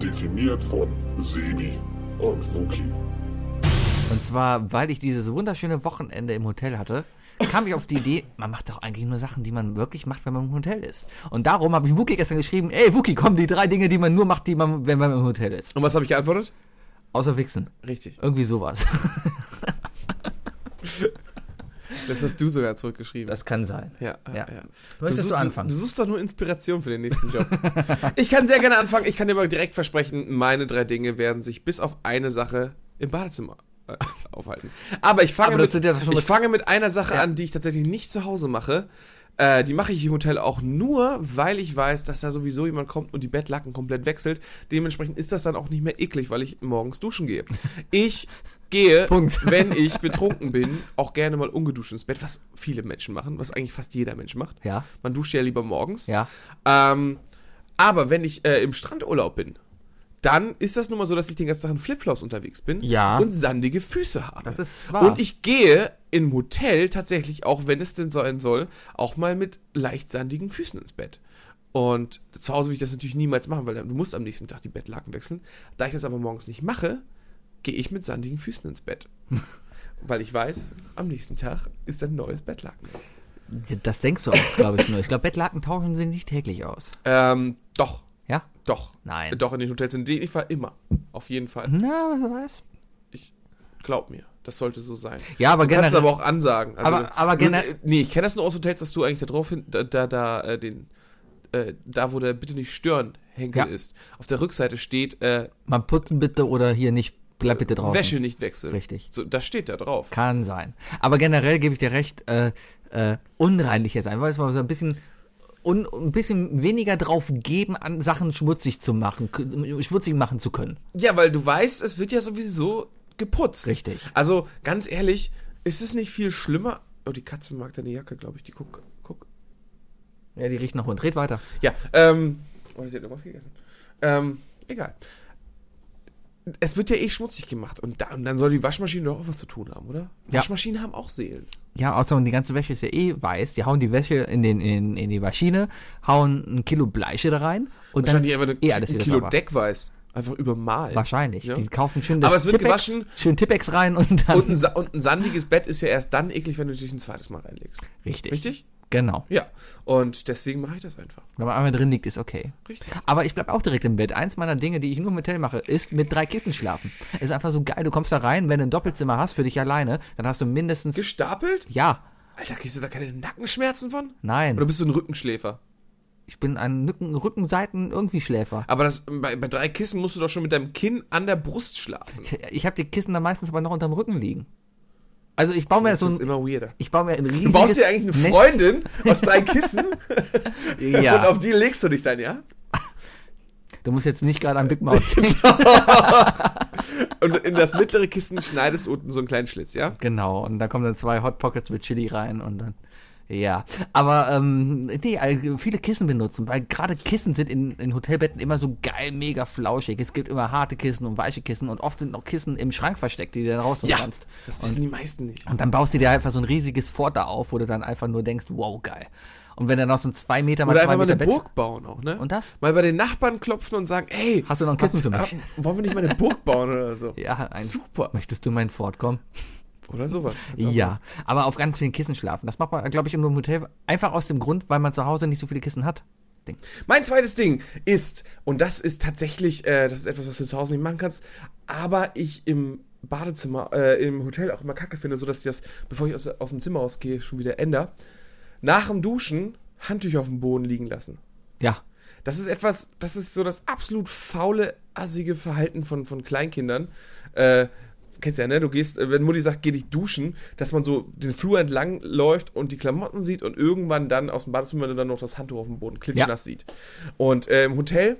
Speaker 4: Definiert von Sebi und Fuki.
Speaker 2: Und zwar, weil ich dieses wunderschöne Wochenende im Hotel hatte, kam ich auf die Idee, man macht doch eigentlich nur Sachen, die man wirklich macht, wenn man im Hotel ist. Und darum habe ich Wookie gestern geschrieben, ey Wookie, komm, die drei Dinge, die man nur macht, die man, wenn man im Hotel ist.
Speaker 3: Und was habe ich geantwortet?
Speaker 2: Außer Wichsen.
Speaker 3: Richtig.
Speaker 2: Irgendwie
Speaker 3: [LAUGHS]
Speaker 2: sowas.
Speaker 3: Das hast du sogar zurückgeschrieben.
Speaker 2: Das kann sein.
Speaker 3: ja, ja,
Speaker 2: ja.
Speaker 3: ja.
Speaker 2: Möchtest du
Speaker 3: suchst-
Speaker 2: anfangen?
Speaker 3: Du suchst doch nur Inspiration für den
Speaker 2: [LAUGHS]
Speaker 3: nächsten Job. ich kann sehr gerne anfangen. Ich kann dir aber direkt versprechen, meine drei Dinge werden sich bis auf eine Sache im Badezimmer äh, aufhalten. Aber ich fange,
Speaker 2: Aber das
Speaker 3: mit,
Speaker 2: sind ja schon
Speaker 3: ich
Speaker 2: mal-
Speaker 3: fange mit einer Sache
Speaker 2: Ja.
Speaker 3: an, die ich tatsächlich nicht zu Hause mache. Äh, die mache ich im Hotel auch nur, weil ich weiß, dass da sowieso jemand kommt und die Bettlaken komplett wechselt. Dementsprechend ist das dann auch nicht mehr eklig, weil ich morgens duschen gehe. Ich gehe,
Speaker 2: [LAUGHS] Punkt.
Speaker 3: wenn ich betrunken bin, auch gerne mal ungeduscht ins Bett, was viele Menschen machen, was eigentlich fast jeder Mensch macht.
Speaker 2: Ja.
Speaker 3: Man duscht ja lieber morgens.
Speaker 2: Ja.
Speaker 3: Ähm, aber wenn ich äh, im Strandurlaub bin, dann ist das nun mal so, dass ich den ganzen Tag in Flipflops unterwegs bin
Speaker 2: Ja.
Speaker 3: und sandige Füße habe.
Speaker 2: Das ist wahr.
Speaker 3: Und ich gehe im Hotel tatsächlich, auch wenn es denn sein soll, auch mal mit leicht sandigen Füßen ins Bett. Und zu Hause will ich das natürlich niemals machen, weil du musst am nächsten Tag die Bettlaken wechseln. Da ich das aber morgens nicht mache, gehe ich mit sandigen Füßen
Speaker 2: [LAUGHS]
Speaker 3: ins Bett. weil ich weiß, am nächsten Tag ist ein neues Bettlaken.
Speaker 2: Das denkst du auch, glaube ich, nur. Ich glaube, Bettlaken tauschen sie nicht täglich aus.
Speaker 3: Ähm, doch,
Speaker 2: Ja?
Speaker 3: doch.
Speaker 2: Nein. Mhm.
Speaker 3: Doch, in den Hotels, in denen ich war, immer. Auf jeden Fall.
Speaker 2: Na, wer weiß.
Speaker 3: Glaub mir, das sollte so sein.
Speaker 2: Ja, aber
Speaker 3: Du kannst es
Speaker 2: generell.
Speaker 3: aber auch ansagen. Also,
Speaker 2: Aber- aber
Speaker 3: du-
Speaker 2: gener-
Speaker 3: Nee, ich kenne das nur aus Hotels, dass du eigentlich da drauf hin, da, da, da, äh, den, äh, da wo der bitte nicht stören Henkel
Speaker 2: Ja.
Speaker 3: ist. Auf der Rückseite steht, äh,
Speaker 2: mal putzen bitte oder hier nicht, bleib bitte draußen.
Speaker 3: Wäsche nicht wechseln.
Speaker 2: Richtig.
Speaker 3: So, das steht da drauf.
Speaker 2: Kann sein. Aber generell gebe ich dir recht, äh, äh, unreinlicher sein. Weil es mal so ein bisschen, un, ein bisschen weniger drauf geben, an Sachen schmutzig zu machen, k- schmutzig machen zu können.
Speaker 3: Ja, weil du weißt, es wird ja sowieso geputzt.
Speaker 2: Richtig.
Speaker 3: Also, ganz ehrlich, ist es nicht viel schlimmer? Oh, die Katze mag deine Jacke, glaube ich. Die guck, guck.
Speaker 2: Ja, die riecht nach Hund. Red weiter.
Speaker 3: Ja, ähm. Oh, sie hat irgendwas gegessen. Ähm, egal. Es wird ja eh schmutzig gemacht und dann, dann soll die Waschmaschine doch auch was zu tun haben, oder?
Speaker 2: Ja.
Speaker 3: Waschmaschinen haben auch Seelen.
Speaker 2: Ja, außer die ganze Wäsche ist ja eh weiß. Die hauen die Wäsche in, den, in, in die Maschine, hauen ein Kilo Bleiche da rein und dann ist
Speaker 3: Wahrscheinlich einfach eine,
Speaker 2: eh alles
Speaker 3: ein
Speaker 2: wieder
Speaker 3: Kilo
Speaker 2: sauber.
Speaker 3: Deckweiß. Einfach übermalt.
Speaker 2: Wahrscheinlich.
Speaker 3: Ja?
Speaker 2: Die kaufen schön
Speaker 3: Aber es wird
Speaker 2: Tippex-
Speaker 3: gewaschen.
Speaker 2: schön Tippex rein und dann.
Speaker 3: Und ein, sa- und ein sandiges Bett ist ja erst dann eklig, wenn du dich ein zweites Mal reinlegst.
Speaker 2: richtig.
Speaker 3: Richtig?
Speaker 2: Genau.
Speaker 3: Ja. Und deswegen mache ich das einfach.
Speaker 2: Wenn man einmal drin liegt, ist okay.
Speaker 3: Richtig.
Speaker 2: Aber ich bleib auch direkt im Bett. Eins meiner Dinge, die ich nur im Hotel mache, ist mit drei Kissen schlafen. Ist einfach so geil. Du kommst da rein, wenn du ein Doppelzimmer hast für dich alleine, dann hast du mindestens.
Speaker 3: Gestapelt?
Speaker 2: ja,
Speaker 3: Alter, kriegst du da keine Nackenschmerzen von?
Speaker 2: nein.
Speaker 3: Oder bist du ein Rückenschläfer?
Speaker 2: Ich bin ein Rücken, Rückenseiten irgendwie Schläfer.
Speaker 3: Aber das, bei, bei drei Kissen musst du doch schon mit deinem Kinn an der Brust schlafen.
Speaker 2: Ich, ich habe die Kissen dann meistens aber noch unterm Rücken liegen. Also ich baue mir so
Speaker 3: das ist
Speaker 2: ein.
Speaker 3: immer weirder.
Speaker 2: Ich baue mir ein riesiges
Speaker 3: Du baust dir eigentlich eine
Speaker 2: Nest-
Speaker 3: Freundin aus drei Kissen
Speaker 2: [LAUGHS] Ja.
Speaker 3: und auf die legst du dich dann, ja?
Speaker 2: Du musst jetzt nicht gerade
Speaker 3: [LAUGHS]
Speaker 2: an Big Mouth denken.
Speaker 3: Und in das mittlere Kissen schneidest unten so einen kleinen Schlitz, ja?
Speaker 2: genau, und da kommen dann zwei Hot Pockets mit Chili rein und dann. Ja, aber ähm, nee, also viele Kissen benutzen, weil gerade Kissen sind in, in Hotelbetten immer so geil, mega flauschig. Es gibt immer harte Kissen und weiche Kissen und oft sind noch Kissen im Schrank versteckt, die du dann rausholen kannst.
Speaker 3: das wissen die meisten nicht.
Speaker 2: Und dann baust du dir einfach so ein riesiges Fort da auf, wo du dann einfach nur denkst, wow, geil. Und wenn dann noch so ein 2 Meter mal
Speaker 3: Oder
Speaker 2: 2
Speaker 3: einfach mal
Speaker 2: Meter
Speaker 3: eine
Speaker 2: Bett.
Speaker 3: Burg bauen auch, ne?
Speaker 2: Und das?
Speaker 3: Mal bei den Nachbarn klopfen und sagen, ey,
Speaker 2: Hast du noch ein Kissen für mich?
Speaker 3: ah, wollen wir nicht mal eine Burg bauen oder so?
Speaker 2: Ja, ein,
Speaker 3: Super.
Speaker 2: Möchtest du in mein Fort kommen?
Speaker 3: Oder sowas. Kannst auch
Speaker 2: Ja, aber auf ganz vielen Kissen schlafen. Das macht man, glaube ich, nur im Hotel. Einfach aus dem Grund, weil man zu Hause nicht so viele Kissen hat. Ding.
Speaker 3: Mein zweites Ding ist, und das ist tatsächlich, äh, das ist etwas, was du zu Hause nicht machen kannst, aber ich im Badezimmer, äh, im Hotel auch immer kacke finde, sodass ich das, bevor ich aus, aus dem Zimmer ausgehe, schon wieder ändere. Nach dem Duschen Handtücher auf dem Boden liegen lassen.
Speaker 2: Ja.
Speaker 3: Das ist etwas, das ist so das absolut faule, assige Verhalten von, von Kleinkindern. Äh, kennst ja, ne? Du gehst, äh, wenn Mutti sagt, geh dich duschen, dass man so den Flur entlang läuft und die Klamotten sieht und irgendwann dann aus dem Badezimmer dann noch das Handtuch auf dem Boden klitschnass sieht. Und äh, im Hotel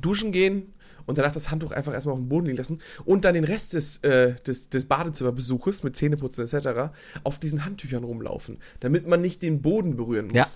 Speaker 3: duschen gehen und danach das Handtuch einfach erstmal auf dem Boden liegen lassen und dann den Rest des, äh, des, des Badezimmerbesuches mit Zähneputzen etc. auf diesen Handtüchern rumlaufen, damit man nicht den Boden berühren muss.
Speaker 2: Ja.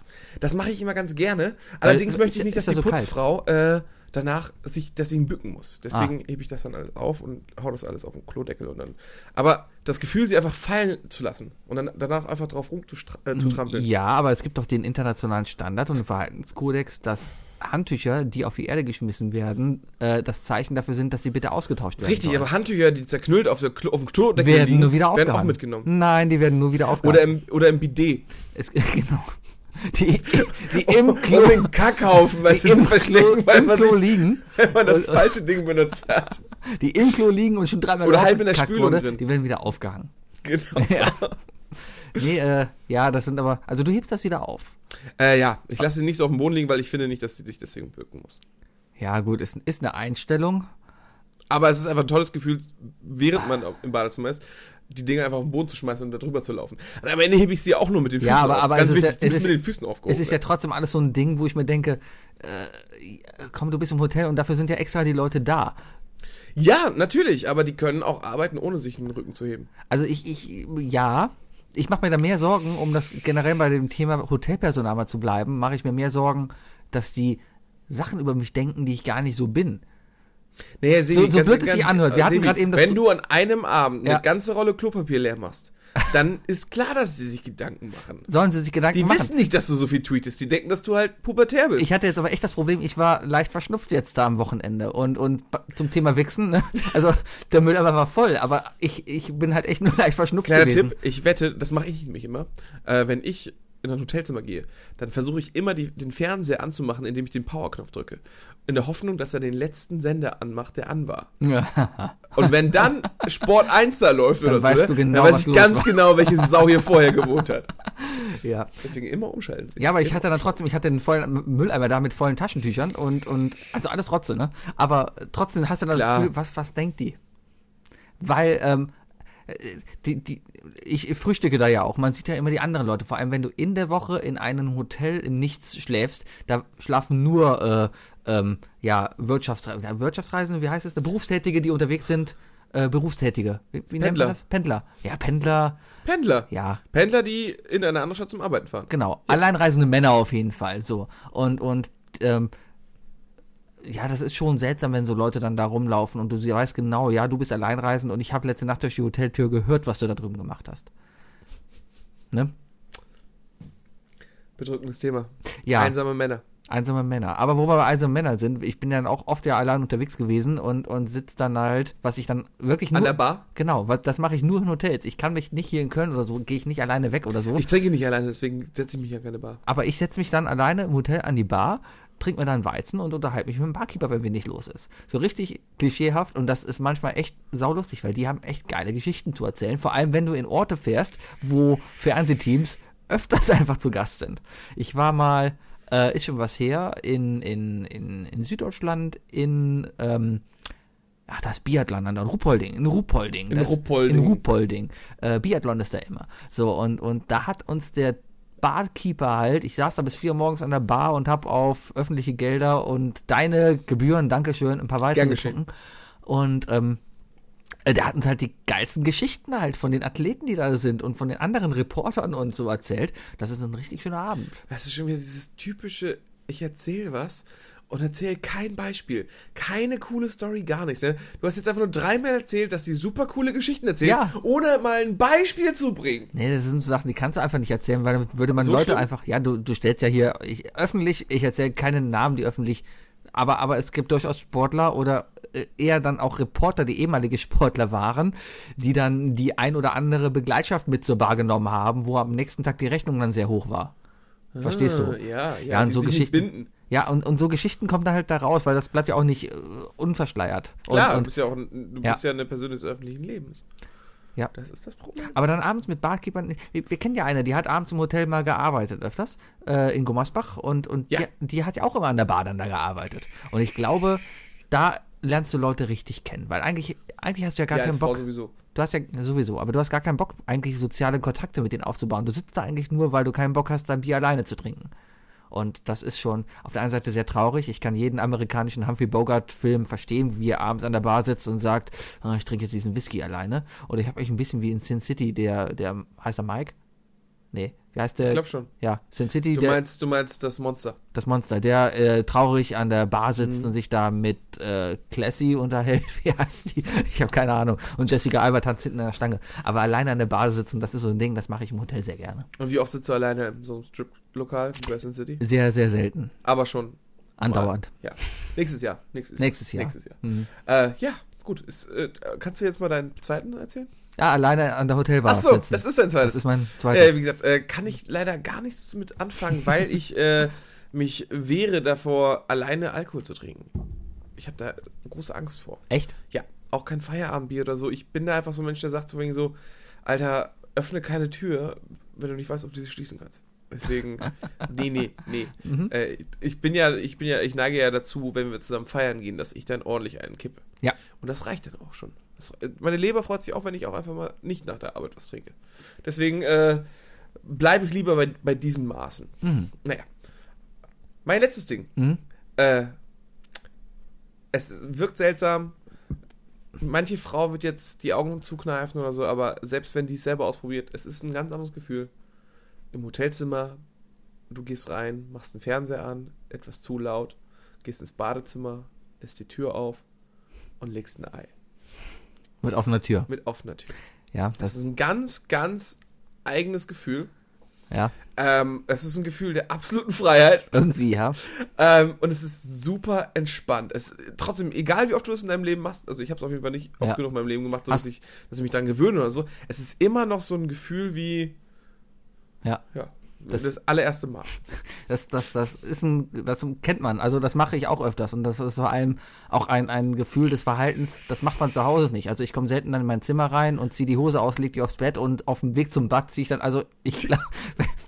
Speaker 3: Das mache ich immer ganz gerne. Allerdings
Speaker 2: Weil,
Speaker 3: möchte ich
Speaker 2: ist-
Speaker 3: nicht, dass
Speaker 2: ist ja
Speaker 3: die
Speaker 2: so kalt.
Speaker 3: Putzfrau äh, danach sich deswegen bücken muss. Deswegen
Speaker 2: Ah.
Speaker 3: hebe ich das dann alles auf und hau das alles auf den Klodeckel und dann. Aber das Gefühl, sie einfach fallen zu lassen und dann danach einfach drauf rumzutrampeln. Äh,
Speaker 2: Ja,
Speaker 3: ja.
Speaker 2: aber es gibt doch den internationalen Standard und den Verhaltenskodex, dass Handtücher, die auf die Erde geschmissen werden, äh, das Zeichen dafür sind, dass sie bitte ausgetauscht werden.
Speaker 3: Richtig,
Speaker 2: sollen.
Speaker 3: aber Handtücher, die zerknüllt auf, der Klo auf dem Klodeckel
Speaker 2: genau. werden nur wieder Hm,
Speaker 3: werden
Speaker 2: aufgehangen.
Speaker 3: auch mitgenommen.
Speaker 2: Nein, die werden nur wieder aufgehangen.
Speaker 3: Oder im, oder im Bidet.
Speaker 2: es, [LAUGHS] genau. Die, die
Speaker 3: [LAUGHS]
Speaker 2: im Klo,
Speaker 3: Um den Kackhaufen, weißt
Speaker 2: die
Speaker 3: du, zu
Speaker 2: im Klo,
Speaker 3: verstecken, weil
Speaker 2: im
Speaker 3: man,
Speaker 2: Klo
Speaker 3: sich,
Speaker 2: liegen.
Speaker 3: wenn man das falsche Ding benutzt
Speaker 2: [LAUGHS]
Speaker 3: hat.
Speaker 2: die im Klo liegen und schon dreimal
Speaker 3: Oder halb in der
Speaker 2: draufgekackt
Speaker 3: Spülung
Speaker 2: wurde,
Speaker 3: drin.
Speaker 2: Die werden wieder aufgehangen. [LAUGHS]
Speaker 3: Genau.
Speaker 2: Ja. Nee, äh, ja, das sind aber. Also du hebst das wieder auf.
Speaker 3: Äh, ja, ich lasse sie nicht so auf dem Boden liegen, weil ich finde nicht, dass sie dich deswegen bücken muss.
Speaker 2: Ja, gut, ist, ist eine Einstellung.
Speaker 3: Aber es ist einfach ein tolles Gefühl, während man im Badezimmer ist, die Dinger einfach auf den Boden zu schmeißen und da drüber zu laufen. Und am Ende hebe ich sie auch nur mit den Füßen
Speaker 2: Ja, aber,
Speaker 3: auf.
Speaker 2: aber
Speaker 3: Ganz
Speaker 2: es ist,
Speaker 3: wichtig,
Speaker 2: ja,
Speaker 3: die
Speaker 2: es,
Speaker 3: müssen
Speaker 2: ist,
Speaker 3: mit den Füßen aufgehoben
Speaker 2: es ist ja trotzdem alles so ein Ding, wo ich mir denke, äh, komm, du bist im Hotel und dafür sind ja extra die Leute da.
Speaker 3: werden. ja, natürlich, aber die können auch arbeiten, ohne sich den Rücken zu heben.
Speaker 2: Also ich, ich ja, ich mache mir da mehr Sorgen, um das generell bei dem Thema Hotelpersonal mal zu bleiben, mache ich mir mehr Sorgen, dass die Sachen über mich denken, die ich gar nicht so bin.
Speaker 3: Nee, Sebi,
Speaker 2: So- so blöd es sich anhört. Wir hatten
Speaker 3: Sebi,
Speaker 2: gerade eben das
Speaker 3: Wenn
Speaker 2: Gl-
Speaker 3: du an einem Abend eine
Speaker 2: Ja.
Speaker 3: ganze Rolle Klopapier leer machst, dann ist klar, dass sie sich Gedanken
Speaker 2: [LAUGHS]
Speaker 3: machen.
Speaker 2: Sollen sie sich Gedanken
Speaker 3: Die
Speaker 2: machen?
Speaker 3: wissen nicht, dass du so viel tweetest. Die denken, dass du halt pubertär bist.
Speaker 2: Ich hatte jetzt aber echt das Problem, ich war leicht verschnupft jetzt da am Wochenende und, und ba- zum Thema Wichsen, ne? [LAUGHS] also der Mülleimer war voll, aber ich, ich bin halt echt nur leicht verschnupft
Speaker 3: Kleiner
Speaker 2: gewesen.
Speaker 3: Tipp, ich wette, das mache ich nämlich immer. Äh, wenn ich in ein Hotelzimmer gehe, dann versuche ich immer die, den Fernseher anzumachen, indem ich den Powerknopf drücke. In der Hoffnung, dass er den letzten Sender anmacht, der an war. Und
Speaker 2: [LAUGHS]
Speaker 3: wenn dann Sport 1 da läuft oder
Speaker 2: weißt
Speaker 3: so,
Speaker 2: du
Speaker 3: ne,
Speaker 2: genau,
Speaker 3: dann weiß
Speaker 2: was
Speaker 3: ich
Speaker 2: los
Speaker 3: ganz
Speaker 2: war.
Speaker 3: genau, welche Sau hier vorher gewohnt hat.
Speaker 2: [LAUGHS] Ja.
Speaker 3: Deswegen immer umschalten.
Speaker 2: ja, aber ich hatte dann trotzdem, ich hatte den vollen M- Mülleimer da mit vollen Taschentüchern und, und also alles Rotze, ne? Aber trotzdem hast du dann
Speaker 3: Klar.
Speaker 2: das Gefühl, was, was denkt die? Weil, ähm, äh, die, die, ich frühstücke da ja auch. Man sieht ja immer die anderen Leute. Vor allem, wenn du in der Woche in einem Hotel im Nichts schläfst, da schlafen nur äh, ähm, ja, Wirtschaftsreisende. Wirtschaftsreisende, wie heißt es? Berufstätige, die unterwegs sind. Äh, Berufstätige. Wie, wie nennt
Speaker 3: Pendler.
Speaker 2: man das? Pendler. Ja, Pendler.
Speaker 3: Pendler.
Speaker 2: Ja,
Speaker 3: Pendler, die in eine andere Stadt zum Arbeiten fahren.
Speaker 2: Genau, alleinreisende Männer auf jeden Fall, so. Und, und, ähm, ja, das ist schon seltsam, wenn so Leute dann da rumlaufen und du sie- weißt genau, ja, du bist alleinreisend und ich habe letzte Nacht durch die Hoteltür gehört, was du da drüben gemacht hast. Ne?
Speaker 3: Bedrückendes Thema.
Speaker 2: Ja,
Speaker 3: Einsame Männer.
Speaker 2: einsame Männer. Aber wo wir bei einsamen Männern sind, ich bin dann auch oft ja allein unterwegs gewesen und, und sitz dann halt, was ich dann wirklich nur...
Speaker 3: An der Bar.
Speaker 2: Genau, was, das mache ich nur in Hotels. Ich kann mich nicht hier in Köln oder so, gehe ich nicht alleine weg oder so.
Speaker 3: Ich trinke nicht alleine, deswegen setze ich mich an keine Bar.
Speaker 2: Aber ich setze mich dann alleine im Hotel an die Bar, trinke mir dann Weizen und unterhalte mich mit dem Barkeeper, wenn wenig los ist. So richtig klischeehaft und das ist manchmal echt saulustig, weil die haben echt geile Geschichten zu erzählen. Vor allem, wenn du in Orte fährst, wo Fernsehteams öfters [LAUGHS] einfach zu Gast sind. Ich war mal, äh, ist schon was her, in, in, in, in Süddeutschland, in, ähm, Ach, das Biathlon an der Ruppolding, in Ruppolding.
Speaker 3: In
Speaker 2: das,
Speaker 3: Ruppolding.
Speaker 2: In Ruppolding. Äh, Biathlon ist da immer. So, und, und da hat uns der Barkeeper halt. Ich saß da bis vier Uhr morgens an der Bar und habe auf öffentliche Gelder und deine Gebühren, Dankeschön, ein paar Weizen
Speaker 3: Gern geschehen.
Speaker 2: getrunken. Und ähm, äh, der hat uns halt die geilsten Geschichten halt von den Athleten, die da sind und von den anderen Reportern und so erzählt. Das ist ein richtig schöner Abend.
Speaker 3: Das ist schon wieder dieses typische, ich erzähle was und erzähle kein Beispiel. Keine coole Story, gar nichts. Ne? Du hast jetzt einfach nur dreimal erzählt, dass sie super coole Geschichten erzählen,
Speaker 2: Ja.
Speaker 3: ohne mal ein Beispiel zu bringen.
Speaker 2: Nee, das sind so Sachen, die kannst du einfach nicht erzählen, weil damit würde man
Speaker 3: So
Speaker 2: Leute
Speaker 3: schlimm?
Speaker 2: einfach, ja, du, du stellst ja hier ich, öffentlich, ich erzähle keine Namen, die öffentlich, aber, aber es gibt durchaus Sportler oder äh, eher dann auch Reporter, die ehemalige Sportler waren, die dann die ein oder andere Begleitschaft mit zur Bar genommen haben, wo am nächsten Tag die Rechnung dann sehr hoch war. Verstehst du?
Speaker 3: Ah, Ja, ja,
Speaker 2: Ja, und
Speaker 3: die
Speaker 2: so
Speaker 3: sich nicht
Speaker 2: Geschichten.
Speaker 3: binden.
Speaker 2: Ja, und, und so Geschichten kommen dann halt da raus, weil das bleibt ja auch nicht äh, unverschleiert.
Speaker 3: Klar,
Speaker 2: und,
Speaker 3: du bist ja auch ein, du
Speaker 2: Ja.
Speaker 3: bist ja eine Person des öffentlichen Lebens.
Speaker 2: Ja.
Speaker 3: Das ist das Problem.
Speaker 2: Aber dann abends mit Barkeepern, wir, wir kennen ja eine, die hat abends im Hotel mal gearbeitet, öfters, äh, in Gummersbach und, und
Speaker 3: Ja.
Speaker 2: die, die hat ja auch immer an der Bar dann da gearbeitet. Und ich glaube, da lernst du Leute richtig kennen, weil eigentlich, eigentlich hast du ja gar
Speaker 3: ja, als
Speaker 2: keinen
Speaker 3: Frau
Speaker 2: Bock,
Speaker 3: sowieso.
Speaker 2: du hast ja sowieso, aber du hast gar keinen Bock, eigentlich soziale Kontakte mit denen aufzubauen. Du sitzt da eigentlich nur, weil du keinen Bock hast, dein Bier alleine zu trinken. Und das ist schon auf der einen Seite sehr traurig. Ich kann jeden amerikanischen Humphrey Bogart-Film verstehen, wie er abends an der Bar sitzt und sagt, "Ah, ich trinke jetzt diesen Whisky alleine. Oder ich habe euch ein bisschen wie in Sin City, der, der heißt er Mike? Nee, wie heißt der?
Speaker 3: Ich glaube schon.
Speaker 2: ja, Sin City, Äh,
Speaker 3: Du
Speaker 2: der,
Speaker 3: meinst, du meinst das Monster.
Speaker 2: das Monster, der äh, traurig an der Bar sitzt und sich da mit äh, Classy unterhält. [LAUGHS] Wie heißt die? Ich habe keine Ahnung. Und Jessica Alba tanzt hinten an der Stange. Aber alleine an der Bar sitzen, das ist so ein Ding, das mache ich im Hotel sehr gerne.
Speaker 3: Und wie oft sitzt du alleine in so einem Strip-Lokal in Crescent City?
Speaker 2: Sehr, sehr selten.
Speaker 3: Aber schon.
Speaker 2: Andauernd.
Speaker 3: Ja. Nächstes Jahr. Nächstes,
Speaker 2: Nächstes Jahr.
Speaker 3: Nächstes Jahr.
Speaker 2: Mhm.
Speaker 3: Äh, ja, gut. Ist, äh, kannst du jetzt mal deinen zweiten erzählen?
Speaker 2: Ja, alleine an der Hotelbar
Speaker 3: Ach so,
Speaker 2: sitzen.
Speaker 3: das ist dein
Speaker 2: das
Speaker 3: zweites.
Speaker 2: ist mein
Speaker 3: äh,
Speaker 2: zweites.
Speaker 3: wie gesagt, äh, kann ich leider gar nichts mit anfangen, weil ich äh, mich wehre davor, alleine Alkohol zu trinken. Ich habe da große Angst vor.
Speaker 2: Echt?
Speaker 3: Ja, auch kein Feierabendbier oder so. Ich bin da einfach so ein Mensch, der sagt so wegen so, Alter, öffne keine Tür, wenn du nicht weißt, ob du sie schließen kannst. Deswegen, nee, nee, nee. Äh, ich bin ja, ich bin ja, ich neige ja dazu, wenn wir zusammen feiern gehen, dass ich dann ordentlich einen kippe.
Speaker 2: Ja.
Speaker 3: Und das reicht dann auch schon. Das, äh, meine Leber freut sich auch, wenn ich auch einfach mal nicht nach der Arbeit was trinke. Deswegen äh, bleibe ich lieber bei, bei diesen Maßen. Naja. Mein letztes Ding.
Speaker 2: Mhm.
Speaker 3: Äh, es wirkt seltsam. Manche Frau wird jetzt die Augen zukneifen oder so, aber selbst wenn die es selber ausprobiert, es ist ein ganz anderes Gefühl. Im Hotelzimmer, du gehst rein, machst den Fernseher an, etwas zu laut, gehst ins Badezimmer, lässt die Tür auf und legst ein Ei
Speaker 2: Mit offener Tür.
Speaker 3: mit offener Tür.
Speaker 2: Ja,
Speaker 3: Das
Speaker 2: das,
Speaker 3: ist ein ganz, ganz eigenes Gefühl.
Speaker 2: ja.
Speaker 3: Ähm, es ist ein Gefühl der absoluten Freiheit.
Speaker 2: [LAUGHS] Irgendwie, ja.
Speaker 3: Ähm, und es ist super entspannt. Es, trotzdem, egal wie oft du es in deinem Leben machst, also ich habe es auf jeden Fall nicht oft
Speaker 2: Ja.
Speaker 3: genug in meinem Leben gemacht, so
Speaker 2: Hast-
Speaker 3: dass ich, dass ich mich daran gewöhne oder so. Es ist immer noch so ein Gefühl wie,
Speaker 2: Ja.
Speaker 3: ja,
Speaker 2: Das-
Speaker 3: das,
Speaker 2: [LAUGHS]
Speaker 3: allererste Mal.
Speaker 2: Das, das, das ist ein, das kennt man. Also das mache ich auch öfters und das ist vor allem auch ein, ein Gefühl des Verhaltens. Das macht man zu Hause nicht. Also ich komme selten dann in mein Zimmer rein und ziehe die Hose aus, lege die aufs Bett und auf dem Weg zum Bad ziehe ich dann, also
Speaker 3: [LAUGHS]
Speaker 2: ich glaube,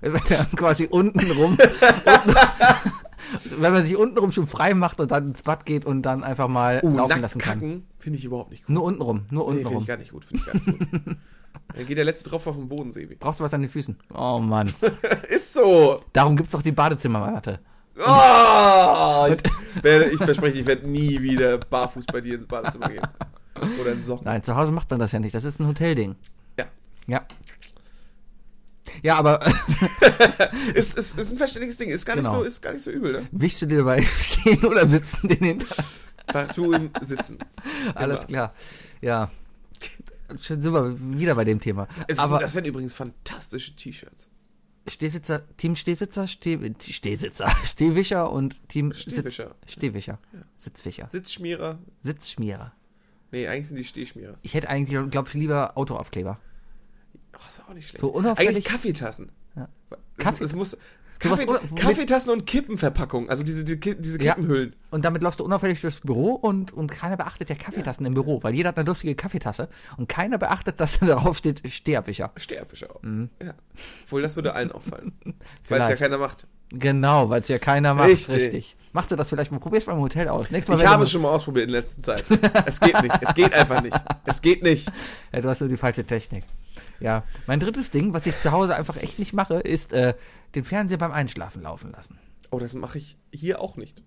Speaker 2: wenn man dann quasi unten rum, [LAUGHS] unten, wenn man sich unten rum schon frei macht und dann ins Bad geht und dann einfach mal
Speaker 3: Uh,
Speaker 2: laufen
Speaker 3: nackt
Speaker 2: lassen kann.
Speaker 3: kacken finde ich überhaupt nicht gut.
Speaker 2: Nur unten rum, nur unten
Speaker 3: Nee, finde
Speaker 2: rum.
Speaker 3: ich gar nicht gut. Finde ich gar nicht gut.
Speaker 2: [LAUGHS]
Speaker 3: Dann geht der letzte Tropfen auf den Boden, Sebi.
Speaker 2: Brauchst du was an den Füßen? Oh Mann.
Speaker 3: Ist so.
Speaker 2: Darum gibt's doch die Badezimmermatte.
Speaker 3: [LAUGHS] Ah! ich, werde, ich verspreche, ich werde nie wieder barfuß bei dir ins Badezimmer gehen. Oder in Socken.
Speaker 2: Nein, zu Hause macht man das ja nicht. Das ist ein Hotelding.
Speaker 3: Ja.
Speaker 2: Ja. Ja, aber [LAUGHS]
Speaker 3: Ist, ist, ist ein verständliches Ding. Ist gar,
Speaker 2: Genau.
Speaker 3: nicht, so, ist gar nicht so übel, ne?
Speaker 2: wischst du dir dabei im stehen oder im Sitzen den Hintern?
Speaker 3: Partout im Sitzen.
Speaker 2: Alles klar. Ja. Schön sind wir wieder bei dem Thema.
Speaker 3: Es
Speaker 2: aber
Speaker 3: sind, das wären übrigens fantastische T-Shirts.
Speaker 2: Stehsitzer, Team Stehsitzer, Steh, Stehsitzer, [LAUGHS] Stehwischer und Team Sitz,
Speaker 3: Stehwischer.
Speaker 2: Stehwischer, Sitzwischer,
Speaker 3: Sitzschmierer.
Speaker 2: Sitzschmierer.
Speaker 3: Nee, eigentlich sind die Stehschmierer.
Speaker 2: Ich hätte eigentlich, glaube ich, lieber Autoaufkleber.
Speaker 3: Ach, ist auch nicht schlecht.
Speaker 2: So unauffällig-
Speaker 3: eigentlich Kaffeetassen.
Speaker 2: Ja.
Speaker 3: Es,
Speaker 2: Kaffee-
Speaker 3: es muss,
Speaker 2: Sowas
Speaker 3: Kaffee,
Speaker 2: oder- mit-
Speaker 3: Kaffeetassen und Kippenverpackung. Also diese, die, diese
Speaker 2: Ja.
Speaker 3: Kippenhüllen.
Speaker 2: Und damit läufst du unauffällig durchs Büro und, und keiner beachtet ja Kaffeetassen im Büro, weil jeder hat eine lustige Kaffeetasse und keiner beachtet, dass da drauf steht Stehabwischer.
Speaker 3: Stehabwischer auch. Ja. Obwohl, das würde
Speaker 2: [LAUGHS]
Speaker 3: allen auffallen. Weil es ja
Speaker 2: Mhm. Vielleicht.
Speaker 3: keiner macht.
Speaker 2: Genau, weil es ja keiner macht. Richtig.
Speaker 3: Richtig.
Speaker 2: Machst du das vielleicht mal? Probier's mal im Hotel aus. Nächstes mal,
Speaker 3: Ich
Speaker 2: wenn
Speaker 3: habe
Speaker 2: du,
Speaker 3: es schon mal ausprobiert in letzter Zeit. es geht nicht. Es geht einfach nicht. Es geht nicht.
Speaker 2: Äh, Ja, du hast nur die falsche Technik. Ja, mein drittes Ding, was ich zu Hause einfach echt nicht mache, ist äh, den Fernseher beim Einschlafen laufen lassen.
Speaker 3: Oh, das mache ich hier auch nicht.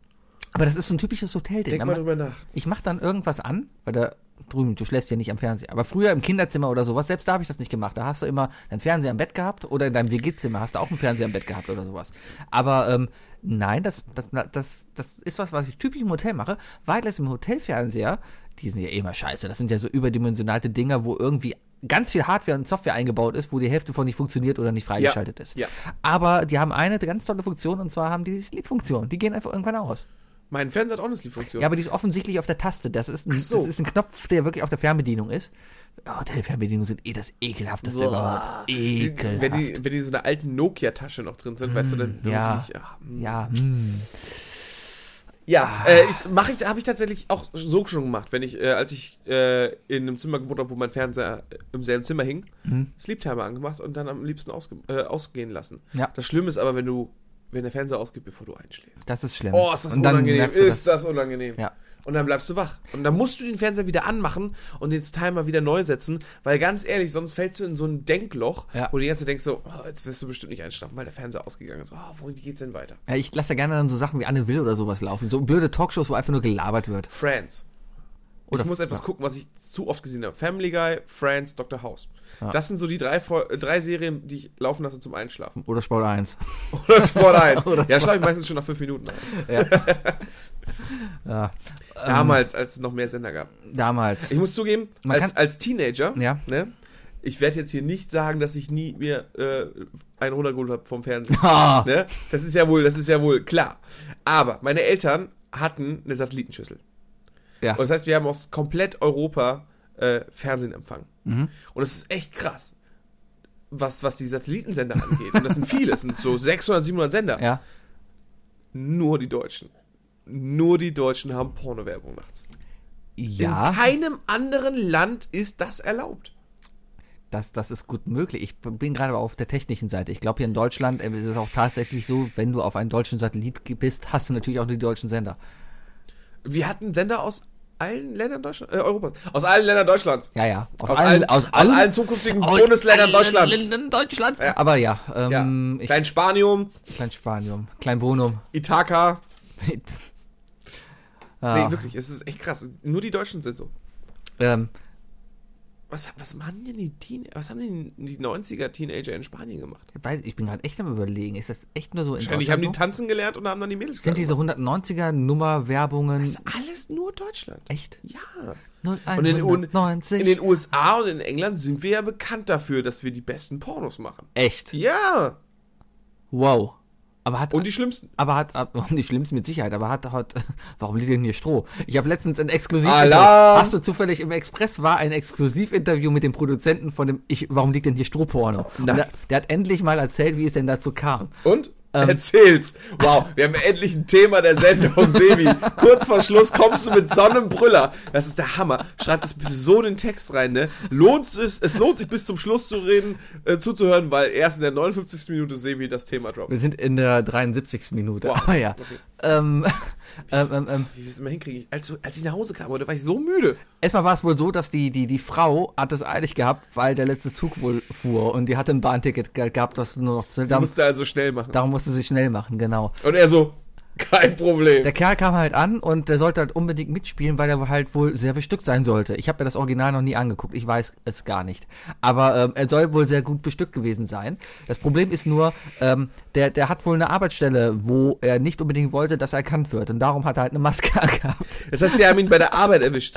Speaker 2: Aber das ist so ein typisches Hotelding.
Speaker 3: Denk
Speaker 2: Dann
Speaker 3: mal
Speaker 2: ma-
Speaker 3: drüber nach.
Speaker 2: ich mache dann irgendwas an, weil da drüben, du schläfst ja nicht am Fernseher. Aber früher im Kinderzimmer oder sowas, selbst da habe ich das nicht gemacht. Da hast du immer deinen Fernseher im Bett gehabt oder in deinem WG-Zimmer hast du auch einen Fernseher im Bett gehabt oder sowas. Aber ähm, nein, das, das, na, das, das ist was, was ich typisch im Hotel mache, weil es im Hotelfernseher, die sind ja eh immer scheiße, das sind ja so überdimensionale Dinger, wo irgendwie ganz viel Hardware und Software eingebaut ist, wo die Hälfte von nicht funktioniert oder nicht freigeschaltet ist.
Speaker 3: ja.
Speaker 2: Aber die haben eine ganz tolle Funktion und zwar haben die die Sleep-Funktion. Die gehen einfach irgendwann aus.
Speaker 3: Mein Fernseher hat auch eine Sleep-Funktion.
Speaker 2: Ja, aber die ist offensichtlich auf der Taste. Das ist ein,
Speaker 3: so.
Speaker 2: das ist ein Knopf, der wirklich auf der Fernbedienung ist. Oh, der Fernbedienung sind eh das ekelhafteste überhaupt.
Speaker 3: Die-
Speaker 2: Ekelhaft.
Speaker 3: wenn, die, wenn die so eine alten Nokia-Tasche noch drin sind, weißt du, dann
Speaker 2: ja.
Speaker 3: wirklich, ah, mm.
Speaker 2: ja, hm.
Speaker 3: Ja,
Speaker 2: Ah.
Speaker 3: äh, ich, mach ich, habe ich tatsächlich auch so schon gemacht, wenn ich, äh, als ich äh, in einem Zimmer gewohnt habe, wo mein Fernseher im selben Zimmer hing,
Speaker 2: Mhm.
Speaker 3: Sleep Timer angemacht und dann am liebsten ausge, äh, ausgehen lassen.
Speaker 2: Ja.
Speaker 3: Das Schlimme ist aber, wenn du, wenn der Fernseher ausgeht, bevor du einschläfst.
Speaker 2: das ist schlimm.
Speaker 3: Oh, ist das
Speaker 2: Mhm. Und dann
Speaker 3: unangenehm,
Speaker 2: merkst du
Speaker 3: ist
Speaker 2: das.
Speaker 3: das unangenehm.
Speaker 2: Ja.
Speaker 3: Und dann bleibst du wach. Und dann musst du den Fernseher wieder anmachen und den Timer wieder neu setzen, weil ganz ehrlich, sonst fällst du in so ein Denkloch,
Speaker 2: Ja.
Speaker 3: wo du die ganze Zeit denkst so, oh, jetzt wirst du bestimmt nicht einschlafen, weil der Fernseher ausgegangen ist. Oh, wohin, wie geht's denn weiter?
Speaker 2: Ja, ich lasse ja gerne dann so Sachen wie Anne Will oder sowas laufen. So blöde Talkshows, wo einfach nur gelabert wird.
Speaker 3: Friends.
Speaker 2: Oder-
Speaker 3: ich muss etwas
Speaker 2: ja.
Speaker 3: gucken, was ich zu oft gesehen habe. Family Guy, Friends, Dr. House.
Speaker 2: Ja.
Speaker 3: Das sind so die drei, Fol- äh, drei Serien, die ich laufen lasse
Speaker 2: [LAUGHS]
Speaker 3: zum Einschlafen.
Speaker 2: Oder Sport 1.
Speaker 3: Oder Sport
Speaker 2: [LAUGHS]
Speaker 3: 1.
Speaker 2: Oder
Speaker 3: ja, schlafe ich meistens schon nach fünf Minuten ein. [LAUGHS]
Speaker 2: Ja,
Speaker 3: Damals, als es noch mehr Sender gab.
Speaker 2: damals.
Speaker 3: Ich
Speaker 2: [LAUGHS]
Speaker 3: muss zugeben,
Speaker 2: Man
Speaker 3: als,
Speaker 2: kann-
Speaker 3: als Teenager,
Speaker 2: Ja.
Speaker 3: ne, ich werde jetzt hier nicht sagen, dass ich nie mir äh, einen runtergeholt habe vom Fernsehen.
Speaker 2: Ah,
Speaker 3: [LAUGHS] ne? Das ist ja wohl, das ist ja wohl klar. Aber meine Eltern hatten eine Satellitenschüssel.
Speaker 2: Ja.
Speaker 3: Und das heißt, wir haben aus komplett Europa äh, Fernsehen empfangen.
Speaker 2: Mhm.
Speaker 3: Und das ist echt krass, was, was die Satellitensender angeht. Und das sind viele, das sind so 600, 700 Sender.
Speaker 2: ja.
Speaker 3: Nur die Deutschen. Nur die Deutschen haben Pornowerbung nachts. In
Speaker 2: Ja,
Speaker 3: keinem anderen Land ist das erlaubt.
Speaker 2: das, das ist gut möglich. Ich bin gerade aber auf der technischen Seite. Ich glaube, hier in Deutschland äh, ist es auch tatsächlich so, wenn du auf einen deutschen Satellit bist, hast du natürlich auch nur die deutschen Sender.
Speaker 3: Wir hatten Sender aus allen Ländern Deutschlands, äh, Europas. Aus allen Ländern Deutschlands.
Speaker 2: Ja, ja.
Speaker 3: Aus allen- aus allen zukünftigen Bundesländern Deutschlands.
Speaker 2: Ländern Deutschlands. Aber ja,
Speaker 3: Ja.
Speaker 2: ähm, ich,
Speaker 3: Klein Spanium,
Speaker 2: Klein Spanium, Klein Bonum. [LAUGHS]
Speaker 3: Ithaka.
Speaker 2: ja,
Speaker 3: Nee, wirklich, es ist echt krass. Nur die Deutschen sind so.
Speaker 2: ähm,
Speaker 3: Was, was, haben denn die Teen was haben denn die 90er-Teenager in Spanien gemacht?
Speaker 2: ich weiß, ich bin gerade echt am überlegen. Ist das echt nur so in
Speaker 3: Wahrscheinlich haben die
Speaker 2: Deutschland so?
Speaker 3: tanzen gelernt und haben dann die Mädels
Speaker 2: Sind diese
Speaker 3: gemacht.
Speaker 2: 190er-Nummer-Werbungen
Speaker 3: Das ist alles nur Deutschland.
Speaker 2: echt?
Speaker 3: Ja. Und in, den U-
Speaker 2: 0190.
Speaker 3: in den USA und in England sind wir ja bekannt dafür, dass wir die besten Pornos machen.
Speaker 2: echt?
Speaker 3: Ja.
Speaker 2: Wow. Aber hat
Speaker 3: Und die schlimmsten.
Speaker 2: aber hat, [LAUGHS] ab- die schlimmsten mit Sicherheit, aber hat, hat [LAUGHS] warum liegt denn hier Stroh? Ich habe letztens ein exklusiv
Speaker 3: Alarm!
Speaker 2: Hast du zufällig im Express war ein Exklusivinterview mit dem Produzenten von dem ich, warum liegt denn hier Strohporno? Und
Speaker 3: Nein.
Speaker 2: Der, der hat endlich mal erzählt, wie es denn dazu kam.
Speaker 3: Und?
Speaker 2: Ähm.
Speaker 3: Erzähl's. Wow, wir haben endlich ein Thema der Sendung, Sebi. Kurz vor Schluss kommst du mit so einem Brüller. Das ist der Hammer. Schreib das bitte so in den Text rein, ne? Lohnt es, es lohnt sich bis zum Schluss zu reden, äh, zuzuhören, weil erst in der 59. Minute Sebi das Thema droppt.
Speaker 2: Wir sind in der 73. Minute.
Speaker 3: Wow.
Speaker 2: Aber ja. Ähm, [LAUGHS] ähm, ähm, ähm,
Speaker 3: Wie ich das immer hinkriege. Als, als ich nach Hause kam, heute war ich so müde.
Speaker 2: erstmal war es wohl so, dass die, die, die Frau hat es eilig gehabt, weil der letzte Zug wohl fuhr und die hatte ein Bahnticket ge- gehabt, was nur noch zu.
Speaker 3: Du
Speaker 2: Darum,
Speaker 3: musste also schnell machen.
Speaker 2: darum musste sie schnell machen, genau.
Speaker 3: Und er so, kein Problem.
Speaker 2: Der Kerl kam halt an und der sollte halt unbedingt mitspielen, weil er halt wohl sehr bestückt sein sollte. Ich habe mir das Original noch nie angeguckt, ich weiß es gar nicht. Aber ähm, er soll wohl sehr gut bestückt gewesen sein. Das Problem ist nur, ähm, der, der hat wohl eine Arbeitsstelle, wo er nicht unbedingt wollte, dass er erkannt wird. Und darum hat er halt eine Maske [LAUGHS] gehabt.
Speaker 3: Das heißt, sie haben ihn bei der Arbeit erwischt.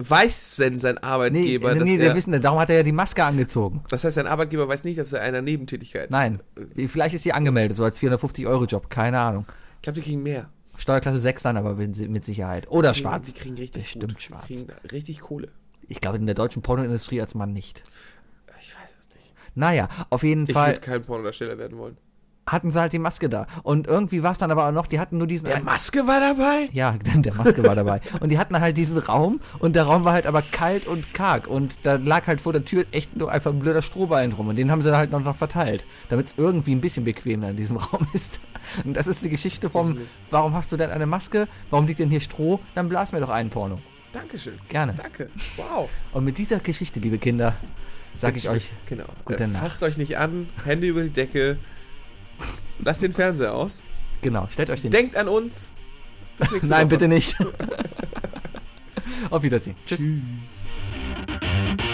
Speaker 3: Weiß denn sein
Speaker 2: Nee,
Speaker 3: Arbeitgeber,
Speaker 2: nee, nee wir
Speaker 3: dass er,
Speaker 2: wissen, darum hat er ja die Maske angezogen.
Speaker 3: das heißt, sein Arbeitgeber weiß nicht, dass er einer Nebentätigkeit.
Speaker 2: Nein, vielleicht ist sie angemeldet, so als 450-Euro-Job, keine Ahnung.
Speaker 3: Ich glaube, die kriegen mehr.
Speaker 2: Steuerklasse 6 dann aber mit mit Sicherheit. Oder
Speaker 3: Die kriegen-
Speaker 2: schwarz.
Speaker 3: Die kriegen richtig
Speaker 2: Bestimmt
Speaker 3: gut.
Speaker 2: schwarz.
Speaker 3: Die kriegen richtig Kohle.
Speaker 2: Ich glaube, in der deutschen Pornoindustrie als Mann nicht.
Speaker 3: Ich weiß es nicht.
Speaker 2: Naja, auf jeden
Speaker 3: Ich
Speaker 2: Fall.
Speaker 3: würde kein Pornodarsteller werden wollen.
Speaker 2: hatten sie halt die Maske da. Und irgendwie war es dann aber auch noch, die hatten nur diesen.
Speaker 3: Maske war dabei?
Speaker 2: ja, [LAUGHS] der Maske war dabei. Und die hatten halt diesen Raum und der Raum war halt aber kalt und karg. Und da lag halt vor der Tür echt nur einfach ein blöder Strohballen drum. Und den haben sie dann halt noch, noch verteilt, damit es irgendwie ein bisschen bequemer in diesem [LAUGHS] Raum ist. Und das ist die Geschichte vom, warum hast du denn eine Maske? Warum liegt denn hier Stroh? Dann blas mir doch einen Porno.
Speaker 3: Dankeschön.
Speaker 2: Gerne.
Speaker 3: Danke. Wow.
Speaker 2: Und mit dieser Geschichte, liebe Kinder, sage ich euch
Speaker 3: Genau.
Speaker 2: Gute
Speaker 3: äh,
Speaker 2: Nacht.
Speaker 3: fasst euch nicht an, Hände über die Decke. Lasst den Fernseher aus.
Speaker 2: Genau, stellt euch den.
Speaker 3: Denkt an uns. Bis nächste
Speaker 2: Nein, [LAUGHS]
Speaker 3: Woche.
Speaker 2: bitte nicht. Auf Wiedersehen. Tschüss.
Speaker 3: Tschüss.